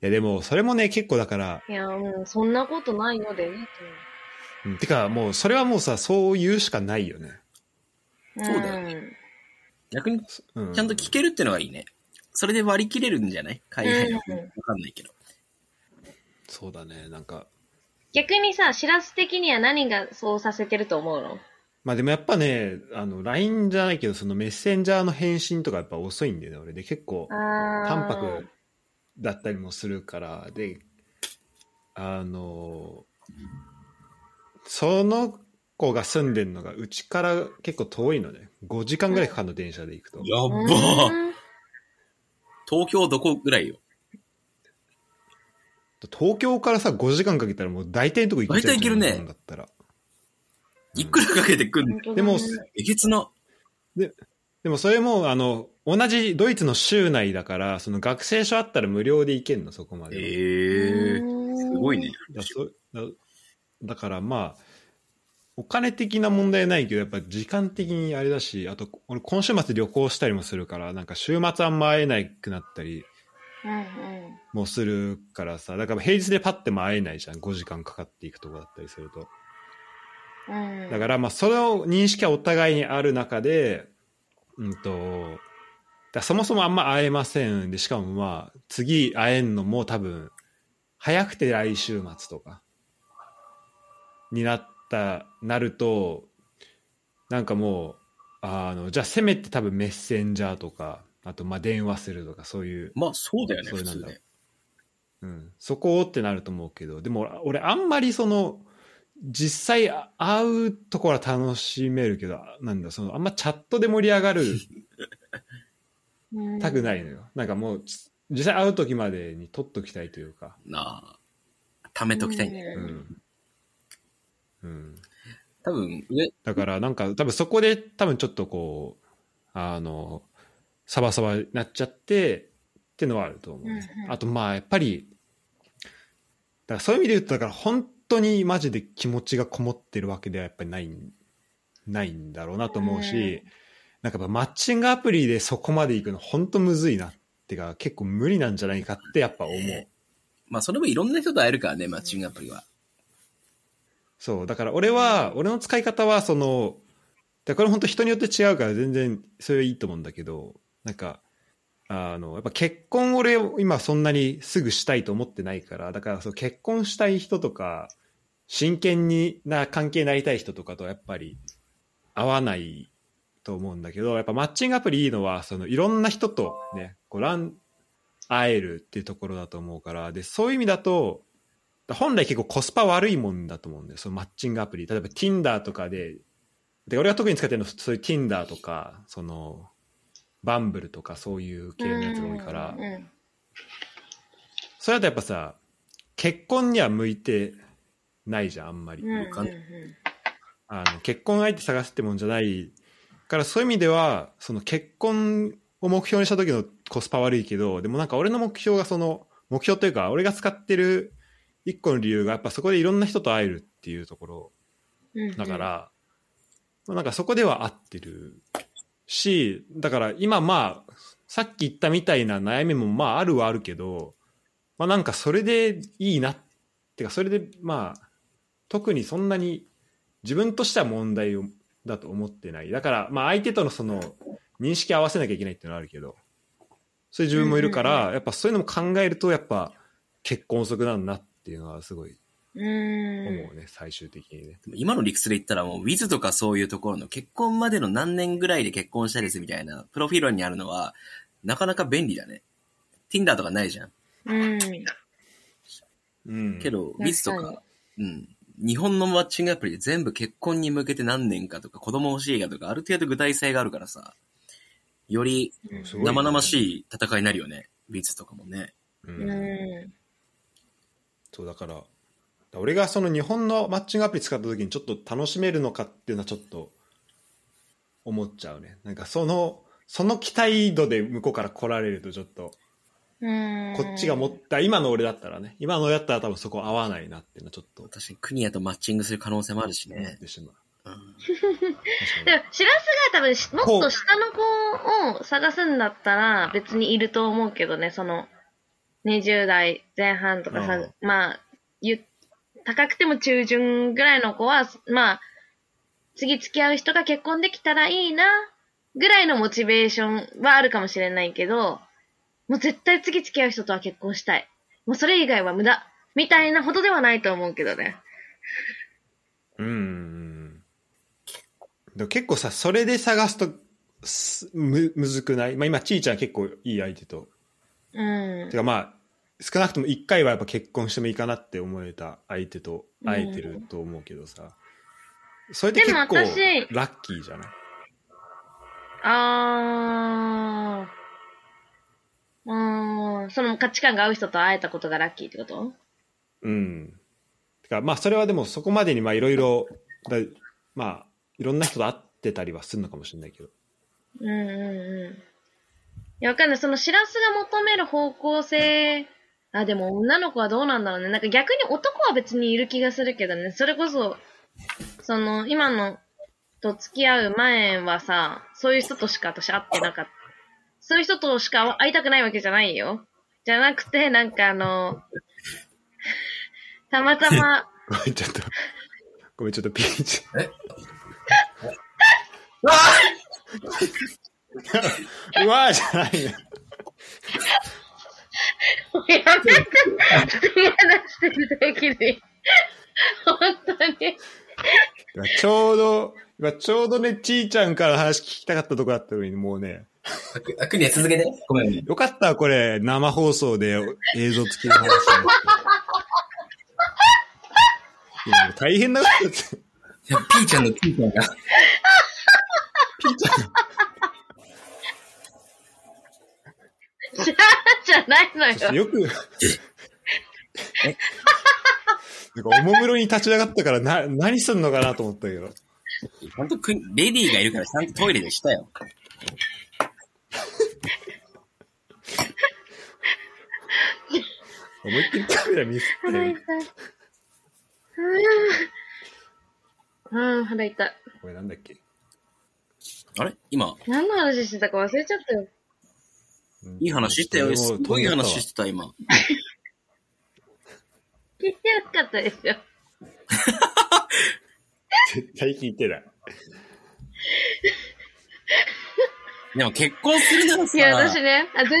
[SPEAKER 1] やでもそれもね結構だから、
[SPEAKER 2] いや、うん、そんなことないのでいい
[SPEAKER 1] うん、てかもうそれはもうさそう言うしかないよね、
[SPEAKER 2] と
[SPEAKER 3] そうだよ
[SPEAKER 2] ね。
[SPEAKER 3] 逆にち
[SPEAKER 1] うん、
[SPEAKER 3] ゃんと聞けるってのがいいね。それで割り切れるんじゃない海外は。
[SPEAKER 2] うん
[SPEAKER 3] わかんないけど。
[SPEAKER 1] そうだねなんか
[SPEAKER 2] 逆にさ、知らす的には何がそうさせてると思うの
[SPEAKER 1] まあでもやっぱね、あの、LINE じゃないけど、そのメッセンジャーの返信とかやっぱ遅いんだよね、俺で。結構、
[SPEAKER 2] あー
[SPEAKER 1] 淡白だったりもするから、で、あの、その子が住んでるのが、うちから結構遠いのね。5時間ぐらいかかるの、電車で行くと。
[SPEAKER 3] やっばー
[SPEAKER 2] うん
[SPEAKER 3] 東京どこぐらいよ
[SPEAKER 1] 東京からさ、5時間かけたらもう大体のとこ行けちゃう
[SPEAKER 3] 大体行けるね
[SPEAKER 1] 日本だったら。
[SPEAKER 3] いくらかけてくんの
[SPEAKER 2] 本当
[SPEAKER 1] で
[SPEAKER 2] だね
[SPEAKER 1] も
[SPEAKER 3] えげつな。
[SPEAKER 1] でもそれも、あの、同じドイツの州内だから、その学生証あったら無料で行けんの、そこまでは。
[SPEAKER 3] ええー。すごいね。。
[SPEAKER 1] だそだだからまあお金的な問題はないけどやっぱ時間的にあれだしあと俺今週末旅行したりもするからなんか週末あんま会えなくなったり
[SPEAKER 2] うんうん。
[SPEAKER 1] もするからさだから平日でパッても会えないじゃん5時間かかっていくとこだったりすると
[SPEAKER 2] うん、
[SPEAKER 1] だからまあそれを認識はお互いにある中でうんとだからそもそもあんま会えませんでしかもまあ次会えんのも多分早くて来週末とかになったなるとなんかもうあのじゃあせめて多分メッセンジャーとかあとまあ電話するとかそういう、
[SPEAKER 3] まあそうだよね、
[SPEAKER 1] そう
[SPEAKER 3] 普
[SPEAKER 1] なん
[SPEAKER 3] 通
[SPEAKER 1] だ
[SPEAKER 3] ね。
[SPEAKER 1] うん、そこをってなると思うけどでも俺俺あんまりその実際会うところは楽しめるけどなんだそのあんまチャットで盛り上 がる
[SPEAKER 2] うん、
[SPEAKER 1] たくないのよ、なんかもう実際会う時までに取っときたいというか
[SPEAKER 3] なあ。貯めときたいね。
[SPEAKER 1] う、
[SPEAKER 2] うん
[SPEAKER 1] うん、
[SPEAKER 3] 多分、上、
[SPEAKER 1] だからなんか多分そこで多分ちょっとこうあのサバサバになっちゃってってのはあると思う、ね
[SPEAKER 2] うんうん
[SPEAKER 1] あとまあやっぱりだからそういう意味で言うとだから本当にマジで気持ちがこもってるわけではやっぱりないないんだろうなと思うし、なんかやっぱマッチングアプリでそこまで行くの本当むずいなってか結構無理なんじゃないかってやっぱ思う、
[SPEAKER 3] まあそれもいろんな人と会えるからね、マッチングアプリは。
[SPEAKER 1] そう、だから俺は、俺の使い方は、その、だからこれ本当人によって違うから全然それはいいと思うんだけど、なんか、あの、やっぱ結婚俺今そんなにすぐしたいと思ってないから、だからそう結婚したい人とか、真剣にな関係になりたい人とかとやっぱり合わないと思うんだけど、やっぱマッチングアプリいいのは、そのいろんな人とね、ご覧、会えるっていうところだと思うから、で、そういう意味だと、本来結構コスパ悪いもんだと思うんだよそのマッチングアプリ例えば Tinder とかでで俺が特に使ってるのはそういう Tinder とかそのバンブルとかそういう系のやつが多いから
[SPEAKER 2] うんうん
[SPEAKER 1] それだとやっぱさ結婚には向いてないじゃんあんまり、
[SPEAKER 2] うんうん
[SPEAKER 3] かん
[SPEAKER 2] うん
[SPEAKER 1] あの結婚相手探すってもんじゃないからそういう意味ではその結婚を目標にした時のコスパ悪いけどでもなんか俺の目標がその目標というか俺が使ってる一個の理由がやっぱそこでいろんな人と会えるっていうところ
[SPEAKER 2] うんうん
[SPEAKER 1] だから、まあなんかそこでは合ってるし、だから今まあ、さっき言ったみたいな悩みもまああるはあるけど、まあなんかそれでいいなってか、それでまあ、特にそんなに自分としては問題をだと思ってない。だからまあ相手とのその認識合わせなきゃいけないっていうのはあるけど、そういう自分もいるから、やっぱそういうのも考えると、やっぱ結婚遅くなんだなっていうのはすごい思うね、
[SPEAKER 2] う
[SPEAKER 1] 最終的にね。
[SPEAKER 3] でも今の理屈で言ったらもう、ウィズとかそういうところの結婚までの何年ぐらいで結婚したいですみたいな、プロフィール欄にあるのは、なかなか便利だね。Tinder とかないじゃん。
[SPEAKER 2] んうん
[SPEAKER 1] うん
[SPEAKER 3] けど、ウ
[SPEAKER 2] うん
[SPEAKER 3] ィズと
[SPEAKER 2] 確
[SPEAKER 3] か、うん。日本のマッチングアプリで全部結婚に向けて何年かとか、子供欲しいかとか、ある程度具体性があるからさ、より生々
[SPEAKER 1] い。
[SPEAKER 3] しい戦いになるよね。ビーツとかもね。
[SPEAKER 1] う
[SPEAKER 2] うんん。
[SPEAKER 1] そうだから俺がその日本のマッチングアプリ使った時にちょっと楽しめるのかっていうのはちょっと思っちゃうねなんかそのその期待度で向こうから来られるとちょっと
[SPEAKER 2] うん。
[SPEAKER 1] こっちが持った今の俺だったらね今の俺だったら多分そこ合わないなっていうのはちょっと
[SPEAKER 3] 確かに、クニアとマッチングする可能性もあるし
[SPEAKER 1] 思っ
[SPEAKER 3] ね。
[SPEAKER 1] てしまう
[SPEAKER 3] うん
[SPEAKER 1] 確
[SPEAKER 2] で
[SPEAKER 1] か
[SPEAKER 2] も、しらすが多分し、もっと下の子を探すんだったら、別にいると思うけどね、その、20代前半とかさ、
[SPEAKER 1] うん
[SPEAKER 2] まあ、ゆ高くても中旬ぐらいの子は、まあ、次付き合う人が結婚できたらいいな、ぐらいのモチベーションはあるかもしれないけど、もう絶対次付き合う人とは結婚したい。もうそれ以外は無駄。みたいなほどではないと思うけどね。
[SPEAKER 1] にうんうんうんでも結構さそれで探すとすむむずくない、まあ、今ちーちゃん結構いい相手と
[SPEAKER 2] うん
[SPEAKER 1] て。かまあ少なくとも1回はやっぱ結婚してもいいかなって思えた相手と会えてると思うけどさ、それって結構
[SPEAKER 2] でも私
[SPEAKER 1] ラッキーじゃない
[SPEAKER 2] あー。うーん。その価値観が合う人と会えたことがラッキーってこと
[SPEAKER 1] うんてかまあそれはでもそこまでにまあいろいろだまあいろんな人と会ってたりはするのかもしれないけど
[SPEAKER 2] うんうんうん。いや、わかんない。そのシラスが求める方向性、あ、でも女の子はどうなんだろうね。なんか逆に男は別にいる気がするけどね。それこそ、その、今のと付き合う前はさ、そういう人としか私会ってなかった。そういう人としか会いたくないわけじゃないよ。じゃなくて、なんかあの、たまたま、
[SPEAKER 1] ごめんちょっとごめんちょっとピーチ うわーじゃないね
[SPEAKER 2] やめて人が出してる時に。本当に。
[SPEAKER 1] ちょうど今ちょうどねちーちゃんから話聞きたかったとこだったのにもうね
[SPEAKER 3] あくあ、クニア続けて。ごめん。
[SPEAKER 1] よかったわ、これ、生放送で映像付きの話になって。いやもう大変なことです。
[SPEAKER 3] ピーちゃんのピーちゃんが。
[SPEAKER 2] じゃあじゃないの
[SPEAKER 1] そして
[SPEAKER 2] よ。
[SPEAKER 1] よ く、なんかおもむろに立ち上がったから、な、何すんのかなと思ったけど。
[SPEAKER 3] ほんとクニ、レディーがいるからちゃんとトイレでしたよ。
[SPEAKER 1] 思いっきりカメラ見せて
[SPEAKER 2] 腹痛い。うん、うん腹痛い。
[SPEAKER 1] これなんだっけ
[SPEAKER 3] あれ今、
[SPEAKER 2] 何の話してたか忘れちゃったよ。
[SPEAKER 3] いい話してたよ。すごい話してた、今。
[SPEAKER 2] 聞いてよかったですよ。
[SPEAKER 1] 絶対聞いてない。
[SPEAKER 3] でも結婚するならさ、
[SPEAKER 2] いや、私ね、あ、全然、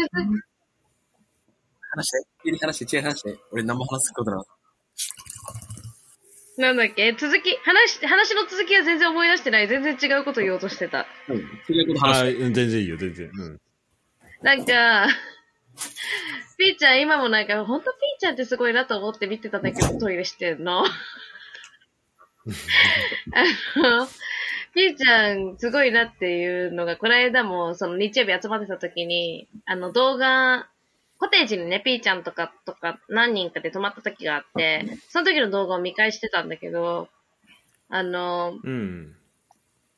[SPEAKER 3] 話して、急に話して、違う話して。俺何も話すことない。
[SPEAKER 2] なんだっけ、続き、話、話の続きは全然思い出してない。全然違うこと言おうとしてた。
[SPEAKER 3] うん。そういうこと話し
[SPEAKER 1] あ
[SPEAKER 3] て。
[SPEAKER 1] うん全然いいよ、全然。うん。
[SPEAKER 2] なんか、ピーちゃん、今もなんか、ほんとピーちゃんってすごいなと思って見てたんだけど、トイレしてんの。あの、ピーちゃん、すごいなっていうのが、この間も、その日曜日集まってた時に、あの、動画、コテージにね、ピーちゃんとか、とか、何人かで泊まった時があって、その時の動画を見返してたんだけど、あの、
[SPEAKER 1] うん。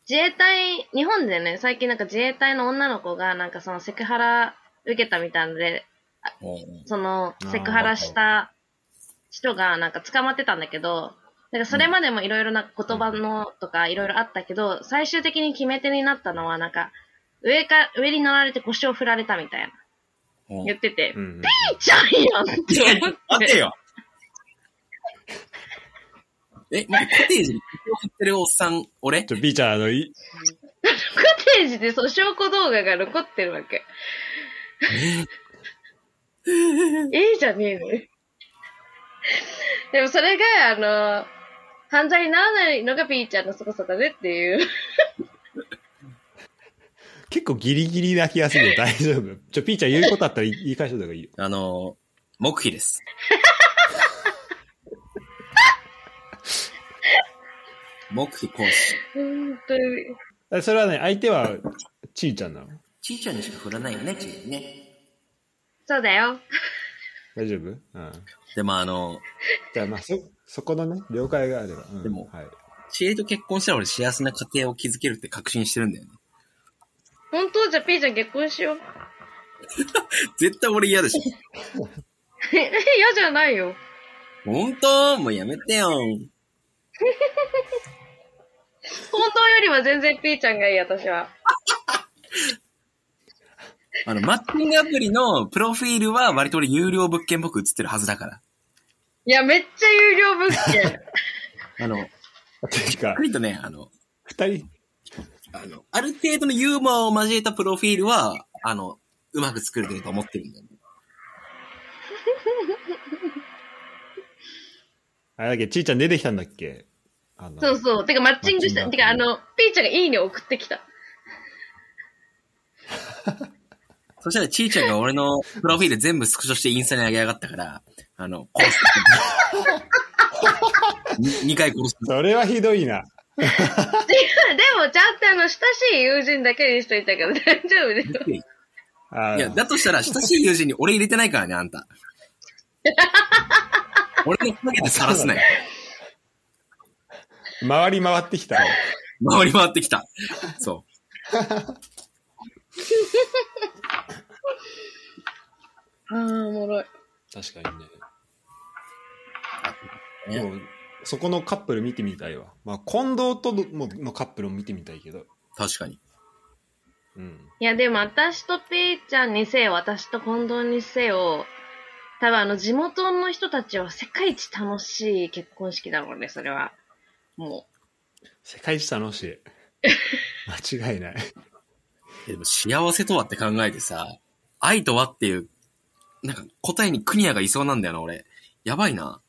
[SPEAKER 2] 自衛隊、日本でね、最近なんか自衛隊の女の子が、なんかそのセクハラ受けたみたいなので、
[SPEAKER 3] うん
[SPEAKER 2] そのセクハラした人がなんか捕まってたんだけど、なんかそれまでもいろいろな言葉のとかいろいろあったけど、最終的に決め手になったのはなんか、上か、上に乗られて腰を振られたみたいな、
[SPEAKER 3] うん
[SPEAKER 2] 言ってて、
[SPEAKER 1] う
[SPEAKER 2] ピ
[SPEAKER 1] ん。
[SPEAKER 2] ーちゃんやんって
[SPEAKER 3] いや
[SPEAKER 2] 思っ
[SPEAKER 3] 待って
[SPEAKER 2] て。
[SPEAKER 3] よ。え、待って、コテージに首を振ってるおっさん、俺
[SPEAKER 1] ちょ、ビーちゃん、あの、い
[SPEAKER 2] コテージでその証拠動画が残ってるわけ。ええじゃねえのよ。でもそれが、あの、犯罪にならないのがピーちゃんの凄さだねっていう。
[SPEAKER 1] 結構ギリギリな気がするよ。大丈夫。ちょ、ピーちゃん言うことあったら言い言い返しといた方がいいよ。
[SPEAKER 3] あ の、黙秘です。僕と講師。
[SPEAKER 2] 本当に。
[SPEAKER 1] えそれはね、相手は、ちーちゃんなの
[SPEAKER 3] ちいちゃんにしか振らないよね、ちいちゃんね。
[SPEAKER 2] そうだよ。
[SPEAKER 1] 大丈夫うん。
[SPEAKER 3] でもあの、
[SPEAKER 1] じゃあ、まあ、そ、そこのね、了解があれば。うん
[SPEAKER 3] でも
[SPEAKER 1] はい。
[SPEAKER 3] 知恵と結婚したら俺幸せな家庭を築けるって確信してるんだよね。
[SPEAKER 2] 本当じゃあ、ピーちゃん結婚しよう。
[SPEAKER 3] 絶対俺嫌でしょ。
[SPEAKER 2] え、嫌じゃないよ。
[SPEAKER 3] 本当もうやめてよ。
[SPEAKER 2] 本当よりは全然ピーちゃんがいい、私は。
[SPEAKER 3] あの、マッチングアプリのプロフィールは割と俺有料物件僕映ってるはずだから。
[SPEAKER 2] いや、めっちゃ有料物 件。
[SPEAKER 3] あの、ゆって
[SPEAKER 1] か
[SPEAKER 3] く、りとね、あの、
[SPEAKER 1] 二人、
[SPEAKER 3] あの、ある程度のユーモアを交えたプロフィールは、あの、うまく作れてると思ってるんだよね。
[SPEAKER 1] あれだっけ、ちーちゃん出てきたんだっけあの
[SPEAKER 2] そうそう。てか、マッチングした。
[SPEAKER 1] マッ
[SPEAKER 2] て
[SPEAKER 1] チング
[SPEAKER 2] か、あの、ピーちゃんがいいね送ってきた。
[SPEAKER 3] そしたら、ちーちゃんが俺のプロフィール全部スクショしてインスタに上げやがったから、あの、殺す。2回殺す。
[SPEAKER 1] それはひどいな。
[SPEAKER 2] 違う、 でも、ちゃんとあの、親しい友人だけにしといたから大丈夫です。
[SPEAKER 3] い
[SPEAKER 1] あー
[SPEAKER 3] や、だとしたら、親しい友人に俺入れてないからね、あんた。俺の陰で晒すなよ。
[SPEAKER 1] 回り回ってきた。
[SPEAKER 3] 回り回ってきた。そう。
[SPEAKER 2] あー、おもろい。
[SPEAKER 1] 確かにね。もう、そこのカップル見てみたいわ。まあ、近藤とののカップルも見てみたいけど。
[SPEAKER 3] 確かに。
[SPEAKER 1] うん。
[SPEAKER 2] いや、でも、私とピーちゃんにせよ、私と近藤にせよ、多分あの、地元の人たちは世界一楽しい結婚式だろうね、それは。も
[SPEAKER 1] 世界一楽しい。間違いない。
[SPEAKER 3] でも、幸せとはって考えてさ、愛とはっていう、なんか答えにクニアがいそうなんだよな、俺。やばいな。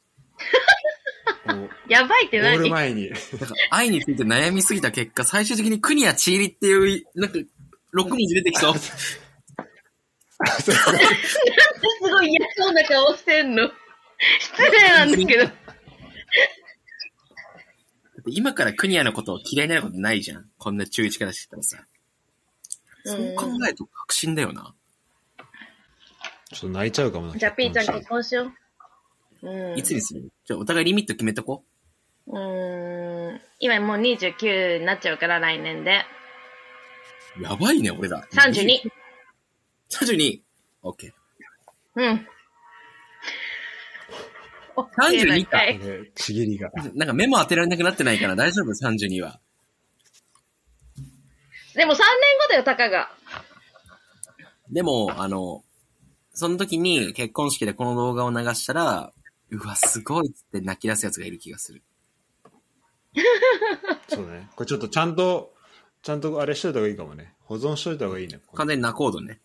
[SPEAKER 1] もう
[SPEAKER 2] う、やばいっ
[SPEAKER 1] ゴ
[SPEAKER 2] て
[SPEAKER 1] ール
[SPEAKER 2] 何
[SPEAKER 1] 前 に。
[SPEAKER 3] なんか愛について悩みすぎた結果、最終的にクニアチーリっていう、なんか、6文字出てきそう。
[SPEAKER 2] すごい嫌そうな顔してんの。 失礼なんだ けど。
[SPEAKER 3] 今からクニアのことを嫌いになることないじゃん。こんな中1からしてたらさ。そう考えると確信だよな。
[SPEAKER 1] ちょっと泣いちゃうかもな。
[SPEAKER 2] じゃあ、ピーちゃん
[SPEAKER 1] 結婚
[SPEAKER 2] 結
[SPEAKER 1] 式
[SPEAKER 2] 婚しよう。うん。
[SPEAKER 3] いつにするじゃあお互いリミット決めとこ
[SPEAKER 2] うーん。今もう29になっちゃうから、来年で。
[SPEAKER 3] う。やばいね、俺ら。
[SPEAKER 2] 32。
[SPEAKER 3] 32。OK。
[SPEAKER 2] うん。
[SPEAKER 3] 32か
[SPEAKER 2] はい
[SPEAKER 1] 俺ちぎりが。
[SPEAKER 3] なんか目も当てられなくなってないから大丈夫 ?32 は。
[SPEAKER 2] でも3年後だよ、たかが。
[SPEAKER 3] でも、あの、その時に結婚式でこの動画を流したら、うわ、すごいっつって泣き出すやつがいる気がする。
[SPEAKER 1] そうね。これちょっとちゃんと、ちゃんとあれしといた方がいいかもね。保存しといた方がいいね。この
[SPEAKER 3] 完全に泣こうとね。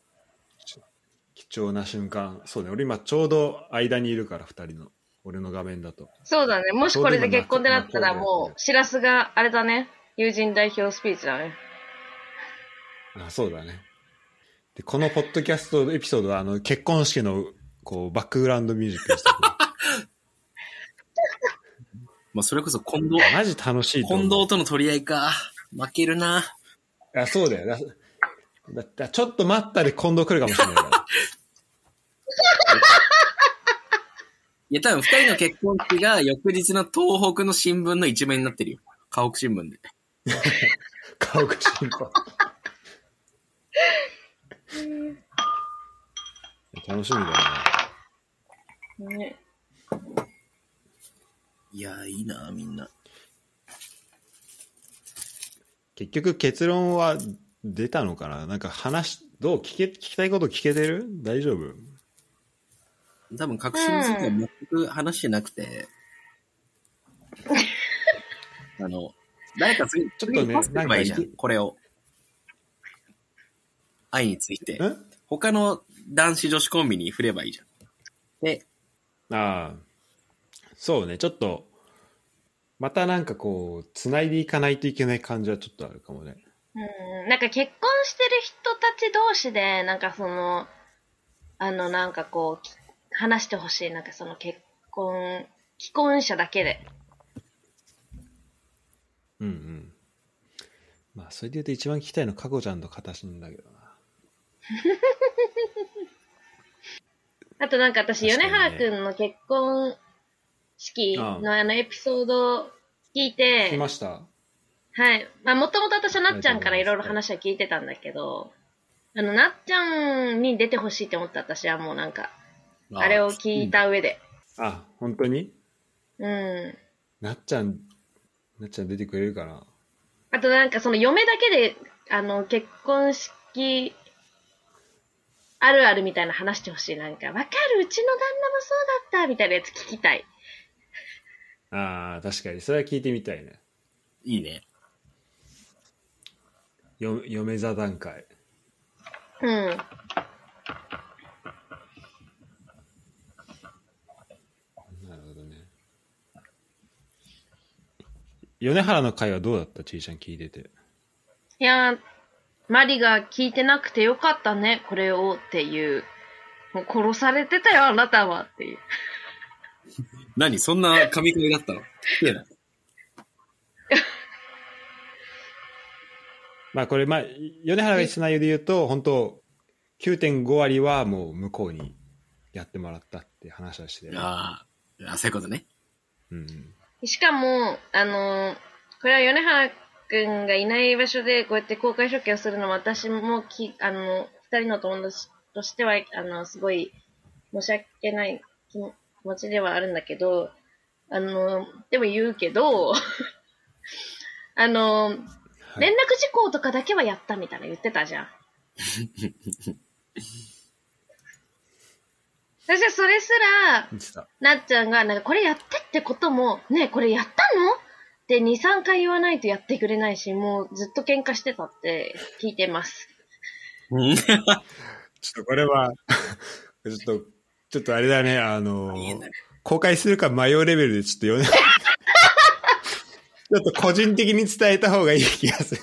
[SPEAKER 1] 貴重な瞬間。そうね。俺今ちょうど間にいるから、二人の。俺の画面だと。
[SPEAKER 2] そうだね。もしこれで結婚ってなった
[SPEAKER 1] そうだ
[SPEAKER 2] ら、
[SPEAKER 1] ね
[SPEAKER 2] もう、しらすが、あれだね。友人代表スピーチだね。
[SPEAKER 1] あ、そうだね。で、このポッドキャストエピソードは、あの、結婚式の、こう、バックグラウンドミュージックにしてく
[SPEAKER 3] まあ、それこそ近藤、
[SPEAKER 1] れマジ楽しいと思う
[SPEAKER 3] 近藤との取り合いか。負けるな。
[SPEAKER 1] あ、そうだよ。だだだちょっと待ったで近藤来るかもしれないから。
[SPEAKER 3] いや、多分二人の結婚式が翌日の東北の新聞の一面になってるよ。河北新聞で。
[SPEAKER 1] 顔が進行。楽しみだね。
[SPEAKER 2] ね
[SPEAKER 3] いやー、いいなーみんな。
[SPEAKER 1] 結局結論は出たのかななんか話、どう聞け、聞きたいこと聞けてる大丈夫
[SPEAKER 3] 多分確信については全く話してなくて。あの、誰か
[SPEAKER 1] ち
[SPEAKER 3] 次、
[SPEAKER 1] ょっとね
[SPEAKER 3] 次パスすればいいじゃ
[SPEAKER 1] なん
[SPEAKER 3] ん。
[SPEAKER 1] か
[SPEAKER 3] これを。愛について。
[SPEAKER 1] ん
[SPEAKER 3] 他の男子女子コンビに振ればいいじゃん。で、
[SPEAKER 1] ああ、そうね、ちょっと、またなんかこう、繋いでいかないといけない感じはちょっとあるかもね。
[SPEAKER 2] うん。なんか結婚してる人たち同士で、なんかその、あの、なんかこうき、話してほしい。なんかその結婚、既婚者だけで。
[SPEAKER 1] うんうん。まあ、それで言うと一番聞きたいのは、かこちゃんと形なんだけどな。
[SPEAKER 2] あとなんか私、
[SPEAKER 1] 確か
[SPEAKER 2] 米
[SPEAKER 1] にね
[SPEAKER 2] 原くんの結婚式のあのエピソードを聞い
[SPEAKER 1] 聞き
[SPEAKER 2] て、
[SPEAKER 1] ました
[SPEAKER 2] はい。まあ、もともと私はなっちゃんから
[SPEAKER 1] あり
[SPEAKER 2] い
[SPEAKER 1] が
[SPEAKER 2] ろ
[SPEAKER 1] と
[SPEAKER 2] いうろ
[SPEAKER 1] ございま
[SPEAKER 2] 話は聞いてたんだけど、あの、なっちゃんに出てほしいって思った私はもうなんか、あれを聞いた上で。
[SPEAKER 1] あ、本当に
[SPEAKER 2] うん。
[SPEAKER 1] なっちゃん、なっちゃん出てくれるかな
[SPEAKER 2] あとなんかその嫁だけで、あの、結婚式、あるあるみたいな話してほしい。なんか、わかるうちの旦那もそうだったみたいなやつ聞きたい。
[SPEAKER 1] ああ、確かに。それは聞いてみたいね。
[SPEAKER 3] いいね。
[SPEAKER 1] よ嫁座談会。
[SPEAKER 2] うん。
[SPEAKER 1] なるほどね。米原の会はどうだったちいちゃん聞いてて。
[SPEAKER 2] いやー、マリが聞いてなくてよかったね、これをっていう。もう殺されてたよ、あなたはっていう。
[SPEAKER 3] 何そんな神々だった のいや
[SPEAKER 1] まあこれ、まあ、米原が言ってた内容で言うと、本当9.5割はもう向こうにやってもらったって話はして、
[SPEAKER 3] あーあ、そういうことね。
[SPEAKER 1] うんうん。
[SPEAKER 2] しかも、あのーこれは米原くんがいない場所でこうやって公開処刑をするのは私もき、あの、二人の友達としては、あの、すごい申し訳ない気持気持ちではあるんだけど、あの、でも言うけど、 あの、
[SPEAKER 1] はい
[SPEAKER 2] 連絡事項とかだけはやったみたいな言ってた じゃん。私はそれすら、
[SPEAKER 1] 言ってた。
[SPEAKER 2] なっちゃんが、なんかこれやってってことも、ねえこれやったのって2、3回言わないとやってくれないし、もうずっと喧嘩してたって聞いてます。
[SPEAKER 3] うん
[SPEAKER 1] ちょっとこれは、ちょっと、ちょっとあれだね、あの
[SPEAKER 3] りえな、
[SPEAKER 1] 公開するか迷うレベル でちょっと米原ちょっと個人的に伝えた方がいい気がする。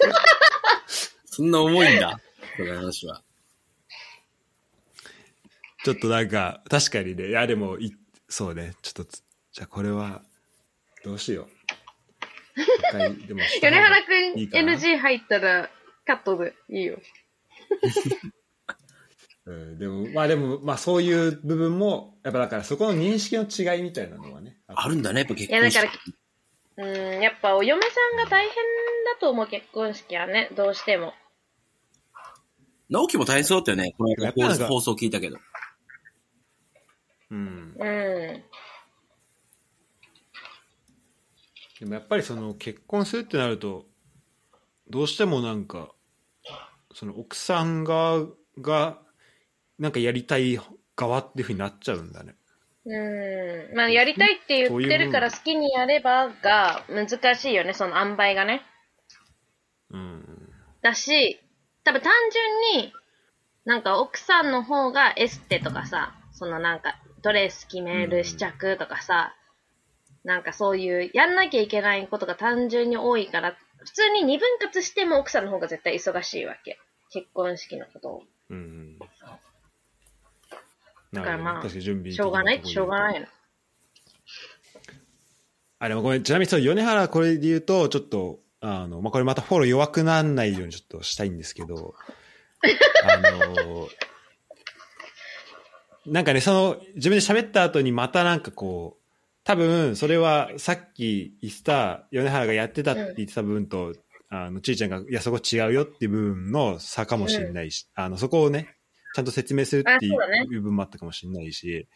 [SPEAKER 3] そんな重いんだ。この話は。
[SPEAKER 1] ちょっとなんか、確かにね、いやでもい、そうね、ちょっとつ、じゃあこれは、どうしよう。一回でもした
[SPEAKER 2] 米
[SPEAKER 1] 方が
[SPEAKER 2] 原くん
[SPEAKER 1] いいかな
[SPEAKER 2] NG 入ったらカットでいいよ。
[SPEAKER 1] うん、でも、まあでも、まあそういう部分も、やっぱだからそこの認識の違いみたいなのはね。
[SPEAKER 3] あるんだね、やっぱ結
[SPEAKER 2] いや
[SPEAKER 3] 婚
[SPEAKER 2] だ
[SPEAKER 3] 式
[SPEAKER 2] から、うん、やっぱお嫁さんが大変だと思う結婚式はね、どうしても。
[SPEAKER 3] 直樹も大変そうだったよね。こ
[SPEAKER 1] やっぱ
[SPEAKER 3] の
[SPEAKER 1] なんか
[SPEAKER 3] 放送聞いたけど。
[SPEAKER 1] うん。
[SPEAKER 2] うん。
[SPEAKER 1] でもやっぱりその結婚するってなるとどうしてもなんかその奥さん側がなんかやりたい側っていうふうになっちゃうんだね。
[SPEAKER 2] うん。まあ、やりたいって言ってるから好きにやればが難しいよね、その塩梅がね。
[SPEAKER 1] うん、
[SPEAKER 2] だし、多分単純に、なんか奥さんの方がエステとかさ、そのなんかドレス決める試着とかさ、なんかそういうやんなきゃいけないことが単純に多いから、普通に二分割しても奥さんの方が絶対忙しいわけ。結婚式のことを。
[SPEAKER 1] うん、
[SPEAKER 2] だからま
[SPEAKER 1] な
[SPEAKER 2] あ
[SPEAKER 1] るほどね確かに準備。
[SPEAKER 2] しょうがないしょうがないいの。
[SPEAKER 1] あ、でもごめん、ちなみにその米原これで言うと、ちょっと、あの、まあ、これまたフォロー弱くならないようにちょっとしたいんですけど、あの、なんかね、その、自分で喋った後にまたなんかこう、多分、それはさっき言ってた、米原がやってたって言ってた部分と、あの、ちいちゃんが、いや、そこ違うよっていう部分の差かもしれないし、あの、そこをね、ちゃんと説明するってい
[SPEAKER 2] あそうだね
[SPEAKER 1] う部分もあったかもしれないし、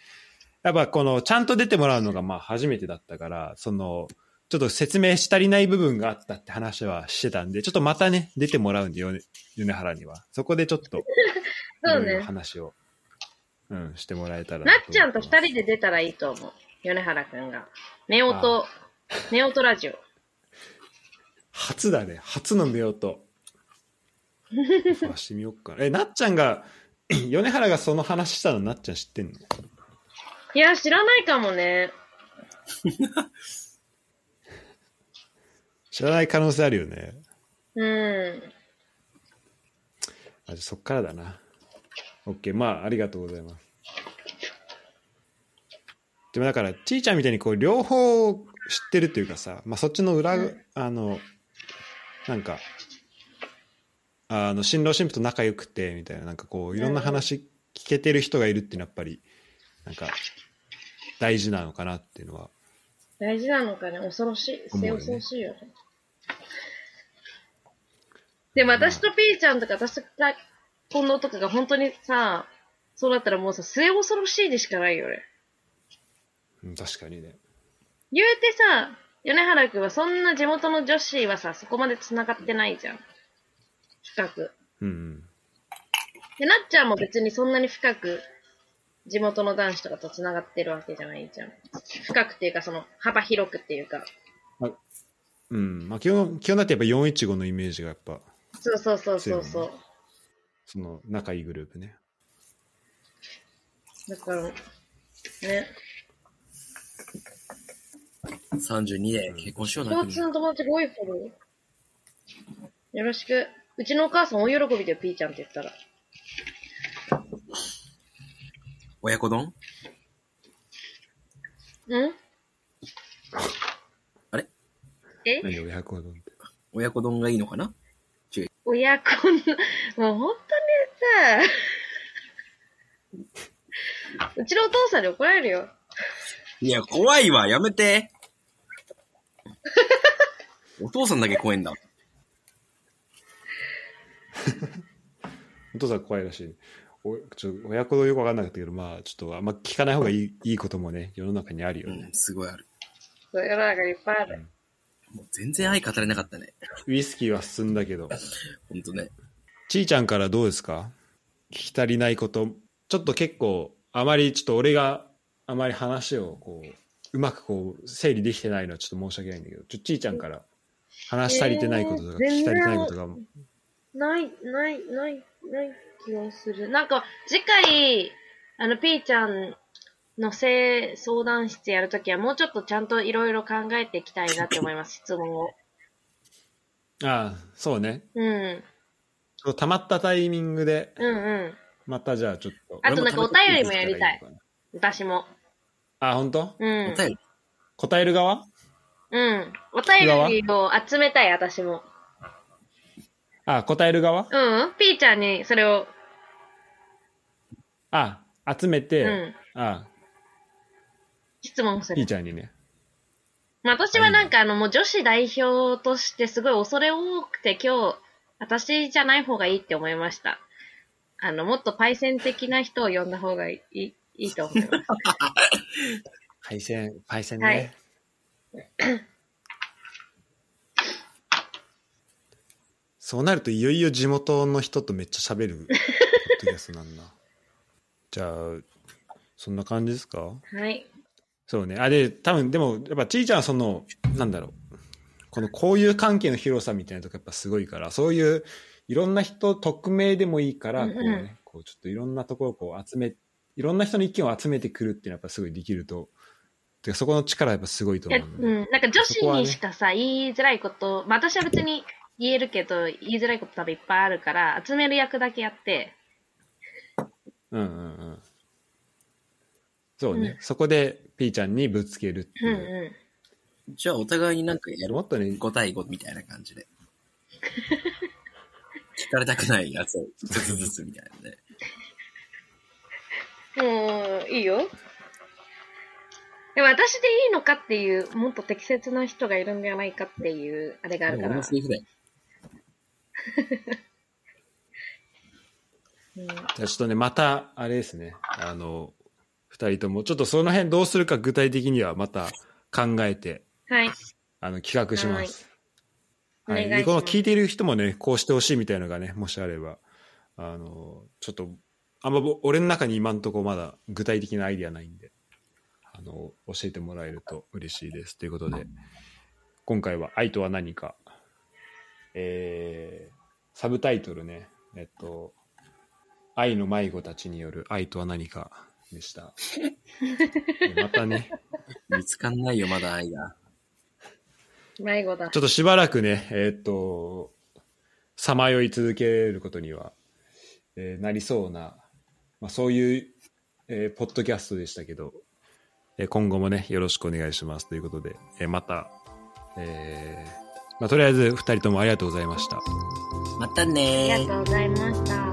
[SPEAKER 1] やっぱこの、ちゃんと出てもらうのがまあ初めてだったから、その、ちょっと説明し足りない部分があったって話はしてたんで、ちょっとまたね、出てもらうんで、よね米原には。そこでちょっと、い
[SPEAKER 2] そう
[SPEAKER 1] ろいろ
[SPEAKER 2] ね。
[SPEAKER 1] 話を、うん、してもらえたら
[SPEAKER 2] なっちゃんと
[SPEAKER 1] 人
[SPEAKER 2] 二人で出たらいいと思う。米原くんが。ネオ ト、ネオトラジオ。
[SPEAKER 1] 初だね初の目音探してみようかなえなっちゃんが 米原がその話したのなっちゃん知ってんの
[SPEAKER 2] いや、知らないかもね。
[SPEAKER 1] 知らない可能性あるよね
[SPEAKER 2] うん。
[SPEAKER 1] あじゃあそっからだな OK まあありがとうございますでもだからちいちゃんみたいにこう両方知ってるというかさ、まあ、そっちの裏、あのなんか、あの、新郎新婦と仲良くて、みたいな、なんかこう、いろんな話聞けてる人がいるっていうのはやっぱり、なんか、大事なのかなっていうのは。
[SPEAKER 2] 大事なのかな恐ろしい。
[SPEAKER 1] 思うよね
[SPEAKER 2] 末恐ろしいよ。でも私とピーちゃんとか私と近藤とかが本当にさ、そうだったらもうさ、末恐ろしいでしかないよね。
[SPEAKER 1] うん確かにね。
[SPEAKER 2] 言うてさ、米原くんはそんな地元の女子はさ、そこまで繋がってないじゃん。深く。
[SPEAKER 1] うんうん。
[SPEAKER 2] で、なっちゃんも別にそんなに深く、地元の男子とかと繋がってるわけじゃないじゃん。深くっていうか、その、幅広くっていうか。
[SPEAKER 1] うん。まあ、基本、基本だってやっぱ415のイメージがやっぱ、
[SPEAKER 2] そうそうそうそう
[SPEAKER 1] そう
[SPEAKER 2] そ
[SPEAKER 1] よねその仲いいグループね。
[SPEAKER 2] う。だから、ね。
[SPEAKER 3] 32で結婚しような
[SPEAKER 2] 共
[SPEAKER 3] んて
[SPEAKER 2] 通の友達が多いほど。よろしく。うちのお母さん大喜びだよ、ピーちゃんって言ったら。
[SPEAKER 3] 親子丼
[SPEAKER 2] うん
[SPEAKER 3] あれ
[SPEAKER 2] え
[SPEAKER 1] 何親子丼って。
[SPEAKER 3] 親子丼がいいのかな
[SPEAKER 2] 親子の、もう本当にさ、うちのお父さんに怒られるよ。
[SPEAKER 3] いや、怖いわ、やめて。 お父さんだけ怖いんだ。
[SPEAKER 1] お父さん怖いらしい。おちょ親子丼よくわかんなかったけど、まあ、ちょっとあんま聞かない方がいいいいこともね、世の中にあるよ
[SPEAKER 3] う
[SPEAKER 1] ね。
[SPEAKER 3] ん、すごいある。
[SPEAKER 2] 世の中にいっぱいある。
[SPEAKER 3] もう全然愛語れなかったね。
[SPEAKER 1] ウイスキーは進んだけど。
[SPEAKER 3] ほんとね。
[SPEAKER 1] ちーちゃんからどうですか聞き足りないことちょっと結構あまりちょっと俺があまり話をこううまくこう整理できてないのはちょっと申し訳ないんだけどちょちーちゃんから話し足りてないこととか
[SPEAKER 2] えー
[SPEAKER 1] 聞き足りてないことが、
[SPEAKER 2] ない、ない、ない、ない気がする。なんか、次回、あの、ピーちゃんの性相談室やるときは、もうちょっとちゃんといろいろ考えていきたいなって思います、質問を。
[SPEAKER 1] ああそうね
[SPEAKER 2] うん。うん
[SPEAKER 1] たまったタイミングで
[SPEAKER 2] う
[SPEAKER 1] またじゃあちょっと
[SPEAKER 2] あとなんかお便りもやりたい。
[SPEAKER 1] 俺も溜めてきたらのかなん
[SPEAKER 2] 私も。
[SPEAKER 1] あ本当
[SPEAKER 2] うん
[SPEAKER 3] お。便り、
[SPEAKER 1] 答える側
[SPEAKER 2] うん。お便りを集めたい、私も。
[SPEAKER 1] あ答える側
[SPEAKER 2] うん。ピーちゃんにそれを。
[SPEAKER 1] あ集めて、
[SPEAKER 2] うん。
[SPEAKER 1] あ
[SPEAKER 2] 質問す
[SPEAKER 1] ピー。
[SPEAKER 2] る
[SPEAKER 1] ちゃんにね
[SPEAKER 2] まあ、私はなんかあの、もう女子代表としてすごい恐れ多くて今日、私じゃない方がいいって思いました。あの、もっとパイセン的な人を呼んだ方がいい、いいと思います。
[SPEAKER 1] 配線配線ね、
[SPEAKER 2] はい
[SPEAKER 1] そうなるといよいよ地元の人とめっちゃ喋るポッドキャストなんだじゃあそんな感じですか
[SPEAKER 2] はい。
[SPEAKER 1] そうねあで多分でもやっぱちいちゃんはそのなんだろうこの交友関係の広さみたいなとこやっぱすごいからそういういろんな人匿名でもいいからこう、ね
[SPEAKER 2] うんうん
[SPEAKER 1] こうちょっといろんなところをこう集めいろんな人の意見を集めてくるっていうのはやっぱすごいできるとてかそこの力はやっぱすごいと
[SPEAKER 2] いや
[SPEAKER 1] 思う
[SPEAKER 2] う
[SPEAKER 1] んだよね
[SPEAKER 2] ん。なんか女子にしかさ、言いづらいこと、まあ、私は別に言えるけど、言いづらいこと多分いっぱいあるから、集める役だけやって、
[SPEAKER 1] うんうんうん。そうね、
[SPEAKER 2] うん
[SPEAKER 1] そこで P ちゃんにぶつけるって
[SPEAKER 2] うん
[SPEAKER 1] いう。
[SPEAKER 2] う
[SPEAKER 3] じゃあお互いになんかやろ
[SPEAKER 1] もっとね
[SPEAKER 3] う。、5対5みたいな感 じで。聞かれたくないやつを一つずつみたいなね。
[SPEAKER 2] ん。もう、いいよ。でも私でいいのかっていう、もっと適切な人がいるんじゃないかっていう、あれがあるか
[SPEAKER 3] 俺
[SPEAKER 2] ら。
[SPEAKER 3] もセーフだよ。
[SPEAKER 2] うん
[SPEAKER 1] じゃあちょっとね、また、あれですね、あの、二人とも、ちょっとその辺どうするか具体的にはまた考えて、
[SPEAKER 2] はい。
[SPEAKER 1] あの、企画します。
[SPEAKER 2] は
[SPEAKER 1] はいい。
[SPEAKER 2] お願いし
[SPEAKER 1] こ
[SPEAKER 2] ます
[SPEAKER 1] の聞いている人もね、こうしてほしいみたいなのがね、もしあれば、あの、ちょっと、あんまぼ俺の中に今んとこまだ具体的なアイディアないんで、あの、教えてもらえると嬉しいです。ということで、今回は愛とは何か、えー、サブタイトルね、えっと、愛の迷子たちによる愛とは何かで した。またね、
[SPEAKER 3] 見つかんないよ、まだ愛が。
[SPEAKER 2] 迷子だ
[SPEAKER 1] ち。ょっとしばらくね、えーっと、さまよい続けることには、えーなりそうな、まあ、そういう、えーポッドキャストでしたけど、えー今後もね、よろしくお願いしますということで、えーまた、えまあ、とりあえず2人ともありがとうございました。
[SPEAKER 3] また
[SPEAKER 2] あ
[SPEAKER 3] ねー
[SPEAKER 2] りがとうございました。